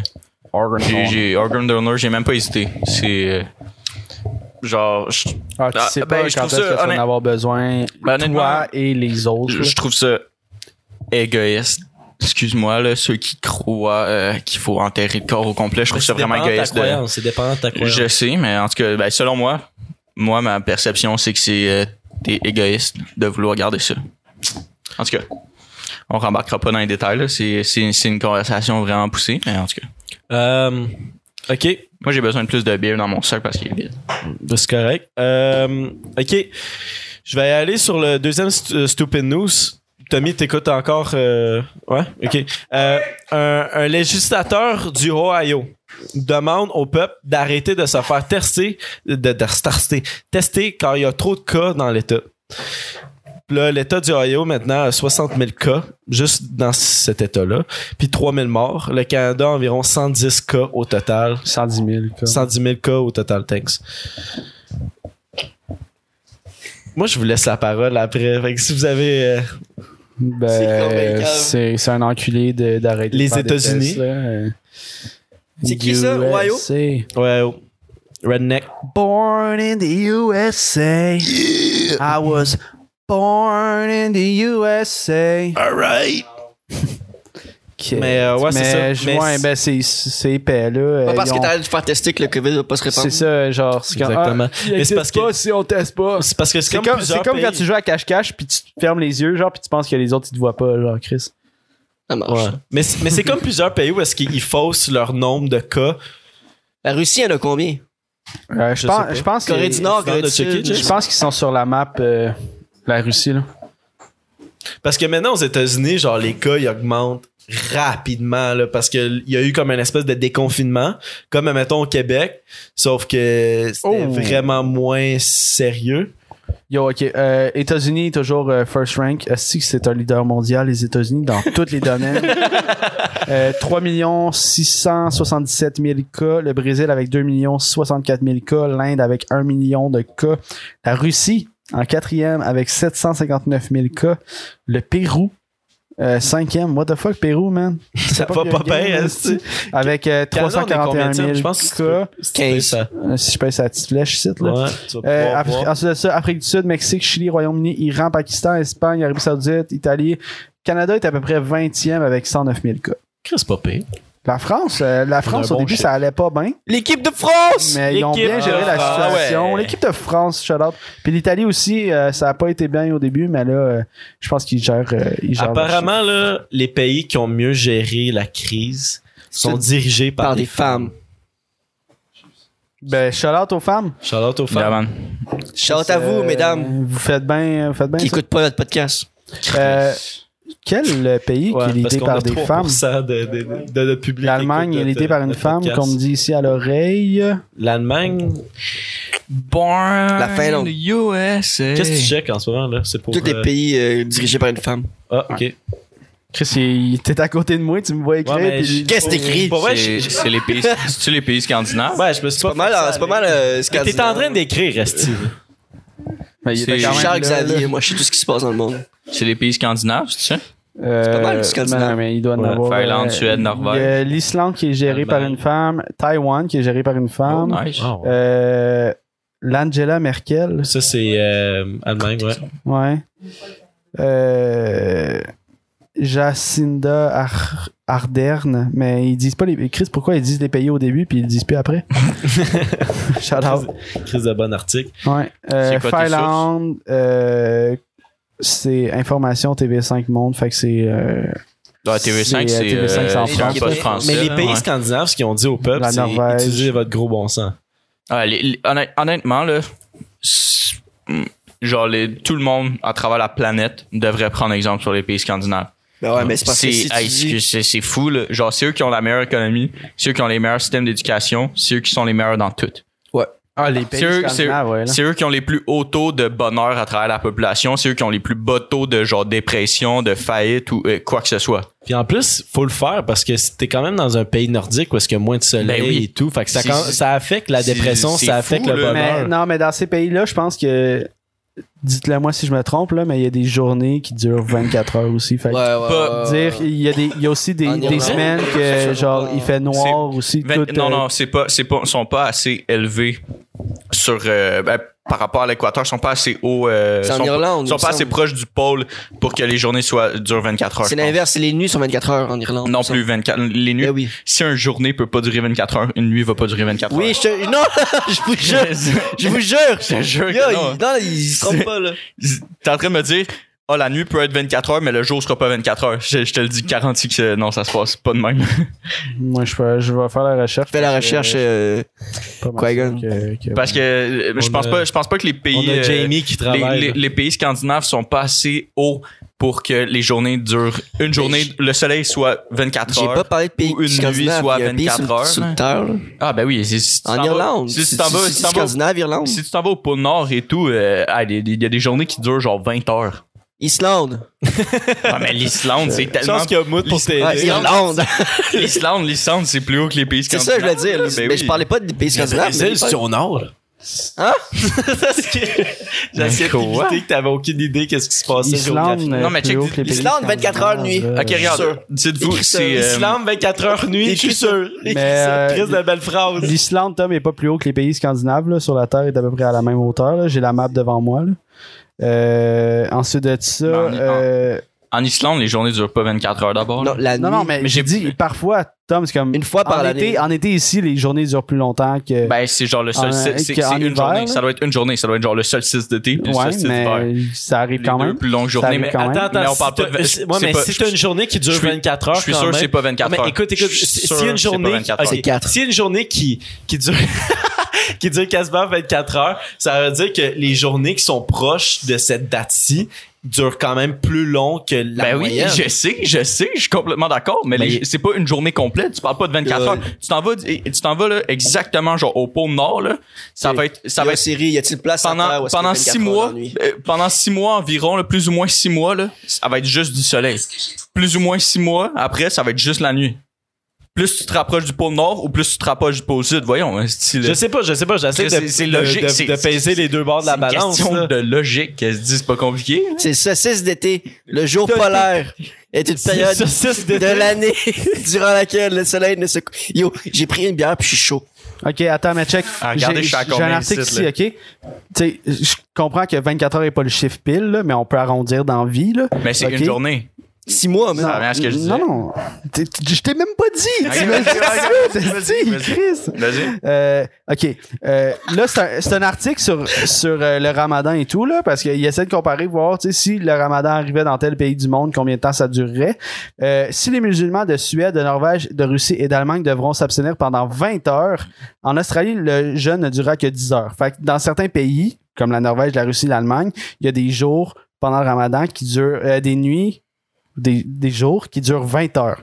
[SPEAKER 3] J'ai- J'ai Organ Donor, j'ai même pas hésité. C'est. euh, genre, je,
[SPEAKER 4] Ah, tu
[SPEAKER 3] Ah,
[SPEAKER 4] sais
[SPEAKER 3] ben,
[SPEAKER 4] pas
[SPEAKER 3] je
[SPEAKER 4] quand
[SPEAKER 3] trouve
[SPEAKER 4] est-ce que
[SPEAKER 3] ça
[SPEAKER 4] tu vas en
[SPEAKER 3] honnête-
[SPEAKER 4] avoir besoin,
[SPEAKER 3] Ben, honnêtement,
[SPEAKER 4] toi et les autres.
[SPEAKER 3] je-
[SPEAKER 4] là.
[SPEAKER 3] je trouve ça égoïste. Excuse-moi, là, ceux qui croient euh, qu'il faut enterrer le corps au complet, je trouve ça
[SPEAKER 1] C'est
[SPEAKER 3] vraiment
[SPEAKER 1] dépendant de ta
[SPEAKER 3] égoïste. de-
[SPEAKER 1] croyance. C'est dépendant de ta croyance.
[SPEAKER 3] Je sais, mais en tout cas, ben, selon moi, moi, ma perception, c'est que c'est euh, t'es égoïste de vouloir garder ça. En tout cas, on rembarquera pas dans les détails. là. C'est c'est- c'est une conversation vraiment poussée, mais en tout cas.
[SPEAKER 1] Euh, ok.
[SPEAKER 3] Moi, j'ai besoin de plus de bière dans mon sac parce qu'il est vide.
[SPEAKER 1] C'est correct. Euh, ok. Je vais aller sur le deuxième st- euh, Stupid News. Tommy, t'écoutes encore. euh, Ouais, ok. Euh, un, un législateur du Ohio demande au peuple d'arrêter de se faire tester, de, de se tester, tester quand il y a trop de cas dans l'État. Puis là, l'État du Ohio, maintenant, a 60 000 cas, juste dans cet État-là, puis 3 000 morts. Le Canada, environ 110 cas au total.
[SPEAKER 4] 110 000. quoi.
[SPEAKER 1] 110 000 cas au total, thanks. Moi, je vous laisse la parole après. Fait que si vous avez. euh,
[SPEAKER 4] Ben, c'est c'est un enculé de- d'arrêter.
[SPEAKER 1] Les
[SPEAKER 4] de faire des
[SPEAKER 1] États-Unis.
[SPEAKER 4] tests, là. Euh,
[SPEAKER 2] C'est qui ça, Ohio?
[SPEAKER 4] USA.
[SPEAKER 1] ouais, oh, redneck.
[SPEAKER 4] Born in the USA. I was born in the USA.
[SPEAKER 1] Alright.
[SPEAKER 4] Ok.
[SPEAKER 1] Mais, euh, ouais, c'est ça.
[SPEAKER 4] je-
[SPEAKER 1] Mais
[SPEAKER 4] ouais,
[SPEAKER 1] c'est-
[SPEAKER 4] ben, c'est c'est épais, là.
[SPEAKER 2] Pas
[SPEAKER 4] Euh,
[SPEAKER 2] parce
[SPEAKER 4] ils
[SPEAKER 2] que
[SPEAKER 4] ont-
[SPEAKER 2] t'arrêtes de faire tester que le COVID va pas se répandre.
[SPEAKER 4] C'est ça, genre. c'est quand-
[SPEAKER 1] Exactement.
[SPEAKER 4] ah, il
[SPEAKER 1] Mais c'est
[SPEAKER 4] existe
[SPEAKER 1] parce que-
[SPEAKER 4] pas si on teste pas.
[SPEAKER 1] C'est parce que c'est
[SPEAKER 4] C'est
[SPEAKER 1] comme,
[SPEAKER 4] comme,
[SPEAKER 1] plusieurs
[SPEAKER 4] c'est comme quand
[SPEAKER 1] pays.
[SPEAKER 4] tu joues à cache-cache puis tu te fermes les yeux, genre, puis tu penses que les autres ils te voient pas, genre, Chris.
[SPEAKER 2] Ça marche.
[SPEAKER 1] Ouais. Mais, c'est- mais c'est comme plusieurs pays où est-ce qu'ils ils faussent leur nombre de cas.
[SPEAKER 2] La Russie, elle a combien?
[SPEAKER 4] Euh, je,
[SPEAKER 1] Je sais
[SPEAKER 4] pense,
[SPEAKER 1] pas.
[SPEAKER 4] je pense que-
[SPEAKER 2] Corée du Nord, Corée
[SPEAKER 1] de
[SPEAKER 2] du
[SPEAKER 1] checker,
[SPEAKER 2] Sud.
[SPEAKER 1] Jay?
[SPEAKER 4] Je pense qu'ils sont sur la map euh, la Russie, là.
[SPEAKER 1] Parce que maintenant, aux États-Unis, genre, les cas, ils augmentent rapidement, là, parce qu'il y a eu comme une espèce de déconfinement, comme, mettons, au Québec, sauf que c'était
[SPEAKER 4] Oh.
[SPEAKER 1] vraiment moins sérieux.
[SPEAKER 4] Yo, ok. Euh, États-Unis, toujours euh, first rank. Est-ce que c'est un leader mondial, les États-Unis, dans tous les domaines? euh, 3 677 000 cas. Le Brésil avec 2 64 000 cas. L'Inde avec 1 million de cas. La Russie en quatrième avec 759 000 cas. Le Pérou. euh, cinquième, what the fuck, Pérou, man?
[SPEAKER 1] Ça va pas bien, est-ce que-
[SPEAKER 4] Avec euh,
[SPEAKER 1] Canada, on est
[SPEAKER 4] 341
[SPEAKER 1] combien de
[SPEAKER 4] 000
[SPEAKER 1] tiers? Je pense que tu
[SPEAKER 4] cas.
[SPEAKER 1] Si tu fais ça.
[SPEAKER 4] Euh, si je passe à la petite flèche, ici, là.
[SPEAKER 1] Ouais, tu vas
[SPEAKER 4] Euh,
[SPEAKER 1] pouvoir
[SPEAKER 4] Afri-
[SPEAKER 1] voir.
[SPEAKER 4] ensuite de ça, Afrique du Sud, Mexique, Chili, Royaume-Uni, Iran, Pakistan, Espagne, Arabie Saoudite, Italie. Canada est à peu près 20e avec 109 000 cas.
[SPEAKER 1] Chris pas pire.
[SPEAKER 4] La France, euh, la France
[SPEAKER 1] un
[SPEAKER 4] au
[SPEAKER 1] bon
[SPEAKER 4] début,
[SPEAKER 1] chiffre.
[SPEAKER 4] ça allait pas bien,
[SPEAKER 2] L'équipe de France!
[SPEAKER 4] mais ils ont
[SPEAKER 1] L'équipe
[SPEAKER 4] bien
[SPEAKER 1] de
[SPEAKER 4] géré la
[SPEAKER 1] France,
[SPEAKER 4] situation.
[SPEAKER 1] ouais.
[SPEAKER 4] L'équipe de France, shout out. Puis l'Italie aussi, euh, ça a pas été bien au début, mais là, euh, je pense qu'ils gèrent. euh, ils gèrent le
[SPEAKER 1] Apparemment, là, les pays qui ont mieux géré la crise sont
[SPEAKER 2] C'est-
[SPEAKER 1] dirigés par,
[SPEAKER 2] Par des femmes.
[SPEAKER 4] chiffre. Ben, shout out aux femmes.
[SPEAKER 1] Charlotte aux
[SPEAKER 3] Yeah,
[SPEAKER 1] femmes.
[SPEAKER 3] man.
[SPEAKER 2] Chante à vous,
[SPEAKER 4] Euh,
[SPEAKER 2] mesdames,
[SPEAKER 4] Vous faites bien, vous faites bien.
[SPEAKER 2] qui
[SPEAKER 4] ça.
[SPEAKER 2] n'écoutent pas notre podcast.
[SPEAKER 4] Euh, quel euh,
[SPEAKER 1] Ouais,
[SPEAKER 4] pays qui est
[SPEAKER 1] parce
[SPEAKER 4] l'idée
[SPEAKER 1] qu'on
[SPEAKER 4] par
[SPEAKER 1] a
[SPEAKER 4] des femmes?
[SPEAKER 1] 3% de, de, de, de notre public.
[SPEAKER 4] L'Allemagne
[SPEAKER 1] écoute
[SPEAKER 4] est
[SPEAKER 1] notre-
[SPEAKER 4] l'idée par une
[SPEAKER 1] notre
[SPEAKER 4] femme,
[SPEAKER 1] podcast.
[SPEAKER 4] qu'on me dit ici à l'oreille.
[SPEAKER 1] L'Allemagne.
[SPEAKER 3] Born
[SPEAKER 2] La Finlande.
[SPEAKER 3] in the USA.
[SPEAKER 1] Qu'est-ce que tu checkes en ce moment, là? C'est pour.
[SPEAKER 2] Tous les
[SPEAKER 1] euh,
[SPEAKER 2] pays euh, dirigés par une femme.
[SPEAKER 1] Ah, ok.
[SPEAKER 4] Chris, il il était à côté de moi, tu me vois écrire.
[SPEAKER 1] Ouais, mais
[SPEAKER 4] puis-
[SPEAKER 1] je-
[SPEAKER 2] Qu'est-ce que t'écris?
[SPEAKER 1] Pour vrai,
[SPEAKER 3] C'est
[SPEAKER 1] je-
[SPEAKER 3] c'est les pays, c'est les pays scandinaves.
[SPEAKER 1] Ouais, je me suis
[SPEAKER 2] C'est pas mal, hein, c'est pas mal euh, ce
[SPEAKER 1] Mais
[SPEAKER 2] qu'a
[SPEAKER 1] T'es
[SPEAKER 2] dit,
[SPEAKER 1] en
[SPEAKER 2] hein.
[SPEAKER 1] train d'écrire, Resti.
[SPEAKER 4] il était
[SPEAKER 3] c'est-
[SPEAKER 4] quand même
[SPEAKER 2] Charles
[SPEAKER 4] là,
[SPEAKER 2] Xavier,
[SPEAKER 4] là.
[SPEAKER 2] moi je sais tout ce qui se passe dans le monde.
[SPEAKER 3] C'est les pays scandinaves, c'est ça?
[SPEAKER 4] Euh,
[SPEAKER 2] C'est pas mal, le Scandinave.
[SPEAKER 4] non, mais il doit en
[SPEAKER 1] Ouais,
[SPEAKER 4] avoir.
[SPEAKER 3] Finlande,
[SPEAKER 4] euh,
[SPEAKER 3] Suède, Norvège.
[SPEAKER 4] il y a L'Islande qui est gérée
[SPEAKER 1] Allemagne.
[SPEAKER 4] par une femme, Taïwan qui est gérée par une
[SPEAKER 3] Oh,
[SPEAKER 4] femme,
[SPEAKER 3] nice.
[SPEAKER 2] Ah.
[SPEAKER 4] euh, l'Angela Merkel,
[SPEAKER 1] Ça, c'est euh, Allemagne, ouais.
[SPEAKER 4] ouais. Euh, Jacinda Ar- Ardern, mais ils disent pas les. Chris, pourquoi ils disent les pays au début puis ils le disent plus après? Shout out.
[SPEAKER 1] Crise de bon article.
[SPEAKER 4] Ouais. Euh,
[SPEAKER 3] C'est quoi tes
[SPEAKER 4] Finlande, euh, c'est Information TV5 Monde, fait que c'est. euh,
[SPEAKER 3] Dans la TV5,
[SPEAKER 4] C'est, euh,
[SPEAKER 3] c'est euh,
[SPEAKER 4] TV5, c'est en
[SPEAKER 3] c'est un
[SPEAKER 4] France.
[SPEAKER 3] poste
[SPEAKER 1] Mais-
[SPEAKER 3] français.
[SPEAKER 1] mais les
[SPEAKER 3] là,
[SPEAKER 1] pays
[SPEAKER 3] hein, ouais.
[SPEAKER 1] scandinaves, ce qu'ils ont dit au peuple,
[SPEAKER 4] La
[SPEAKER 1] c'est
[SPEAKER 4] Norvège.
[SPEAKER 1] utilisez votre gros bon sens.
[SPEAKER 3] Ouais, les- les- honnêt- honnêtement, là, c'est- mm, genre, les- tout le monde à travers la planète devrait prendre exemple sur les pays scandinaves.
[SPEAKER 2] Ben ouais, mais c'est parce que si
[SPEAKER 3] hey,
[SPEAKER 2] tu dis-
[SPEAKER 3] excuse, c'est- c'est fou, là. Genre, c'est eux qui ont la meilleure économie, c'est eux qui ont les meilleurs systèmes d'éducation, c'est eux qui sont les meilleurs dans tout.
[SPEAKER 4] Ah, les
[SPEAKER 3] C'est eux-
[SPEAKER 4] scandinaves, ouais, là.
[SPEAKER 3] C'est eux qui ont les plus hauts taux de bonheur à travers la population, c'est eux qui ont les plus bas taux de genre dépression, de faillite ou euh, quoi que ce soit.
[SPEAKER 1] Puis en plus, faut le faire parce que si t'es quand même dans un pays nordique où est-ce qu'il y a moins de soleil
[SPEAKER 3] Ben oui.
[SPEAKER 1] et tout. Fait que ça,
[SPEAKER 3] C'est-
[SPEAKER 1] quand- ça affecte la
[SPEAKER 3] c'est-
[SPEAKER 1] dépression,
[SPEAKER 3] c'est
[SPEAKER 1] ça
[SPEAKER 3] fou,
[SPEAKER 1] affecte le
[SPEAKER 3] là.
[SPEAKER 1] bonheur.
[SPEAKER 4] Mais, non, mais dans ces pays-là, je pense que. Dites-le moi si je me trompe, là, mais il y a des journées qui durent 24 heures aussi. Fait que
[SPEAKER 2] Ouais, ouais,
[SPEAKER 3] Pas
[SPEAKER 2] ouais, ouais.
[SPEAKER 4] dire, il y a, des, il y a aussi des,
[SPEAKER 2] En
[SPEAKER 4] des
[SPEAKER 2] Irlande,
[SPEAKER 4] semaines
[SPEAKER 2] ça,
[SPEAKER 4] que, genre,
[SPEAKER 2] ça,
[SPEAKER 4] il fait noir aussi.
[SPEAKER 3] Vingt-
[SPEAKER 4] tout,
[SPEAKER 3] non,
[SPEAKER 4] euh,
[SPEAKER 3] non, c'est pas, c'est pas, sont pas assez élevés sur, euh, ben, par rapport à l'équateur, sont pas assez hauts, euh,
[SPEAKER 2] C'est en
[SPEAKER 3] sont,
[SPEAKER 2] Irlande, il
[SPEAKER 3] sont
[SPEAKER 2] me
[SPEAKER 3] pas assez
[SPEAKER 2] semble.
[SPEAKER 3] proches du pôle pour que les journées soient durent 24 heures.
[SPEAKER 2] C'est
[SPEAKER 3] je pense.
[SPEAKER 2] l'inverse, c'est les nuits sur 24 heures en Irlande.
[SPEAKER 3] Non
[SPEAKER 2] ça.
[SPEAKER 3] plus 24, les nuits.
[SPEAKER 2] Ben oui.
[SPEAKER 3] Si une journée peut pas durer 24 heures, une nuit va pas durer 24
[SPEAKER 2] Oui,
[SPEAKER 3] heures.
[SPEAKER 2] je te- Non, je vous jure. je vous jure.
[SPEAKER 3] Je te jure que
[SPEAKER 2] Yo,
[SPEAKER 3] non.
[SPEAKER 2] il- non, il se trompe pas, là.
[SPEAKER 3] T'es en train de me dire, oh, la nuit peut être 24 heures, mais le jour sera pas 24 heures. Je, je te le dis garanti que euh, non, ça se passe pas de même.
[SPEAKER 4] Moi, je, fais- je vais faire la recherche.
[SPEAKER 2] Fais la recherche. euh,
[SPEAKER 4] Pas mal
[SPEAKER 2] Qui-Gon.
[SPEAKER 4] sûr que- que-
[SPEAKER 3] Parce que euh, je
[SPEAKER 1] On
[SPEAKER 3] pense
[SPEAKER 1] a-
[SPEAKER 3] pas, je pense pas que les pays.
[SPEAKER 1] On a
[SPEAKER 3] euh,
[SPEAKER 1] Jamie qui
[SPEAKER 3] les,
[SPEAKER 1] travaille.
[SPEAKER 3] les- les pays scandinaves sont pas assez hauts pour que les journées durent une journée
[SPEAKER 2] j-
[SPEAKER 3] le soleil soit 24
[SPEAKER 2] J'ai
[SPEAKER 3] heures
[SPEAKER 2] pas parlé de pays
[SPEAKER 3] ou une nuit
[SPEAKER 2] scandinaves,
[SPEAKER 3] soit
[SPEAKER 2] il y a un pays
[SPEAKER 3] 24
[SPEAKER 2] sous-
[SPEAKER 3] heures,
[SPEAKER 2] sous
[SPEAKER 3] là.
[SPEAKER 2] terre, là.
[SPEAKER 3] ah ben oui c'est- si tu t'en
[SPEAKER 2] En
[SPEAKER 3] vas-
[SPEAKER 2] Irlande.
[SPEAKER 3] si tu
[SPEAKER 2] C'est-
[SPEAKER 3] t'en vas
[SPEAKER 2] c'est-
[SPEAKER 3] si tu
[SPEAKER 2] c'est
[SPEAKER 3] t'en vas-
[SPEAKER 2] Scandinave, Irlande.
[SPEAKER 3] si tu t'en vas au pôle nord et tout euh, ah, il y a des- il y a des journées qui durent genre 20 heures
[SPEAKER 2] Islande.
[SPEAKER 3] ah, mais l'Islande c'est
[SPEAKER 1] Je
[SPEAKER 3] tellement
[SPEAKER 1] pense qu'il y a Mood pour
[SPEAKER 2] Ah,
[SPEAKER 1] t'aider.
[SPEAKER 2] Irlande.
[SPEAKER 3] l'Islande l'Islande c'est plus haut que les pays
[SPEAKER 2] C'est
[SPEAKER 3] scandinaves
[SPEAKER 2] ça, je voulais dire.
[SPEAKER 3] là,
[SPEAKER 2] Mais
[SPEAKER 3] ben oui.
[SPEAKER 2] je parlais pas des pays scandinaves. mais-
[SPEAKER 1] Brésil, c'est au nord.
[SPEAKER 2] Hein?
[SPEAKER 1] Parce que j'essayais
[SPEAKER 3] quoi?
[SPEAKER 1] d'éviter que t'avais aucune idée qu'est-ce qui se passait
[SPEAKER 4] Islande,
[SPEAKER 1] géographiquement.
[SPEAKER 4] euh,
[SPEAKER 3] Non, mais
[SPEAKER 4] plus
[SPEAKER 3] check,
[SPEAKER 4] haut que les pays
[SPEAKER 2] Islande, 24 heures de nuit.
[SPEAKER 4] scandinaves,
[SPEAKER 3] ok
[SPEAKER 4] euh,
[SPEAKER 3] regarde
[SPEAKER 2] sûr.
[SPEAKER 3] dites-vous
[SPEAKER 2] Écris ça,
[SPEAKER 3] c'est euh,
[SPEAKER 1] Islande, 24 heures nuit, je suis sûr. Écris ça,
[SPEAKER 4] euh,
[SPEAKER 1] Chris de belle phrase.
[SPEAKER 4] L'Islande, Tom, est pas plus haut que les pays scandinaves. là. sur la Terre, est à peu près à la même hauteur. là. J'ai la map devant moi. là. Euh, ensuite de ça.
[SPEAKER 3] Mais en-
[SPEAKER 4] euh,
[SPEAKER 3] en Islande les journées durent pas 24 heures d'abord
[SPEAKER 2] Non,
[SPEAKER 3] là.
[SPEAKER 2] la
[SPEAKER 4] non,
[SPEAKER 2] nuit.
[SPEAKER 4] non, mais,
[SPEAKER 3] mais
[SPEAKER 4] j'ai
[SPEAKER 3] j'ai-
[SPEAKER 4] dit, parfois, Tom, c'est comme.
[SPEAKER 2] Une fois par
[SPEAKER 4] en,
[SPEAKER 2] l'année.
[SPEAKER 4] été, en été, ici, les journées durent plus longtemps que.
[SPEAKER 3] ben c'est genre le
[SPEAKER 4] En-
[SPEAKER 3] seul c'est c'est-
[SPEAKER 4] qu'en
[SPEAKER 3] c'est une
[SPEAKER 4] hiver,
[SPEAKER 3] journée
[SPEAKER 4] là.
[SPEAKER 3] ça doit être une journée ça doit être genre le seul 6 d'été puis le
[SPEAKER 4] ouais,
[SPEAKER 3] seul 6 d'hiver
[SPEAKER 4] mais ça arrive
[SPEAKER 3] les
[SPEAKER 4] quand
[SPEAKER 3] deux
[SPEAKER 4] même.
[SPEAKER 3] plus longues
[SPEAKER 4] Ça
[SPEAKER 3] journées.
[SPEAKER 4] arrive
[SPEAKER 3] Mais
[SPEAKER 4] quand même.
[SPEAKER 3] attends,
[SPEAKER 1] Attends,
[SPEAKER 3] mais
[SPEAKER 1] attends,
[SPEAKER 3] on parle
[SPEAKER 1] si
[SPEAKER 3] pas de-
[SPEAKER 1] t'as-
[SPEAKER 3] c'est
[SPEAKER 1] ouais, mais
[SPEAKER 3] pas-
[SPEAKER 1] si t'as une journée qui dure
[SPEAKER 3] je suis-
[SPEAKER 1] 24 heures,
[SPEAKER 3] je suis
[SPEAKER 1] quand
[SPEAKER 3] sûr que
[SPEAKER 1] même-
[SPEAKER 3] c'est pas 24
[SPEAKER 1] mais
[SPEAKER 3] heures.
[SPEAKER 1] écoute, écoute,
[SPEAKER 3] Je suis
[SPEAKER 1] si
[SPEAKER 3] sûr
[SPEAKER 1] s'il y a une
[SPEAKER 3] que c'est pas
[SPEAKER 1] journée,
[SPEAKER 3] 24 heures.
[SPEAKER 1] ok,
[SPEAKER 2] C'est quatre.
[SPEAKER 1] s'il y a une journée qui, qui dure, qui dure quasiment 24 heures, ça veut dire que les journées qui sont proches de cette date-ci durent quand même plus long que la
[SPEAKER 3] Ben oui,
[SPEAKER 1] moyenne.
[SPEAKER 3] je sais, je sais, je suis complètement d'accord, mais les- c'est pas une journée complète, tu parles pas de 24
[SPEAKER 2] Euh,
[SPEAKER 3] heures. Tu t'en vas, tu t'en vas là, exactement genre au pôle nord, là. Ça
[SPEAKER 2] C'est-
[SPEAKER 3] va être, ça
[SPEAKER 2] Il y a
[SPEAKER 3] va
[SPEAKER 2] une
[SPEAKER 3] être
[SPEAKER 2] série, y a-t-il place à terre où
[SPEAKER 3] pendant,
[SPEAKER 2] est-ce qu'il y a 24 heures
[SPEAKER 3] pendant six mois,
[SPEAKER 2] dans la nuit?
[SPEAKER 3] euh, pendant six mois environ, là, plus ou moins six mois, là, ça va être juste du soleil. Plus ou moins six mois, après, ça va être juste la nuit. Plus tu te rapproches du pôle nord ou plus tu te rapproches du pôle sud, voyons. hein, style-
[SPEAKER 1] Je sais pas, je sais pas, j'essaie de,
[SPEAKER 3] Chris, c'est- c'est
[SPEAKER 1] de-
[SPEAKER 3] logique,
[SPEAKER 1] de-
[SPEAKER 3] c'est-
[SPEAKER 1] de paiser les deux bords de la
[SPEAKER 3] c'est une
[SPEAKER 1] balance.
[SPEAKER 3] question
[SPEAKER 1] là.
[SPEAKER 3] de logique, qu'elle se dit, c'est pas compliqué. hein. là.
[SPEAKER 2] C'est le 6 d'été. Le jour polaire est une période
[SPEAKER 1] C'est saucisse
[SPEAKER 2] de
[SPEAKER 1] d'été.
[SPEAKER 2] l'année durant laquelle le soleil ne se... cou- Yo, j'ai pris une bière puis je suis chaud.
[SPEAKER 4] Ok, attends, mais check.
[SPEAKER 3] Ah, regardez,
[SPEAKER 4] J'ai-
[SPEAKER 3] je suis à
[SPEAKER 4] J'ai un
[SPEAKER 3] combien
[SPEAKER 4] article
[SPEAKER 3] ici,
[SPEAKER 4] ici,
[SPEAKER 3] là?
[SPEAKER 4] ok? Tu sais, je comprends que 24 heures n'est pas le chiffre pile, là, mais on peut arrondir dans vie, là.
[SPEAKER 3] Mais c'est
[SPEAKER 4] Ok.
[SPEAKER 3] une journée.
[SPEAKER 2] Six mois, mais...
[SPEAKER 3] Ça revient à ce que je disais.
[SPEAKER 4] Non, non. T'es- t- Je t'ai même pas dit. Tu me
[SPEAKER 3] Vas-y,
[SPEAKER 4] dis,
[SPEAKER 3] vas-y.
[SPEAKER 4] Chris.
[SPEAKER 3] Vas-y.
[SPEAKER 4] Euh, ok. Euh, là, c'est un, c'est un article sur, sur euh, le ramadan et tout, là, parce qu'il essaie de comparer, voir tu sais, si le ramadan arrivait dans tel pays du monde, combien de temps ça durerait. Euh, si les musulmans de Suède, de Norvège, de Russie et d'Allemagne devront s'abstenir pendant 20 heures, en Australie, le jeûne ne durera que 10 heures. Fait que dans certains pays, comme la Norvège, la Russie, l'Allemagne, il y a des jours pendant le ramadan qui durent, euh, des nuits, des, des jours qui durent 20 heures.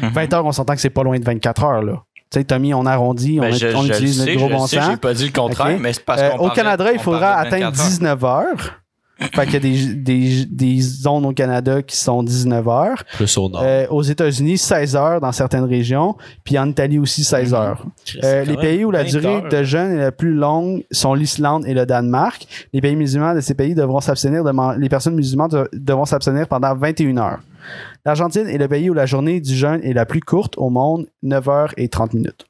[SPEAKER 3] Mhm.
[SPEAKER 4] 20 heures, on s'entend que c'est pas loin de 24 heures, là. Tu sais, Tommy, on arrondit,
[SPEAKER 3] Ben,
[SPEAKER 4] on,
[SPEAKER 3] je-
[SPEAKER 4] on
[SPEAKER 3] je
[SPEAKER 4] utilise
[SPEAKER 3] le
[SPEAKER 4] notre
[SPEAKER 3] sais,
[SPEAKER 4] gros
[SPEAKER 3] je le
[SPEAKER 4] bon
[SPEAKER 3] sais, J'ai
[SPEAKER 4] sens.
[SPEAKER 3] pas dit le contraire,
[SPEAKER 4] Ok.
[SPEAKER 3] mais c'est parce
[SPEAKER 4] Euh,
[SPEAKER 3] qu'on
[SPEAKER 4] au
[SPEAKER 3] parlait-
[SPEAKER 4] Canada, il
[SPEAKER 3] on
[SPEAKER 4] faudra
[SPEAKER 3] parlait de
[SPEAKER 4] atteindre
[SPEAKER 3] 24 heures.
[SPEAKER 4] 19 heures. fait qu'il y a des, des, des zones au Canada qui sont 19 heures.
[SPEAKER 1] Plus au nord.
[SPEAKER 3] Ah.
[SPEAKER 4] Euh, aux États-Unis, 16 heures dans certaines régions, puis en Italie aussi
[SPEAKER 3] Mhm.
[SPEAKER 4] 16 heures. Euh, les pays où la durée de jeûne est la plus longue sont l'Islande et le Danemark. Les pays musulmans de ces pays devront s'abstenir de man- les personnes musulmanes de- devront s'abstenir pendant 21 heures. L'Argentine est le pays où la journée du jeûne est la plus courte au monde, 9 heures et 30 minutes.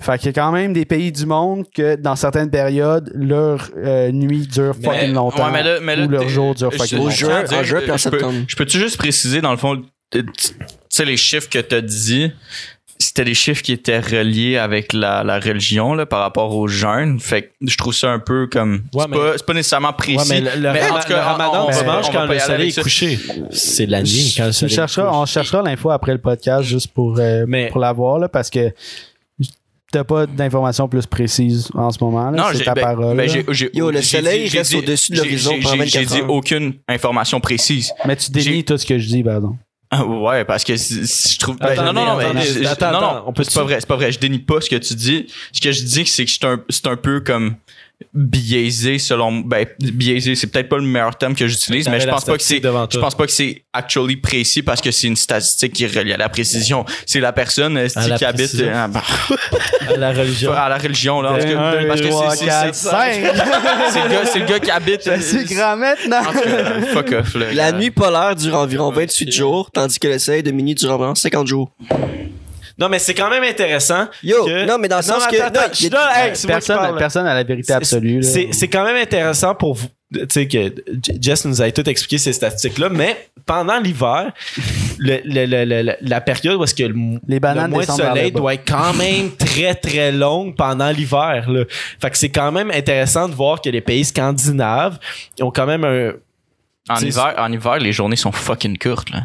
[SPEAKER 4] Fait qu'il y a quand même des pays du monde que dans certaines périodes, leur euh, nuit dure
[SPEAKER 3] Mais-
[SPEAKER 4] fucking longtemps.
[SPEAKER 3] ouais, mais là- mais là,
[SPEAKER 4] ou leur
[SPEAKER 3] t'es-
[SPEAKER 4] jour dure fucking
[SPEAKER 3] je-
[SPEAKER 4] longtemps.
[SPEAKER 2] Au juin,
[SPEAKER 3] je-
[SPEAKER 2] en juin puis en
[SPEAKER 3] je peux-
[SPEAKER 2] septembre.
[SPEAKER 3] Je peux-tu juste préciser, dans le fond, t- tu sais, les chiffres que t'as dit, c'était des chiffres qui étaient reliés avec la, la religion là, par rapport aux jeunes. Fait que je trouve ça un peu comme.
[SPEAKER 1] Ouais,
[SPEAKER 3] c'est,
[SPEAKER 1] mais-
[SPEAKER 3] pas, c'est pas nécessairement précis.
[SPEAKER 1] Ouais, mais le, le
[SPEAKER 3] Mais en
[SPEAKER 1] rama-
[SPEAKER 3] tout cas,
[SPEAKER 1] le ramadan,
[SPEAKER 3] on- on
[SPEAKER 1] tu
[SPEAKER 3] va-
[SPEAKER 1] manges
[SPEAKER 3] on va
[SPEAKER 1] quand
[SPEAKER 3] pas y
[SPEAKER 1] le
[SPEAKER 3] aller
[SPEAKER 1] soleil
[SPEAKER 3] avec
[SPEAKER 1] est
[SPEAKER 3] ça.
[SPEAKER 1] couché. C'est de la nuit quand le
[SPEAKER 4] On
[SPEAKER 1] soleil est couché.
[SPEAKER 4] cherchera, on cherchera l'info après le podcast juste pour, euh,
[SPEAKER 1] Mais-
[SPEAKER 4] pour l'avoir là, parce que t'as pas d'informations plus précises en ce moment. là.
[SPEAKER 3] Non,
[SPEAKER 4] C'est
[SPEAKER 3] j'ai,
[SPEAKER 4] ta
[SPEAKER 3] ben-
[SPEAKER 4] parole.
[SPEAKER 3] ben,
[SPEAKER 4] là.
[SPEAKER 3] j'ai, j'ai-
[SPEAKER 2] Yo, le
[SPEAKER 3] j'ai
[SPEAKER 2] soleil
[SPEAKER 3] dit- j'ai
[SPEAKER 2] reste
[SPEAKER 3] dit-
[SPEAKER 2] au-dessus de
[SPEAKER 3] j'ai-
[SPEAKER 2] l'horizon
[SPEAKER 3] j'ai-
[SPEAKER 2] pendant
[SPEAKER 3] j'ai- J'ai
[SPEAKER 2] 24
[SPEAKER 3] dit
[SPEAKER 2] heures.
[SPEAKER 3] aucune information précise.
[SPEAKER 4] mais tu dénies
[SPEAKER 3] j'ai-
[SPEAKER 4] tout ce que je dis, pardon.
[SPEAKER 3] Ah, Ouais, parce que si- si je trouve. ben,
[SPEAKER 1] Attendez,
[SPEAKER 3] non, non, non, mais
[SPEAKER 1] attendez,
[SPEAKER 3] je- je-
[SPEAKER 1] attends,
[SPEAKER 3] non, non,
[SPEAKER 1] attends, on peut-
[SPEAKER 3] c'est pas vrai, c'est pas vrai. Je dénie pas ce que tu dis. Ce que je dis, c'est que c'est un, c'est un peu comme biaisé selon. Ben, biaisé, c'est peut-être pas le meilleur terme que j'utilise, mais je
[SPEAKER 1] T'avais
[SPEAKER 3] pense
[SPEAKER 1] la
[SPEAKER 3] pas que c'est.
[SPEAKER 1] statistique devant
[SPEAKER 3] Je
[SPEAKER 1] toi.
[SPEAKER 3] pense pas que c'est actually précis parce que c'est une statistique qui est reliée à la précision. C'est la personne euh,
[SPEAKER 1] À la
[SPEAKER 3] qui habite
[SPEAKER 1] précision.
[SPEAKER 3] euh, ah, bah,
[SPEAKER 1] À la religion.
[SPEAKER 3] à la religion là. en tout cas, parce que c'est- c'est- c'est- c'est le gars, c'est le gars qui habite. euh,
[SPEAKER 4] C'est grand maintenant.
[SPEAKER 3] en tout cas, euh, fuck off là,
[SPEAKER 2] La
[SPEAKER 3] gars.
[SPEAKER 2] nuit polaire dure environ 28 jours, tandis que le soleil de minuit dure environ 50 jours.
[SPEAKER 1] Non, mais c'est quand même intéressant.
[SPEAKER 2] Yo,
[SPEAKER 1] que-
[SPEAKER 2] non, mais dans le sens que-
[SPEAKER 1] attends, attends,
[SPEAKER 2] non,
[SPEAKER 1] je
[SPEAKER 2] y a-
[SPEAKER 1] suis là, hey, c'est moi qui
[SPEAKER 4] Personne,
[SPEAKER 1] parle.
[SPEAKER 4] personne à la vérité absolue. là.
[SPEAKER 1] C'est c'est quand même intéressant pour vous. Tu sais que J- Jess nous a tout expliqué ces statistiques-là, mais pendant l'hiver, le- le- le- le- le- la période où est-ce que le, m-
[SPEAKER 4] Les bananes
[SPEAKER 1] le mois de
[SPEAKER 4] descendent vers le
[SPEAKER 1] soleil
[SPEAKER 4] bas.
[SPEAKER 1] doit être quand même très très longue pendant l'hiver. là. Fait que c'est quand même intéressant de voir que les pays scandinaves ont quand même un.
[SPEAKER 3] En
[SPEAKER 1] c'est-
[SPEAKER 3] hiver, en hiver, les journées sont fucking courtes là.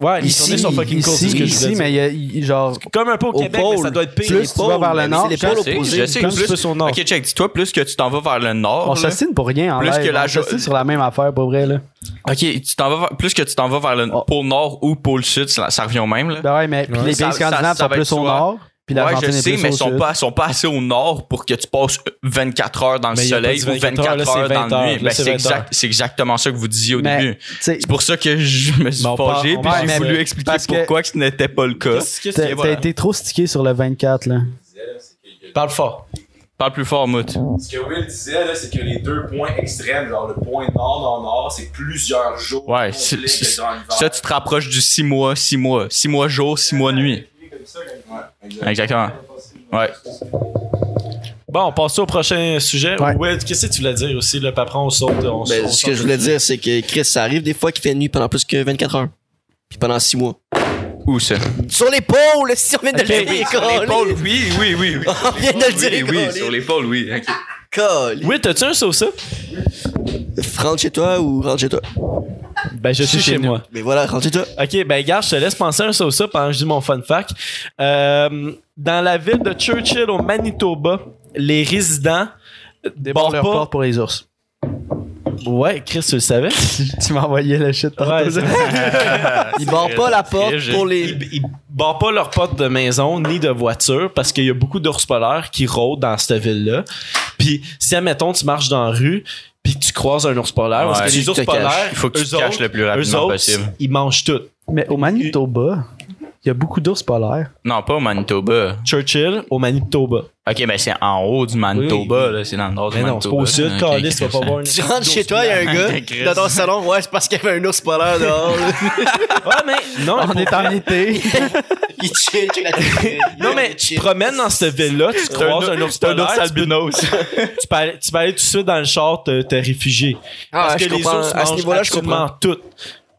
[SPEAKER 1] Ouais, les
[SPEAKER 2] Ici,
[SPEAKER 1] journées sont fucking courtes, c'est
[SPEAKER 4] ici,
[SPEAKER 1] ce que je voulais
[SPEAKER 4] ici
[SPEAKER 1] dire.
[SPEAKER 4] mais il y a- il- genre
[SPEAKER 1] Comme un peu au,
[SPEAKER 2] Au
[SPEAKER 1] Québec, mais ça
[SPEAKER 2] pôle,
[SPEAKER 1] doit être pire.
[SPEAKER 4] plus tu vas vers le
[SPEAKER 2] mais
[SPEAKER 4] nord,
[SPEAKER 2] c'est les
[SPEAKER 4] plus-
[SPEAKER 2] pôles
[SPEAKER 3] Je sais,
[SPEAKER 2] opposés.
[SPEAKER 3] je sais.
[SPEAKER 1] Comme
[SPEAKER 3] plus-
[SPEAKER 1] plus au nord.
[SPEAKER 3] Ok, check. Dis-toi, plus que tu t'en vas vers le nord.
[SPEAKER 4] on
[SPEAKER 3] là,
[SPEAKER 4] s'assigne pour rien en
[SPEAKER 3] Plus
[SPEAKER 4] live,
[SPEAKER 3] que la
[SPEAKER 4] on
[SPEAKER 3] jo-
[SPEAKER 4] s'assigne sur la même affaire pour vrai là.
[SPEAKER 3] ok, tu t'en vas vers- plus que tu t'en vas vers le
[SPEAKER 4] Oh.
[SPEAKER 3] pôle nord ou pôle sud, ça, ça revient au même. Là.
[SPEAKER 4] Ben ouais, mais puis les pays
[SPEAKER 3] Ça- ça-
[SPEAKER 4] scandinaves
[SPEAKER 3] ça
[SPEAKER 4] sont
[SPEAKER 3] va
[SPEAKER 4] plus
[SPEAKER 3] être
[SPEAKER 4] au
[SPEAKER 3] soit-
[SPEAKER 4] nord, puis
[SPEAKER 3] ouais,
[SPEAKER 4] l'Argentine
[SPEAKER 3] je
[SPEAKER 4] est
[SPEAKER 3] sais,
[SPEAKER 4] plus
[SPEAKER 3] mais
[SPEAKER 4] au
[SPEAKER 3] ils sont
[SPEAKER 4] sud.
[SPEAKER 3] pas, sont pas assez au nord pour que tu passes 24 heures dans le
[SPEAKER 1] Mais il y a
[SPEAKER 3] soleil
[SPEAKER 1] pas
[SPEAKER 3] ou
[SPEAKER 1] dit
[SPEAKER 3] 24
[SPEAKER 1] heures, là, c'est
[SPEAKER 3] heures dans
[SPEAKER 1] 20 heures.
[SPEAKER 3] la nuit.
[SPEAKER 1] Là,
[SPEAKER 3] Ben,
[SPEAKER 1] c'est
[SPEAKER 3] c'est
[SPEAKER 1] 20
[SPEAKER 3] exact-
[SPEAKER 1] heures.
[SPEAKER 3] c'est exactement ça que vous disiez au
[SPEAKER 4] Mais,
[SPEAKER 3] début.
[SPEAKER 4] tu sais,
[SPEAKER 3] C'est pour ça que je me suis
[SPEAKER 1] Mais on part-
[SPEAKER 3] forgé
[SPEAKER 1] on
[SPEAKER 3] puis
[SPEAKER 1] part-
[SPEAKER 3] j'ai
[SPEAKER 1] mais-
[SPEAKER 3] voulu expliquer
[SPEAKER 4] parce que-
[SPEAKER 3] pourquoi que ce n'était pas le cas.
[SPEAKER 1] Qu'est-ce- qu'est-ce
[SPEAKER 4] t'as
[SPEAKER 1] que-
[SPEAKER 4] t'as été trop stické sur le 24 là.
[SPEAKER 5] disait, là, c'est que-
[SPEAKER 1] Parle fort.
[SPEAKER 3] Parle plus fort, Mout.
[SPEAKER 5] Ce que Will disait, là, c'est que les deux points extrêmes, genre le point nord-nord-nord, c'est plusieurs jours.
[SPEAKER 3] Ouais,
[SPEAKER 5] complets
[SPEAKER 3] c'est-
[SPEAKER 5] que
[SPEAKER 3] c'est-
[SPEAKER 5] dans l'hiver.
[SPEAKER 3] Ça, tu te rapproches du 6 mois, 6 mois. 6 mois jour, 6 mois nuit.
[SPEAKER 5] Ouais, exact.
[SPEAKER 3] Exactement. Ouais.
[SPEAKER 1] Bon, on passe au prochain sujet.
[SPEAKER 4] Ouais.
[SPEAKER 1] Ouais. qu'est-ce que tu voulais dire aussi, là, puis après, on saute. On
[SPEAKER 2] Ben,
[SPEAKER 1] saute-
[SPEAKER 2] ce que je voulais dire, c'est que Chris, ça arrive des fois qu'il fait nuit pendant plus que 24 heures. Puis pendant 6 mois.
[SPEAKER 3] Où ça?
[SPEAKER 2] Sur les pôles, si on vient de le dire,
[SPEAKER 3] Sur l'épaule,
[SPEAKER 2] câlisse.
[SPEAKER 3] oui, oui, oui. oui.
[SPEAKER 2] On vient de le
[SPEAKER 3] Oui,
[SPEAKER 2] dire,
[SPEAKER 3] oui,
[SPEAKER 2] câlisse.
[SPEAKER 3] sur l'épaule, oui. ok.
[SPEAKER 2] Câlisse.
[SPEAKER 1] Oui, t'as-tu un sauce?
[SPEAKER 2] Rentre chez toi ou rentre chez toi?
[SPEAKER 1] Ben, je suis chez moi.
[SPEAKER 2] Mais voilà, rentre chez toi.
[SPEAKER 1] OK, ben gars, je te laisse penser à un sauce pendant que je dis mon fun fact. Euh, dans la ville de Churchill au Manitoba, les résidents
[SPEAKER 4] Déborde leur
[SPEAKER 1] pas-
[SPEAKER 4] porte pour les ours.
[SPEAKER 1] Ouais, Chris, tu le savais?
[SPEAKER 4] tu m'envoyais le shit tantôt.
[SPEAKER 1] Ouais, c'est-
[SPEAKER 2] Ils barrent pas la porte
[SPEAKER 3] Très
[SPEAKER 2] Ah, pour les.
[SPEAKER 1] ils, ils barrent pas leurs portes de maison ni de voiture parce qu'il y a beaucoup d'ours polaires qui rôdent dans cette ville-là. Puis si admettons tu marches dans la rue puis que tu croises un ours polaire parce
[SPEAKER 3] Ouais.
[SPEAKER 1] que les
[SPEAKER 2] Tu
[SPEAKER 1] ours
[SPEAKER 2] te caches.
[SPEAKER 1] polaires
[SPEAKER 3] Il faut que tu
[SPEAKER 1] eux
[SPEAKER 3] te caches
[SPEAKER 1] autres-
[SPEAKER 3] le plus
[SPEAKER 1] eux
[SPEAKER 3] rapidement
[SPEAKER 1] autres,
[SPEAKER 3] possible.
[SPEAKER 1] ils mangent tout.
[SPEAKER 4] Mais au Manitoba, il y a beaucoup d'ours polaires.
[SPEAKER 3] Non, pas au Manitoba.
[SPEAKER 1] Churchill au Manitoba.
[SPEAKER 3] Ok, ben c'est en haut du Manitoba,
[SPEAKER 1] Oui.
[SPEAKER 3] là, c'est dans le nord du
[SPEAKER 1] Mais non, c'est
[SPEAKER 3] Manitoba.
[SPEAKER 1] pas au sud,
[SPEAKER 3] Ok,
[SPEAKER 1] Calis, tu vas pas voir une.
[SPEAKER 2] Tu rentres chez toi, il y a un
[SPEAKER 3] Chris.
[SPEAKER 2] gars dans ton salon. Ouais, c'est parce qu'il y avait un ours polaire dehors.
[SPEAKER 1] Ouais, mais
[SPEAKER 2] Ah,
[SPEAKER 1] non,
[SPEAKER 4] On est en été.
[SPEAKER 2] Il chill, check la télé.
[SPEAKER 1] Non, mais tu te promènes dans cette ville-là, tu croises un ours polaire, tu peux- tu peux, aller, tu peux aller tout de suite dans le char te, te réfugier.
[SPEAKER 2] Ah,
[SPEAKER 1] parce
[SPEAKER 2] je
[SPEAKER 1] que les
[SPEAKER 2] comprends.
[SPEAKER 1] ours
[SPEAKER 2] À ce
[SPEAKER 1] mangent
[SPEAKER 2] niveau-là, je comprends.
[SPEAKER 1] absolument tout.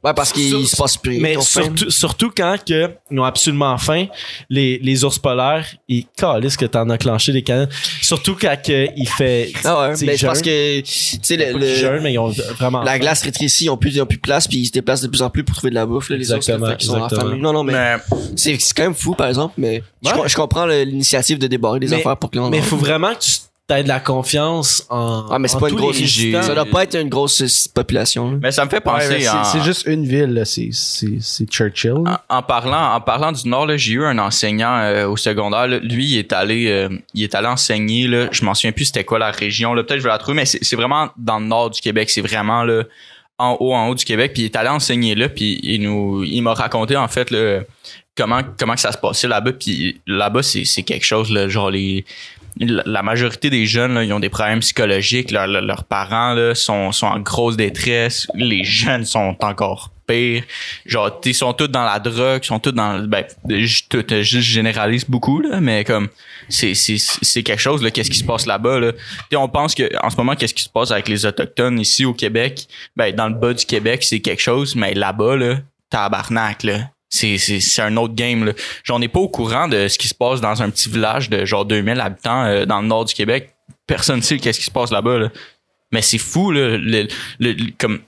[SPEAKER 2] Ouais, parce qu'il se passe plus.
[SPEAKER 1] Mais
[SPEAKER 2] qu'on fait.
[SPEAKER 1] surtout, surtout quand que, ils ont absolument faim, les, les ours polaires, ils calissent que t'en as clenché des canettes. Surtout quand que il fait.
[SPEAKER 2] Ah ouais,
[SPEAKER 1] tu sais,
[SPEAKER 2] mais c'est parce
[SPEAKER 1] jeûne.
[SPEAKER 2] que, tu sais,
[SPEAKER 1] Pas
[SPEAKER 2] le- le-
[SPEAKER 1] qu'ils jeûnent, mais ils ont vraiment.
[SPEAKER 2] la glace rétrécit, ils ont plus, ils ont plus de place, puis ils se déplacent de plus en plus pour trouver de la bouffe, là, les ours. là,
[SPEAKER 1] Exactement,
[SPEAKER 2] fait qu'ils sont en
[SPEAKER 1] exactement.
[SPEAKER 2] famille. Non, non, mais,
[SPEAKER 3] Mais
[SPEAKER 2] c'est c'est quand même fou, par exemple, mais je,
[SPEAKER 1] Ouais.
[SPEAKER 2] com- je comprends le- l'initiative de débarrer des
[SPEAKER 1] Mais-
[SPEAKER 2] affaires pour que l'on
[SPEAKER 1] Mais il faut vraiment que tu aies de la confiance en.
[SPEAKER 2] Ah, mais c'est
[SPEAKER 1] en
[SPEAKER 2] pas une
[SPEAKER 1] tous
[SPEAKER 2] grosse
[SPEAKER 1] les résistants.
[SPEAKER 2] Ça doit pas être une grosse euh, population, là.
[SPEAKER 3] Mais ça me fait penser
[SPEAKER 4] Ouais, mais
[SPEAKER 3] en, Ah.
[SPEAKER 4] c'est- c'est juste une ville, là. C'est- c'est c'est Churchill.
[SPEAKER 3] en, en parlant en parlant du nord là, j'ai eu un enseignant euh, au secondaire, là. lui il est allé euh, il est allé enseigner là, je m'en souviens plus c'était quoi la région là, peut-être que je vais la trouver mais c'est c'est vraiment dans le nord du Québec, c'est vraiment là en haut en haut du Québec puis il est allé enseigner là puis il nous il m'a raconté en fait là, comment comment que ça se passait là-bas puis là-bas c'est c'est quelque chose là, genre les la la majorité des jeunes, là, ils ont des problèmes psychologiques. Leurs- leurs- leurs parents là, sont, sont en grosse détresse. Les jeunes sont encore pire. Genre, t'sais, ils sont tous dans la drogue, ils sont tous dans. Ben, je, tout- je- je généralise beaucoup, là, mais comme, c'est, c'est, c'est quelque chose, là, qu'est-ce qui se passe là-bas, là. T'sais, on pense que, en ce moment, qu'est-ce qui se passe avec les Autochtones ici au Québec? Ben, dans le bas du Québec, c'est quelque chose, mais là-bas, là, tabarnak, là. C'est, c'est, c'est un autre game, là. Genre, on n'est pas au courant de ce qui se passe dans un petit village de genre 2000 habitants euh, dans le nord du Québec. Personne ne sait qu'est-ce qui se passe là-bas, là. Mais c'est fou, là. le- le- le- comme,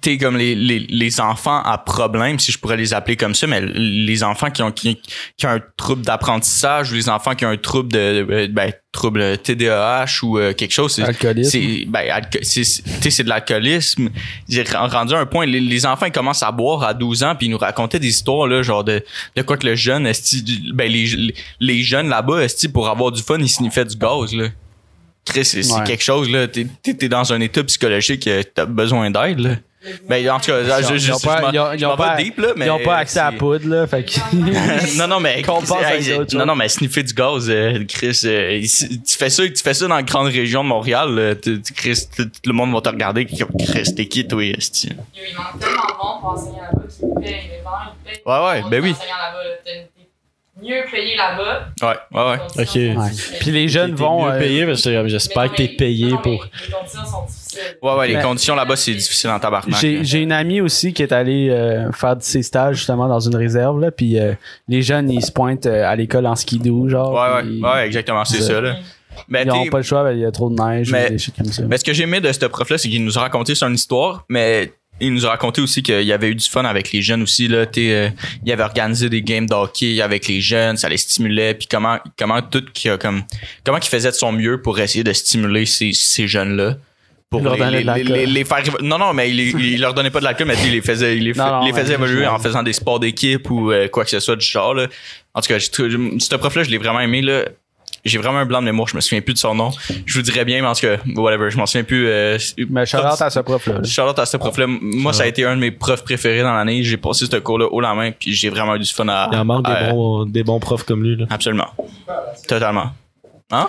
[SPEAKER 3] t'es comme les, les, les enfants à problème, si je pourrais les appeler comme ça, mais les enfants qui ont, qui, qui ont un trouble d'apprentissage ou les enfants qui ont un trouble de, de- ben, trouble TDAH ou euh, quelque chose, c'est,
[SPEAKER 4] Alcoolisme.
[SPEAKER 3] c'est ben, alco- c'est- c'est- tu sais, c'est de l'alcoolisme. J'ai ren- rendu à un point, les, les enfants ils commencent à boire à 12 ans, puis ils nous racontaient des histoires là, genre de, de quoi que le jeune, esti, du- ben, les, les jeunes là-bas, esti, pour avoir du fun, ils sniffaient du gaz là. Chris, c'est c'est
[SPEAKER 4] Ouais.
[SPEAKER 3] quelque chose là. T'es t'es- t'es dans un état psychologique, euh, t'as besoin d'aide là. Ben en tout cas, je, je,
[SPEAKER 4] Ils ont
[SPEAKER 3] je m'en-
[SPEAKER 4] pas- ils ont-
[SPEAKER 3] je
[SPEAKER 4] ils
[SPEAKER 3] m'en
[SPEAKER 4] ont
[SPEAKER 3] vais
[SPEAKER 4] pas-
[SPEAKER 3] deep là, mais
[SPEAKER 4] Ils ont pas accès à la
[SPEAKER 3] c'est-
[SPEAKER 4] poudre, là. Fait que.
[SPEAKER 3] non, non, mais.
[SPEAKER 4] Qu'on passe à
[SPEAKER 3] Hey,
[SPEAKER 4] une autre
[SPEAKER 3] non,
[SPEAKER 4] chose.
[SPEAKER 3] non, mais sniffer du gaz, euh, Chris. euh, ici, tu, fais ça, tu fais ça dans la grande région de Montréal, là, tu- tu- Chris, tout tout le monde va te regarder. comme, Chris, t'es qui, toi, esti?
[SPEAKER 6] Il y a eu une enseigne tellement bon pour enseigner là-bas qui nous paye. Les parents, ils payent.
[SPEAKER 3] Ouais, ouais,
[SPEAKER 6] Pour
[SPEAKER 3] ben oui.
[SPEAKER 6] enseigner là-bas, là. T'es t'es mieux payé là-bas.
[SPEAKER 3] Ouais, ouais, ouais.
[SPEAKER 6] Les
[SPEAKER 1] Ok.
[SPEAKER 6] conditions sont
[SPEAKER 4] Ouais.
[SPEAKER 6] difficiles.
[SPEAKER 4] Puis les jeunes
[SPEAKER 1] T'es
[SPEAKER 4] vont.
[SPEAKER 1] mieux
[SPEAKER 4] euh,
[SPEAKER 1] payé, parce que
[SPEAKER 6] Mais
[SPEAKER 1] j'espère
[SPEAKER 6] non,
[SPEAKER 1] que t'es
[SPEAKER 6] mais-
[SPEAKER 1] payé
[SPEAKER 6] non, mais
[SPEAKER 1] pour.
[SPEAKER 6] Les conditions sont difficiles.
[SPEAKER 3] Ouais, ouais, les
[SPEAKER 4] Mais-
[SPEAKER 3] conditions là-bas, c'est difficile en tabarnak.
[SPEAKER 4] J'ai
[SPEAKER 3] là.
[SPEAKER 4] j'ai une amie aussi qui est allée euh, faire de ses stages justement dans une réserve là, puis euh, les jeunes ils se pointent euh, à l'école en ski doo genre.
[SPEAKER 3] Ouais,
[SPEAKER 4] puis
[SPEAKER 3] ouais, ouais, exactement, c'est
[SPEAKER 4] Ils-
[SPEAKER 3] ça, là. Mais
[SPEAKER 4] Ils n'ont
[SPEAKER 3] t'es-
[SPEAKER 4] pas le choix, ben, il y a trop de neige
[SPEAKER 3] Mais-
[SPEAKER 4] ou des shit comme ça.
[SPEAKER 3] Mais ce que j'ai aimé de ce prof-là, c'est qu'il nous a raconté son histoire, mais il nous a raconté aussi qu'il y avait eu du fun avec les jeunes aussi. Là, T'sais, euh, il avait organisé des games d'hockey avec les jeunes, ça les stimulait, puis comment comment tout qui a comme comment il faisait de son mieux pour essayer de stimuler ces, ces jeunes-là. Pour
[SPEAKER 4] Il leur
[SPEAKER 3] les,
[SPEAKER 4] donnait
[SPEAKER 3] les-
[SPEAKER 4] de l'alcool.
[SPEAKER 3] les- les faire non non mais il, il leur donnait pas de l'alcool mais il les faisait il les, fa-
[SPEAKER 4] Non, non,
[SPEAKER 3] il les
[SPEAKER 4] mais
[SPEAKER 3] faisait évoluer en
[SPEAKER 4] j'imagine.
[SPEAKER 3] faisant des sports d'équipe ou euh, quoi que ce soit du genre là. en tout cas j'ai trou- ce prof là je l'ai vraiment aimé là j'ai vraiment un blanc de mémoire je me souviens plus de son nom je vous dirais bien, mais en tout cas, whatever, je m'en souviens plus. Euh,
[SPEAKER 4] Mais shout-out à ce prof-là.
[SPEAKER 3] Charlotte à ce prof-là. Moi, ça a été un de mes profs préférés dans l'année. J'ai passé ce cours-là haut la main, puis j'ai vraiment eu du fun à.
[SPEAKER 1] Il en manque
[SPEAKER 3] à-
[SPEAKER 1] des, bons, des bons profs comme lui. Là.
[SPEAKER 3] Absolument. Totalement. Hein?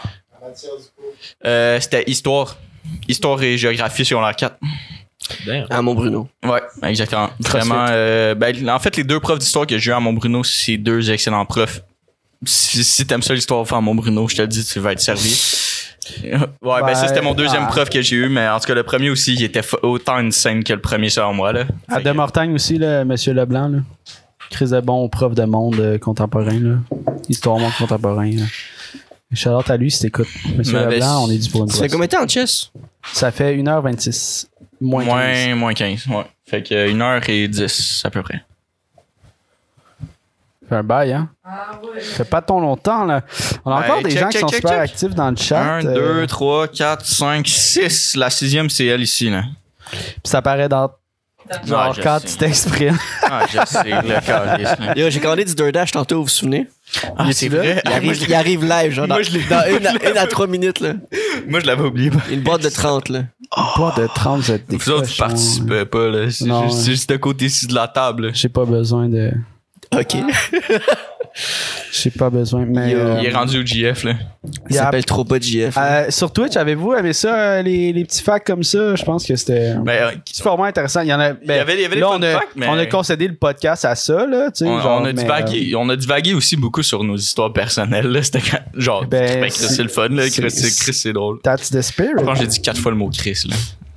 [SPEAKER 3] Euh, C'était histoire. Histoire et géographie sur la 4.
[SPEAKER 1] Ah,
[SPEAKER 2] À mon Bruno.
[SPEAKER 3] Ouais, exactement. Vraiment. euh, ben, en fait, les deux profs d'histoire que j'ai eu à Montbruno, c'est deux excellents profs. Si, si t'aimes ça l'histoire faire à Montbruno, je te le dis, tu vas être servi. ouais, ben
[SPEAKER 4] Ben,
[SPEAKER 3] ça c'était mon deuxième
[SPEAKER 4] ah.
[SPEAKER 3] prof que j'ai eu, mais en tout cas le premier aussi, il était fa- autant une scène que le premier selon moi là.
[SPEAKER 4] À
[SPEAKER 3] Fait que-
[SPEAKER 4] De Mortagne aussi, là, Monsieur Leblanc, là. Chris de bon prof de monde euh, contemporain, là. Histoire monde contemporain. là. Shout-out à lui si t'écoutes. Monsieur
[SPEAKER 3] Ben, ben,
[SPEAKER 4] Leblanc, on est du pour une
[SPEAKER 2] Ça fait
[SPEAKER 4] brosse.
[SPEAKER 2] combien de temps en chess?
[SPEAKER 4] Ça fait 1h26. Moins, quinze.
[SPEAKER 3] Moins, moins 15, ouais. Fait que euh, 1h10 à peu près.
[SPEAKER 4] Fait un bail, hein.
[SPEAKER 6] Ah, ouais.
[SPEAKER 4] Ça fait pas tant longtemps, là. On a
[SPEAKER 3] Ouais,
[SPEAKER 4] encore des
[SPEAKER 3] Ben, check,
[SPEAKER 4] gens qui
[SPEAKER 3] check,
[SPEAKER 4] sont
[SPEAKER 3] check,
[SPEAKER 4] super
[SPEAKER 3] check.
[SPEAKER 4] actifs dans le chat.
[SPEAKER 3] 1,
[SPEAKER 4] euh,
[SPEAKER 3] 2, 3, 4, 5, 6. La sixième, c'est elle ici, là. Ah,
[SPEAKER 4] puis ça paraît dans. Genre,
[SPEAKER 3] je
[SPEAKER 4] quand
[SPEAKER 3] sais.
[SPEAKER 4] tu t'exprimes.
[SPEAKER 3] Ah, je sais, le calice, là.
[SPEAKER 2] Yo, j'ai commandé du DoorDash tantôt, vous vous souvenez?
[SPEAKER 3] Ah, c'est vrai.
[SPEAKER 2] Il
[SPEAKER 3] Ah, moi, je
[SPEAKER 2] arrive, il arrive live, genre, dans,
[SPEAKER 3] Moi, je l'ai-
[SPEAKER 2] dans une, à, une à trois minutes, là.
[SPEAKER 3] l'ai- moi, je l'avais oublié.
[SPEAKER 2] Une boîte de 30, là.
[SPEAKER 4] Pas de 30, vous êtes des
[SPEAKER 3] Vous autres, vous
[SPEAKER 4] cochons.
[SPEAKER 3] participez pas, là. C'est
[SPEAKER 4] Non,
[SPEAKER 3] juste,
[SPEAKER 4] ouais.
[SPEAKER 3] c'est juste le côté-ci de la table.
[SPEAKER 4] J'ai pas besoin de.
[SPEAKER 2] OK.
[SPEAKER 4] J'ai pas besoin. Mais.
[SPEAKER 2] Yo.
[SPEAKER 4] euh,
[SPEAKER 3] Il est rendu au GF, là.
[SPEAKER 2] Il
[SPEAKER 4] y a-
[SPEAKER 1] Ah.
[SPEAKER 2] s'appelle trop pas JF. là.
[SPEAKER 4] Euh, sur Twitch, avez-vous aimé ça, euh, les, les petits facts comme ça? Je pense que c'était un
[SPEAKER 3] Ben, euh,
[SPEAKER 4] petit format intéressant. Il y en a, ben,
[SPEAKER 3] Il y avait- il y avait des
[SPEAKER 4] là,
[SPEAKER 3] fun
[SPEAKER 4] on, a,
[SPEAKER 3] facts, mais-
[SPEAKER 4] on a concédé le podcast à ça, là. tu sais,
[SPEAKER 3] on,
[SPEAKER 4] genre,
[SPEAKER 3] on a
[SPEAKER 4] mais, euh,
[SPEAKER 3] divagué, on a divagué aussi beaucoup sur nos histoires personnelles, là. C'était quand- genre,
[SPEAKER 4] Ben,
[SPEAKER 3] ben, Chris,
[SPEAKER 4] c'est-
[SPEAKER 3] c'est le fun, là. Chris,
[SPEAKER 4] c'est-
[SPEAKER 3] c'est Chris, c'est drôle.
[SPEAKER 4] euh, That's the spirit.
[SPEAKER 3] Je pense que j'ai dit quatre fois le mot Chris, là.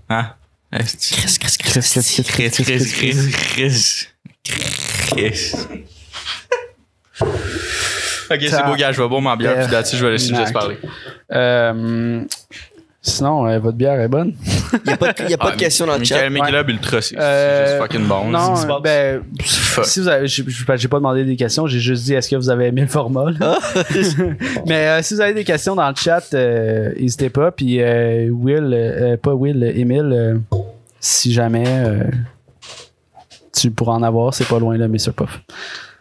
[SPEAKER 3] Hein? Esti.
[SPEAKER 2] Chris, Chris, Chris.
[SPEAKER 4] Chris, Chris, Chris,
[SPEAKER 3] Chris, Chris, Chris, Chris. Chris. Ok, c'est beau, gars. Je vais boire ma bière, puis là-dessus, je vais laisser juste parler.
[SPEAKER 4] Euh, sinon, euh, votre bière est bonne.
[SPEAKER 2] Il n'y a pas de, il y a pas
[SPEAKER 1] Ah.
[SPEAKER 2] de question dans le chat.
[SPEAKER 3] Michael Michelob Ultra, c'est c'est
[SPEAKER 4] Euh,
[SPEAKER 3] juste fucking bon.
[SPEAKER 4] non,
[SPEAKER 3] C'est-
[SPEAKER 4] euh, ben,
[SPEAKER 3] Fuck.
[SPEAKER 4] si vous avez, j'ai, j'ai pas demandé des questions, j'ai juste dit est-ce que vous avez aimé le format. là?
[SPEAKER 3] Ah!
[SPEAKER 4] Mais euh, si vous avez des questions dans le chat, euh, n'hésitez pas. Puis euh, Will, euh, pas Will, euh, Emile, euh, si jamais euh, tu pourras en avoir, c'est pas loin là, mais sur Puff.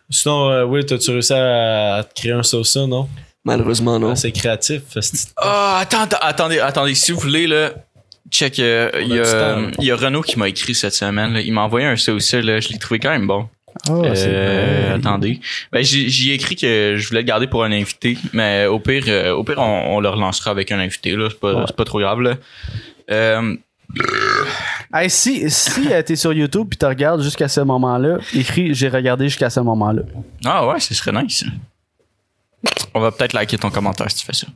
[SPEAKER 1] Sinon, euh, Will, t'as-tu réussi à, à te créer un sauce, non?
[SPEAKER 2] Malheureusement,
[SPEAKER 3] Oh.
[SPEAKER 2] non.
[SPEAKER 1] Ah, C'est créatif. c'est-
[SPEAKER 3] Ah, attends, attends, attendez, attendez, si vous voulez, là. Check, euh, il y,
[SPEAKER 1] du
[SPEAKER 3] a,
[SPEAKER 1] temps, là.
[SPEAKER 3] il y a Renaud qui m'a écrit cette semaine. là. Il m'a envoyé un COC, là. je l'ai trouvé quand même bon.
[SPEAKER 4] Oh,
[SPEAKER 3] Euh,
[SPEAKER 4] c'est vrai.
[SPEAKER 3] attendez. Ben, j'ai j'y ai écrit que je voulais le garder pour un invité, mais au pire, euh, au pire on, on le relancera avec un invité. là. C'est pas, c'est pas trop grave. Là. Euh,
[SPEAKER 4] Hey, si si euh, t'es sur YouTube puis tu regardes jusqu'à ce moment-là, écris j'ai regardé jusqu'à ce moment-là.
[SPEAKER 3] Ah ouais, ce serait nice. On va peut-être liker ton commentaire si tu fais ça.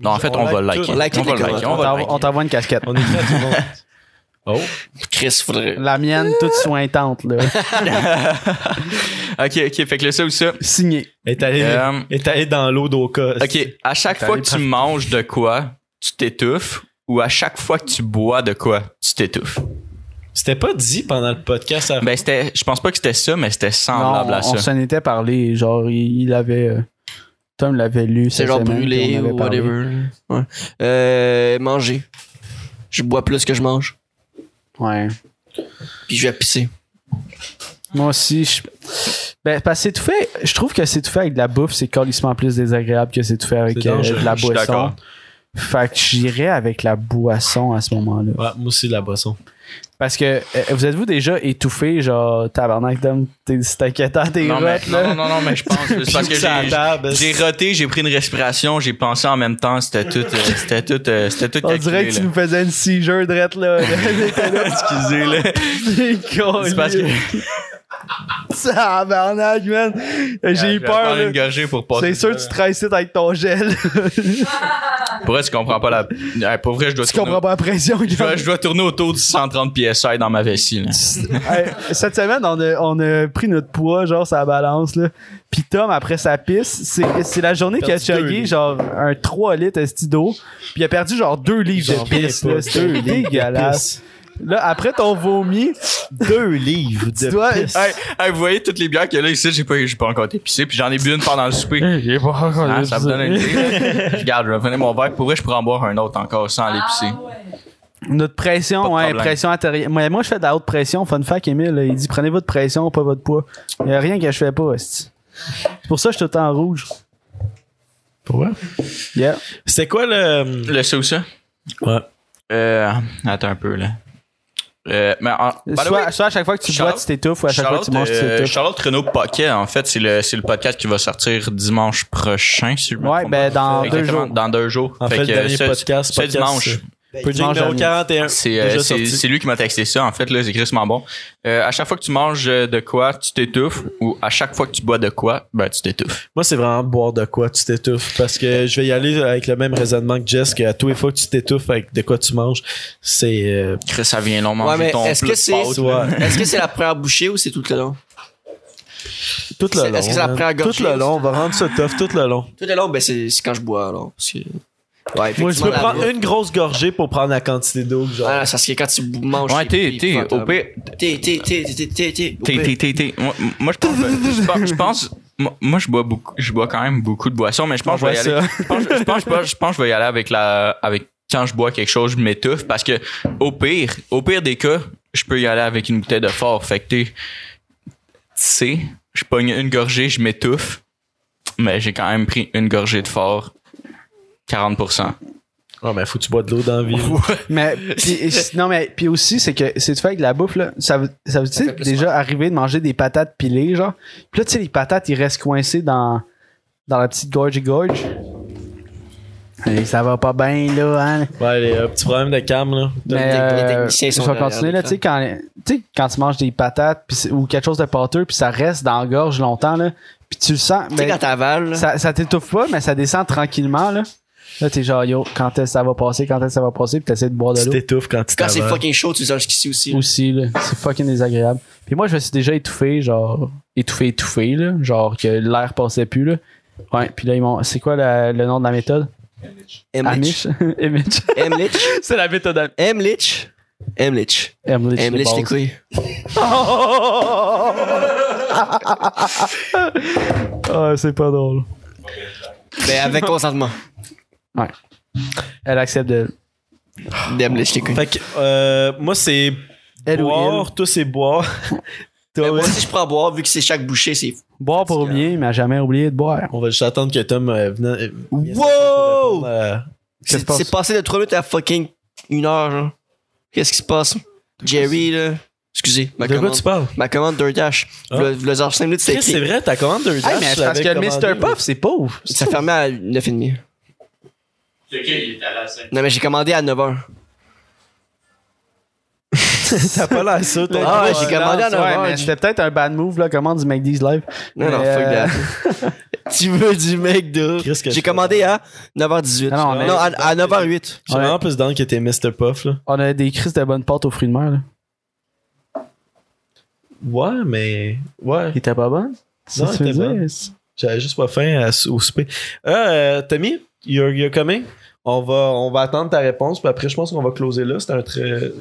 [SPEAKER 3] Non, en fait,
[SPEAKER 1] On
[SPEAKER 3] on, va le
[SPEAKER 1] like
[SPEAKER 3] liker.
[SPEAKER 1] tout.
[SPEAKER 2] Likez
[SPEAKER 3] On va
[SPEAKER 2] les
[SPEAKER 3] le liker.
[SPEAKER 2] commentaires.
[SPEAKER 3] On
[SPEAKER 4] On
[SPEAKER 3] va le
[SPEAKER 4] t'envoie- on
[SPEAKER 3] liker.
[SPEAKER 4] t'envoie une casquette.
[SPEAKER 1] On écrit à tout le monde. Oh.
[SPEAKER 2] Chris, faudrait.
[SPEAKER 4] La mienne toute sointante là,
[SPEAKER 3] Ok, ok. Fait que le ça ou ça.
[SPEAKER 4] signée.
[SPEAKER 1] Est allé,
[SPEAKER 3] Euh,
[SPEAKER 1] est allé dans l'eau d'Oka.
[SPEAKER 3] Ok, à chaque fois que tu manges de quoi, tu t'étouffes ou à chaque fois que tu bois de quoi, tu t'étouffes.
[SPEAKER 1] C'était pas dit pendant le podcast. avant.
[SPEAKER 3] Ben c'était, je pense pas que c'était ça, mais c'était semblable
[SPEAKER 4] Non,
[SPEAKER 3] à
[SPEAKER 4] on
[SPEAKER 3] ça.
[SPEAKER 4] s'en était parlé, genre il, il avait euh, Tom l'avait lu,
[SPEAKER 2] C'est
[SPEAKER 4] cette
[SPEAKER 2] genre
[SPEAKER 4] semaine, puis
[SPEAKER 2] brûlé
[SPEAKER 4] on avait
[SPEAKER 2] ou
[SPEAKER 4] parlé.
[SPEAKER 2] whatever. là. Ouais. Euh, manger. Je bois plus que je mange.
[SPEAKER 4] Ouais.
[SPEAKER 2] Puis je vais pisser.
[SPEAKER 4] Moi aussi, je... ben parce que c'est tout fait. Je trouve que c'est tout fait avec de la bouffe, c'est carrément plus désagréable que c'est tout fait avec
[SPEAKER 1] C'est
[SPEAKER 4] euh,
[SPEAKER 1] dangereux,
[SPEAKER 4] de la
[SPEAKER 3] je suis d'accord.
[SPEAKER 4] boisson. Fait que j'irais avec la boisson à ce moment-là.
[SPEAKER 1] Ouais, moi aussi, de la boisson.
[SPEAKER 4] Parce que euh, vous êtes-vous déjà étouffé, genre tabarnak d'homme, t'es- c'est inquiétant tes
[SPEAKER 3] Non, mais,
[SPEAKER 4] rottes
[SPEAKER 3] non, non,
[SPEAKER 4] là.
[SPEAKER 3] non, non, mais je pense que c'est parce que
[SPEAKER 1] Puis ça
[SPEAKER 3] j'ai,
[SPEAKER 1] table.
[SPEAKER 3] j'ai roté, j'ai pris une respiration, j'ai pensé en même temps, c'était tout, euh, c'était tout, euh, c'était tout
[SPEAKER 4] On dirait
[SPEAKER 3] calculé,
[SPEAKER 4] que tu
[SPEAKER 3] là.
[SPEAKER 4] nous faisais une seizure drette là.
[SPEAKER 3] Excusez, là.
[SPEAKER 4] Oh,
[SPEAKER 3] C'est parce que
[SPEAKER 4] Tabarnak, man. J'ai eu
[SPEAKER 3] Je vais prendre
[SPEAKER 4] peur. là.
[SPEAKER 3] une gorgée pour passer.
[SPEAKER 4] C'est sûr que tu travailles ici avec ton gel.
[SPEAKER 3] Pour vrai, tu comprends pas la. Ouais, pour vrai, je dois
[SPEAKER 4] tu
[SPEAKER 3] tourner-
[SPEAKER 4] comprends pas la pression.
[SPEAKER 3] Je
[SPEAKER 4] gars.
[SPEAKER 3] dois, je dois tourner autour du 130 PSI dans ma vessie. là.
[SPEAKER 4] Hey, cette semaine, on a, on a pris notre poids, genre, sa balance, là. Puis Tom, après sa pisse, c'est, c'est la journée qu'il a
[SPEAKER 1] Perdu deux
[SPEAKER 4] chugué,
[SPEAKER 1] livres.
[SPEAKER 4] genre, un 3 litres esti d'eau. Puis il a perdu, genre, 2 livres
[SPEAKER 1] J'en
[SPEAKER 4] de
[SPEAKER 1] reviens
[SPEAKER 4] pisse,
[SPEAKER 1] pas.
[SPEAKER 4] là. C'était
[SPEAKER 1] Deux livres de
[SPEAKER 4] dégueulasse. Là, après ton vomi,
[SPEAKER 1] Deux livres
[SPEAKER 4] tu
[SPEAKER 1] de
[SPEAKER 4] dois.
[SPEAKER 1] pisse.
[SPEAKER 3] Hey, hey, vous voyez toutes les bières qu'il y a là ici, j'ai pas, j'ai pas encore été pissé, puis j'en ai bu une pendant le souper. Ah, ça me donne une idée. là. Regarde, je vais finir mon verre. Pour vrai, je pourrais en boire un autre encore sans aller pisser.
[SPEAKER 6] Ah
[SPEAKER 4] Notre
[SPEAKER 3] Pas de
[SPEAKER 4] pression, ouais,
[SPEAKER 3] problème.
[SPEAKER 4] pression artérielle. Moi, moi, je fais de la haute pression. Fun fact, Emile, là, il dit prenez votre pression, pas votre poids. Il n'y a rien que je fais pas, esti. C'est pour ça que je suis tout en rouge. Yeah.
[SPEAKER 1] C'était quoi le.
[SPEAKER 3] Le ça ou ça?
[SPEAKER 1] Ouais.
[SPEAKER 3] Euh, attends un peu, là. Euh, mais en, by the way,
[SPEAKER 4] Soit, soit à chaque fois que tu bois,
[SPEAKER 3] Charlotte-
[SPEAKER 4] tu t'étouffes, ou à chaque fois que tu
[SPEAKER 3] Charlotte,
[SPEAKER 4] manges, tu
[SPEAKER 3] euh,
[SPEAKER 4] t'étouffes.
[SPEAKER 3] Charlotte Renault Paquet, en fait, c'est le, c'est le podcast qui va sortir dimanche prochain, si je me
[SPEAKER 4] Ouais,
[SPEAKER 3] trompe
[SPEAKER 4] ben
[SPEAKER 3] pas.
[SPEAKER 4] dans deux
[SPEAKER 3] Exactement,
[SPEAKER 4] jours.
[SPEAKER 3] Dans deux jours.
[SPEAKER 1] En fait, le
[SPEAKER 3] que,
[SPEAKER 1] dernier
[SPEAKER 3] ce-
[SPEAKER 1] podcast.
[SPEAKER 3] ce
[SPEAKER 1] podcast,
[SPEAKER 3] dimanche.
[SPEAKER 6] Ben,
[SPEAKER 1] euh,
[SPEAKER 4] Peu de
[SPEAKER 1] numéro
[SPEAKER 4] dimanche
[SPEAKER 1] 41.
[SPEAKER 3] C'est
[SPEAKER 1] déjà
[SPEAKER 3] euh, c'est-
[SPEAKER 1] sorti.
[SPEAKER 3] c'est lui qui m'a texté ça, en fait, là, c'est crissement bon. Euh, à chaque fois que tu manges euh, de quoi, tu t'étouffes, ou à chaque fois que tu bois de quoi, ben, tu t'étouffes.
[SPEAKER 1] Moi, c'est vraiment boire de quoi tu t'étouffes. Parce que je vais y aller avec le même raisonnement que Jess, que à tous les fois que tu t'étouffes avec de quoi tu manges, c'est. euh,
[SPEAKER 3] Chris, ça vient long,
[SPEAKER 2] Ouais,
[SPEAKER 3] manger
[SPEAKER 2] mais
[SPEAKER 3] ton
[SPEAKER 2] est-ce que
[SPEAKER 3] plat de
[SPEAKER 2] c'est.
[SPEAKER 3] pâtes, là.
[SPEAKER 2] Est-ce que c'est la première bouchée ou c'est tout le long?
[SPEAKER 1] tout le
[SPEAKER 2] C'est-
[SPEAKER 1] long.
[SPEAKER 2] est-ce que ça
[SPEAKER 1] man.
[SPEAKER 2] prend à
[SPEAKER 1] Tout
[SPEAKER 2] gorger
[SPEAKER 1] le
[SPEAKER 2] ou
[SPEAKER 1] long. On va rendre ça tough tout le long.
[SPEAKER 2] Tout le long, ben c'est c'est quand je bois alors. Parce que... Ouais,
[SPEAKER 1] Moi,
[SPEAKER 2] effectivement,
[SPEAKER 1] je peux
[SPEAKER 2] la
[SPEAKER 1] prendre
[SPEAKER 2] bouffe-
[SPEAKER 1] une grosse gorgée pour prendre la quantité d'eau que j'en
[SPEAKER 2] Ouais, c'est parce que quand tu bou- manges.
[SPEAKER 3] Ouais,
[SPEAKER 2] c'est-
[SPEAKER 3] t'es,
[SPEAKER 2] c'est
[SPEAKER 3] t'es,
[SPEAKER 2] épouvantable.
[SPEAKER 3] au pire,
[SPEAKER 2] T'es, t'es, t'es, t'es, t'es, t'es, au
[SPEAKER 3] t'es,
[SPEAKER 2] pire.
[SPEAKER 3] t'es, t'es, t'es. Moi, moi, je pense, je pense, je pense- moi, moi, je bois beaucoup, je bois quand même beaucoup de boissons, mais je pense, que je vais y aller, je pense, je pense, je pense- je pense que je vais y aller avec la, avec quand je bois quelque chose, je m'étouffe parce que au pire, au pire des cas, je peux y aller avec une bouteille de fort. Fait que t'es, tu sais, je pogne une gorgée, je m'étouffe, mais j'ai quand même pris une gorgée de fort. 40%.
[SPEAKER 1] Ah, mais faut que tu bois de l'eau dans la vie.
[SPEAKER 4] Mais puis, et si- non mais puis aussi c'est que c'est fait avec de la bouffe là, ça vous- ça vous
[SPEAKER 2] fait
[SPEAKER 4] dit
[SPEAKER 2] plus
[SPEAKER 4] déjà arriver de manger des patates pilées genre. Puis là tu sais les patates ils restent coincés dans dans la petite gorge et gorge. Et ça va pas bien là hein.
[SPEAKER 1] Ouais, les euh, petits problèmes de cam, là.
[SPEAKER 4] Mais
[SPEAKER 2] tec- les
[SPEAKER 4] euh,
[SPEAKER 2] techniciens sont
[SPEAKER 4] je vais
[SPEAKER 2] derrière
[SPEAKER 4] continuer là, tu sais
[SPEAKER 2] l'écran.
[SPEAKER 4] quand tu sais, quand tu manges des patates puis c'est- ou quelque chose de pâteux puis ça reste dans la gorge longtemps là, puis tu le sens
[SPEAKER 2] Tu sais,
[SPEAKER 4] mais
[SPEAKER 2] quand t'avales, là,
[SPEAKER 4] ça, ça t'étouffe pas mais ça descend tranquillement là. Là t'es genre yo quand est-ce que ça va passer, quand est-ce que ça va passer puis t'essaies de boire de
[SPEAKER 1] Tu
[SPEAKER 4] l'eau.
[SPEAKER 1] t'étouffes quand tu
[SPEAKER 2] quand c'est
[SPEAKER 1] t'avales.
[SPEAKER 2] fucking chaud, tu le sens jusqu'ici aussi. là.
[SPEAKER 4] aussi là. c'est fucking désagréable puis moi je me suis déjà étouffé genre étouffé étouffé là genre que l'air passait plus là ouais puis là ils m'ont c'est quoi la- le nom de la méthode
[SPEAKER 2] Emlich.
[SPEAKER 4] Amish Amish
[SPEAKER 2] Emlich.
[SPEAKER 4] c'est la méthode Am-
[SPEAKER 2] Emlich. Emlich.
[SPEAKER 4] Amish les
[SPEAKER 2] Emlich, les
[SPEAKER 4] balls.
[SPEAKER 2] couilles.
[SPEAKER 4] ah c'est pas drôle
[SPEAKER 2] Ben, avec consentement.
[SPEAKER 4] elle accepte de
[SPEAKER 2] D'Emlich, les couilles.
[SPEAKER 1] Fait que, euh, moi, c'est
[SPEAKER 4] elle ou il
[SPEAKER 1] boire, toi, c'est boire.
[SPEAKER 2] Mais
[SPEAKER 1] Toi,
[SPEAKER 2] Ben, moi,
[SPEAKER 1] ouais.
[SPEAKER 2] si je prends à boire, vu que c'est chaque bouchée, c'est fou.
[SPEAKER 4] boire pour oublier mais à jamais oublier de boire
[SPEAKER 1] On va juste attendre que Tom euh, vienne- euh, vienne
[SPEAKER 2] Wow!
[SPEAKER 1] pour répondre à-
[SPEAKER 4] Qu'est-ce qui se
[SPEAKER 2] C'est
[SPEAKER 4] passe?
[SPEAKER 2] c'est passé de 3 minutes à fucking 1 heure, genre. Qu'est-ce qui se passe? Jerry, là. Excusez, ma
[SPEAKER 1] De quoi
[SPEAKER 2] commande.
[SPEAKER 1] tu parles?
[SPEAKER 2] Ma commande d'un dash.
[SPEAKER 1] Ah.
[SPEAKER 2] Le, le genre 5 minutes, c'était
[SPEAKER 1] Chris, C'est
[SPEAKER 2] écrit.
[SPEAKER 1] vrai, ta commande deux
[SPEAKER 4] Hey, mais c'est parce que Mr. Puff c'est pauvre
[SPEAKER 2] Ça fermait à 9h30.
[SPEAKER 5] C'est ok, il est à la scène.
[SPEAKER 2] Non, mais j'ai commandé à 9h.
[SPEAKER 1] T'as pas l'air sûr, ton
[SPEAKER 2] Ah ouais,
[SPEAKER 1] gros.
[SPEAKER 2] j'ai commandé en
[SPEAKER 4] Ouais,
[SPEAKER 2] orange.
[SPEAKER 4] mais c'était peut-être un bad move, là, commande du McDee's Live.
[SPEAKER 2] Non, non,
[SPEAKER 4] Mais, euh,
[SPEAKER 2] fuck that. tu veux du McDo?
[SPEAKER 1] Qu'est-ce que je
[SPEAKER 2] J'ai commandé à 9h18.
[SPEAKER 4] Non,
[SPEAKER 2] Non,
[SPEAKER 4] non, mais-
[SPEAKER 2] à, à 9h08.
[SPEAKER 1] J'ai vraiment plus d'angle que t'es Mr. Puff, là.
[SPEAKER 4] On a des crises de bonnes pâtes aux fruits de mer, là.
[SPEAKER 1] Ouais, mais. Ouais.
[SPEAKER 4] Qui étaient pas bonnes?
[SPEAKER 1] Non,
[SPEAKER 4] Ça, tu veux
[SPEAKER 1] elles étaient
[SPEAKER 4] dire?
[SPEAKER 1] bonnes. J'avais juste pas faim à s- au souper. Euh, euh, Tommy, you're, you're coming? On va, on va attendre ta réponse, puis après, je pense qu'on va closer là. C'est un très.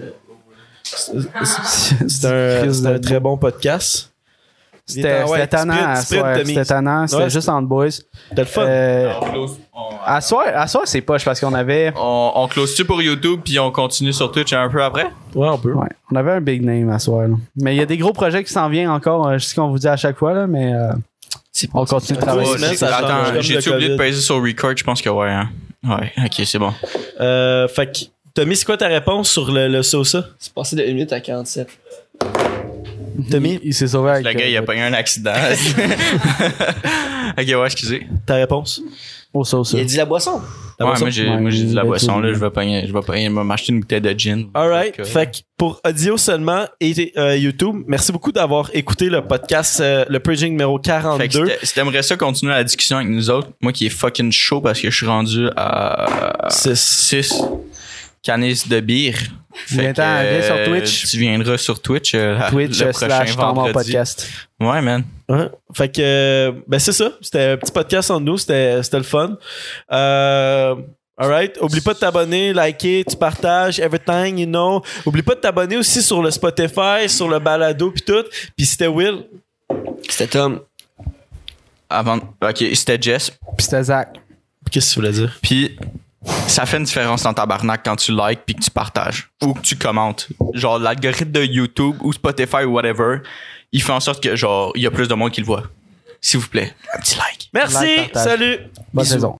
[SPEAKER 1] C'est c'est un, c'est un très bon podcast.
[SPEAKER 4] C'était
[SPEAKER 1] Ouais,
[SPEAKER 4] c'était tannant
[SPEAKER 1] sprint,
[SPEAKER 4] à
[SPEAKER 1] sprint,
[SPEAKER 4] soir.
[SPEAKER 1] Tommy.
[SPEAKER 4] C'était tannant. C'était
[SPEAKER 1] Ouais.
[SPEAKER 4] juste entre boys.
[SPEAKER 1] T'as le fun.
[SPEAKER 4] Euh,
[SPEAKER 5] On close- on-
[SPEAKER 4] à soir, à soir c'est poche parce qu'on avait,
[SPEAKER 3] On, on close-tu pour YouTube puis on continue sur Twitch un peu après?
[SPEAKER 1] ouais, on peut.
[SPEAKER 4] ouais, on avait un big name à soir. là. Mais il y a des gros projets qui s'en viennent encore. euh, je sais qu'on vous dit à chaque fois, là, mais euh, on continue de travailler.
[SPEAKER 1] Ouais,
[SPEAKER 3] j'ai-
[SPEAKER 1] semaines, ça change
[SPEAKER 3] attends,
[SPEAKER 1] comme
[SPEAKER 3] j'ai
[SPEAKER 1] le
[SPEAKER 3] oublié de
[SPEAKER 1] COVID.
[SPEAKER 3] peser sur record, je pense que ouais. hein. Ouais, ok, c'est bon.
[SPEAKER 1] Euh, fait que, Tommy, c'est quoi ta réponse sur le, le Sosa?
[SPEAKER 2] C'est passé de 1 minute à 47.
[SPEAKER 1] Tommy,
[SPEAKER 4] Il s'est sauvé avec
[SPEAKER 3] Le gars, il a
[SPEAKER 4] euh,
[SPEAKER 3] pas eu un accident. ok, ouais, excusez.
[SPEAKER 1] ta réponse?
[SPEAKER 4] au sauce. euh,
[SPEAKER 2] Il a dit la boisson.
[SPEAKER 1] Ta
[SPEAKER 3] Ouais,
[SPEAKER 1] boisson?
[SPEAKER 3] moi, j'ai
[SPEAKER 4] Ouais,
[SPEAKER 3] moi, j'ai de la
[SPEAKER 4] il a
[SPEAKER 3] boisson,
[SPEAKER 4] tout
[SPEAKER 3] là.
[SPEAKER 4] dit.
[SPEAKER 3] Je vais pogner, je vais pogner, je vais m'acheter une bouteille de gin.
[SPEAKER 4] Ah,
[SPEAKER 1] Alright,
[SPEAKER 3] Donc, euh,
[SPEAKER 1] fait que pour audio seulement et euh, YouTube, merci beaucoup d'avoir écouté le podcast, euh, le Purging numéro
[SPEAKER 3] Fait
[SPEAKER 1] 42.
[SPEAKER 3] que si t'a- si t'aimerais ça continuer la discussion avec nous autres, moi qui est fucking chaud parce que je suis rendu à
[SPEAKER 1] Six.
[SPEAKER 3] 6 canis de bière. Fait
[SPEAKER 4] Viens-t'en, viens sur
[SPEAKER 3] euh,
[SPEAKER 4] Twitch.
[SPEAKER 3] Tu viendras sur Twitch, euh, la-
[SPEAKER 4] Twitch
[SPEAKER 3] le
[SPEAKER 4] euh,
[SPEAKER 3] prochain
[SPEAKER 4] slash T'en Mort
[SPEAKER 3] vendredi.
[SPEAKER 4] podcast.
[SPEAKER 3] Ouais, man.
[SPEAKER 1] Ouais. Fait que, euh, ben c'est ça. C'était un petit podcast entre nous. C'était c'était le fun. Euh, alright. Oublie pas de t'abonner, liker, tu partages, everything, you know. Oublie pas de t'abonner aussi sur le Spotify, sur le balado, puis tout. Puis c'était Will.
[SPEAKER 2] C'était Tom.
[SPEAKER 3] Avant, ok, c'était Jess.
[SPEAKER 4] Puis c'était Zach.
[SPEAKER 1] Qu'est-ce que tu voulais dire?
[SPEAKER 3] Puis ça fait une différence dans tabarnak quand tu likes puis que tu partages ou que tu commentes. Genre l'algorithme de YouTube ou Spotify ou whatever, il fait en sorte que genre il y a plus de monde qui le voit. S'il vous plaît, un petit like.
[SPEAKER 1] Merci.
[SPEAKER 4] Like, partage.
[SPEAKER 1] salut.
[SPEAKER 4] Bonne
[SPEAKER 1] Bisous.
[SPEAKER 4] saison.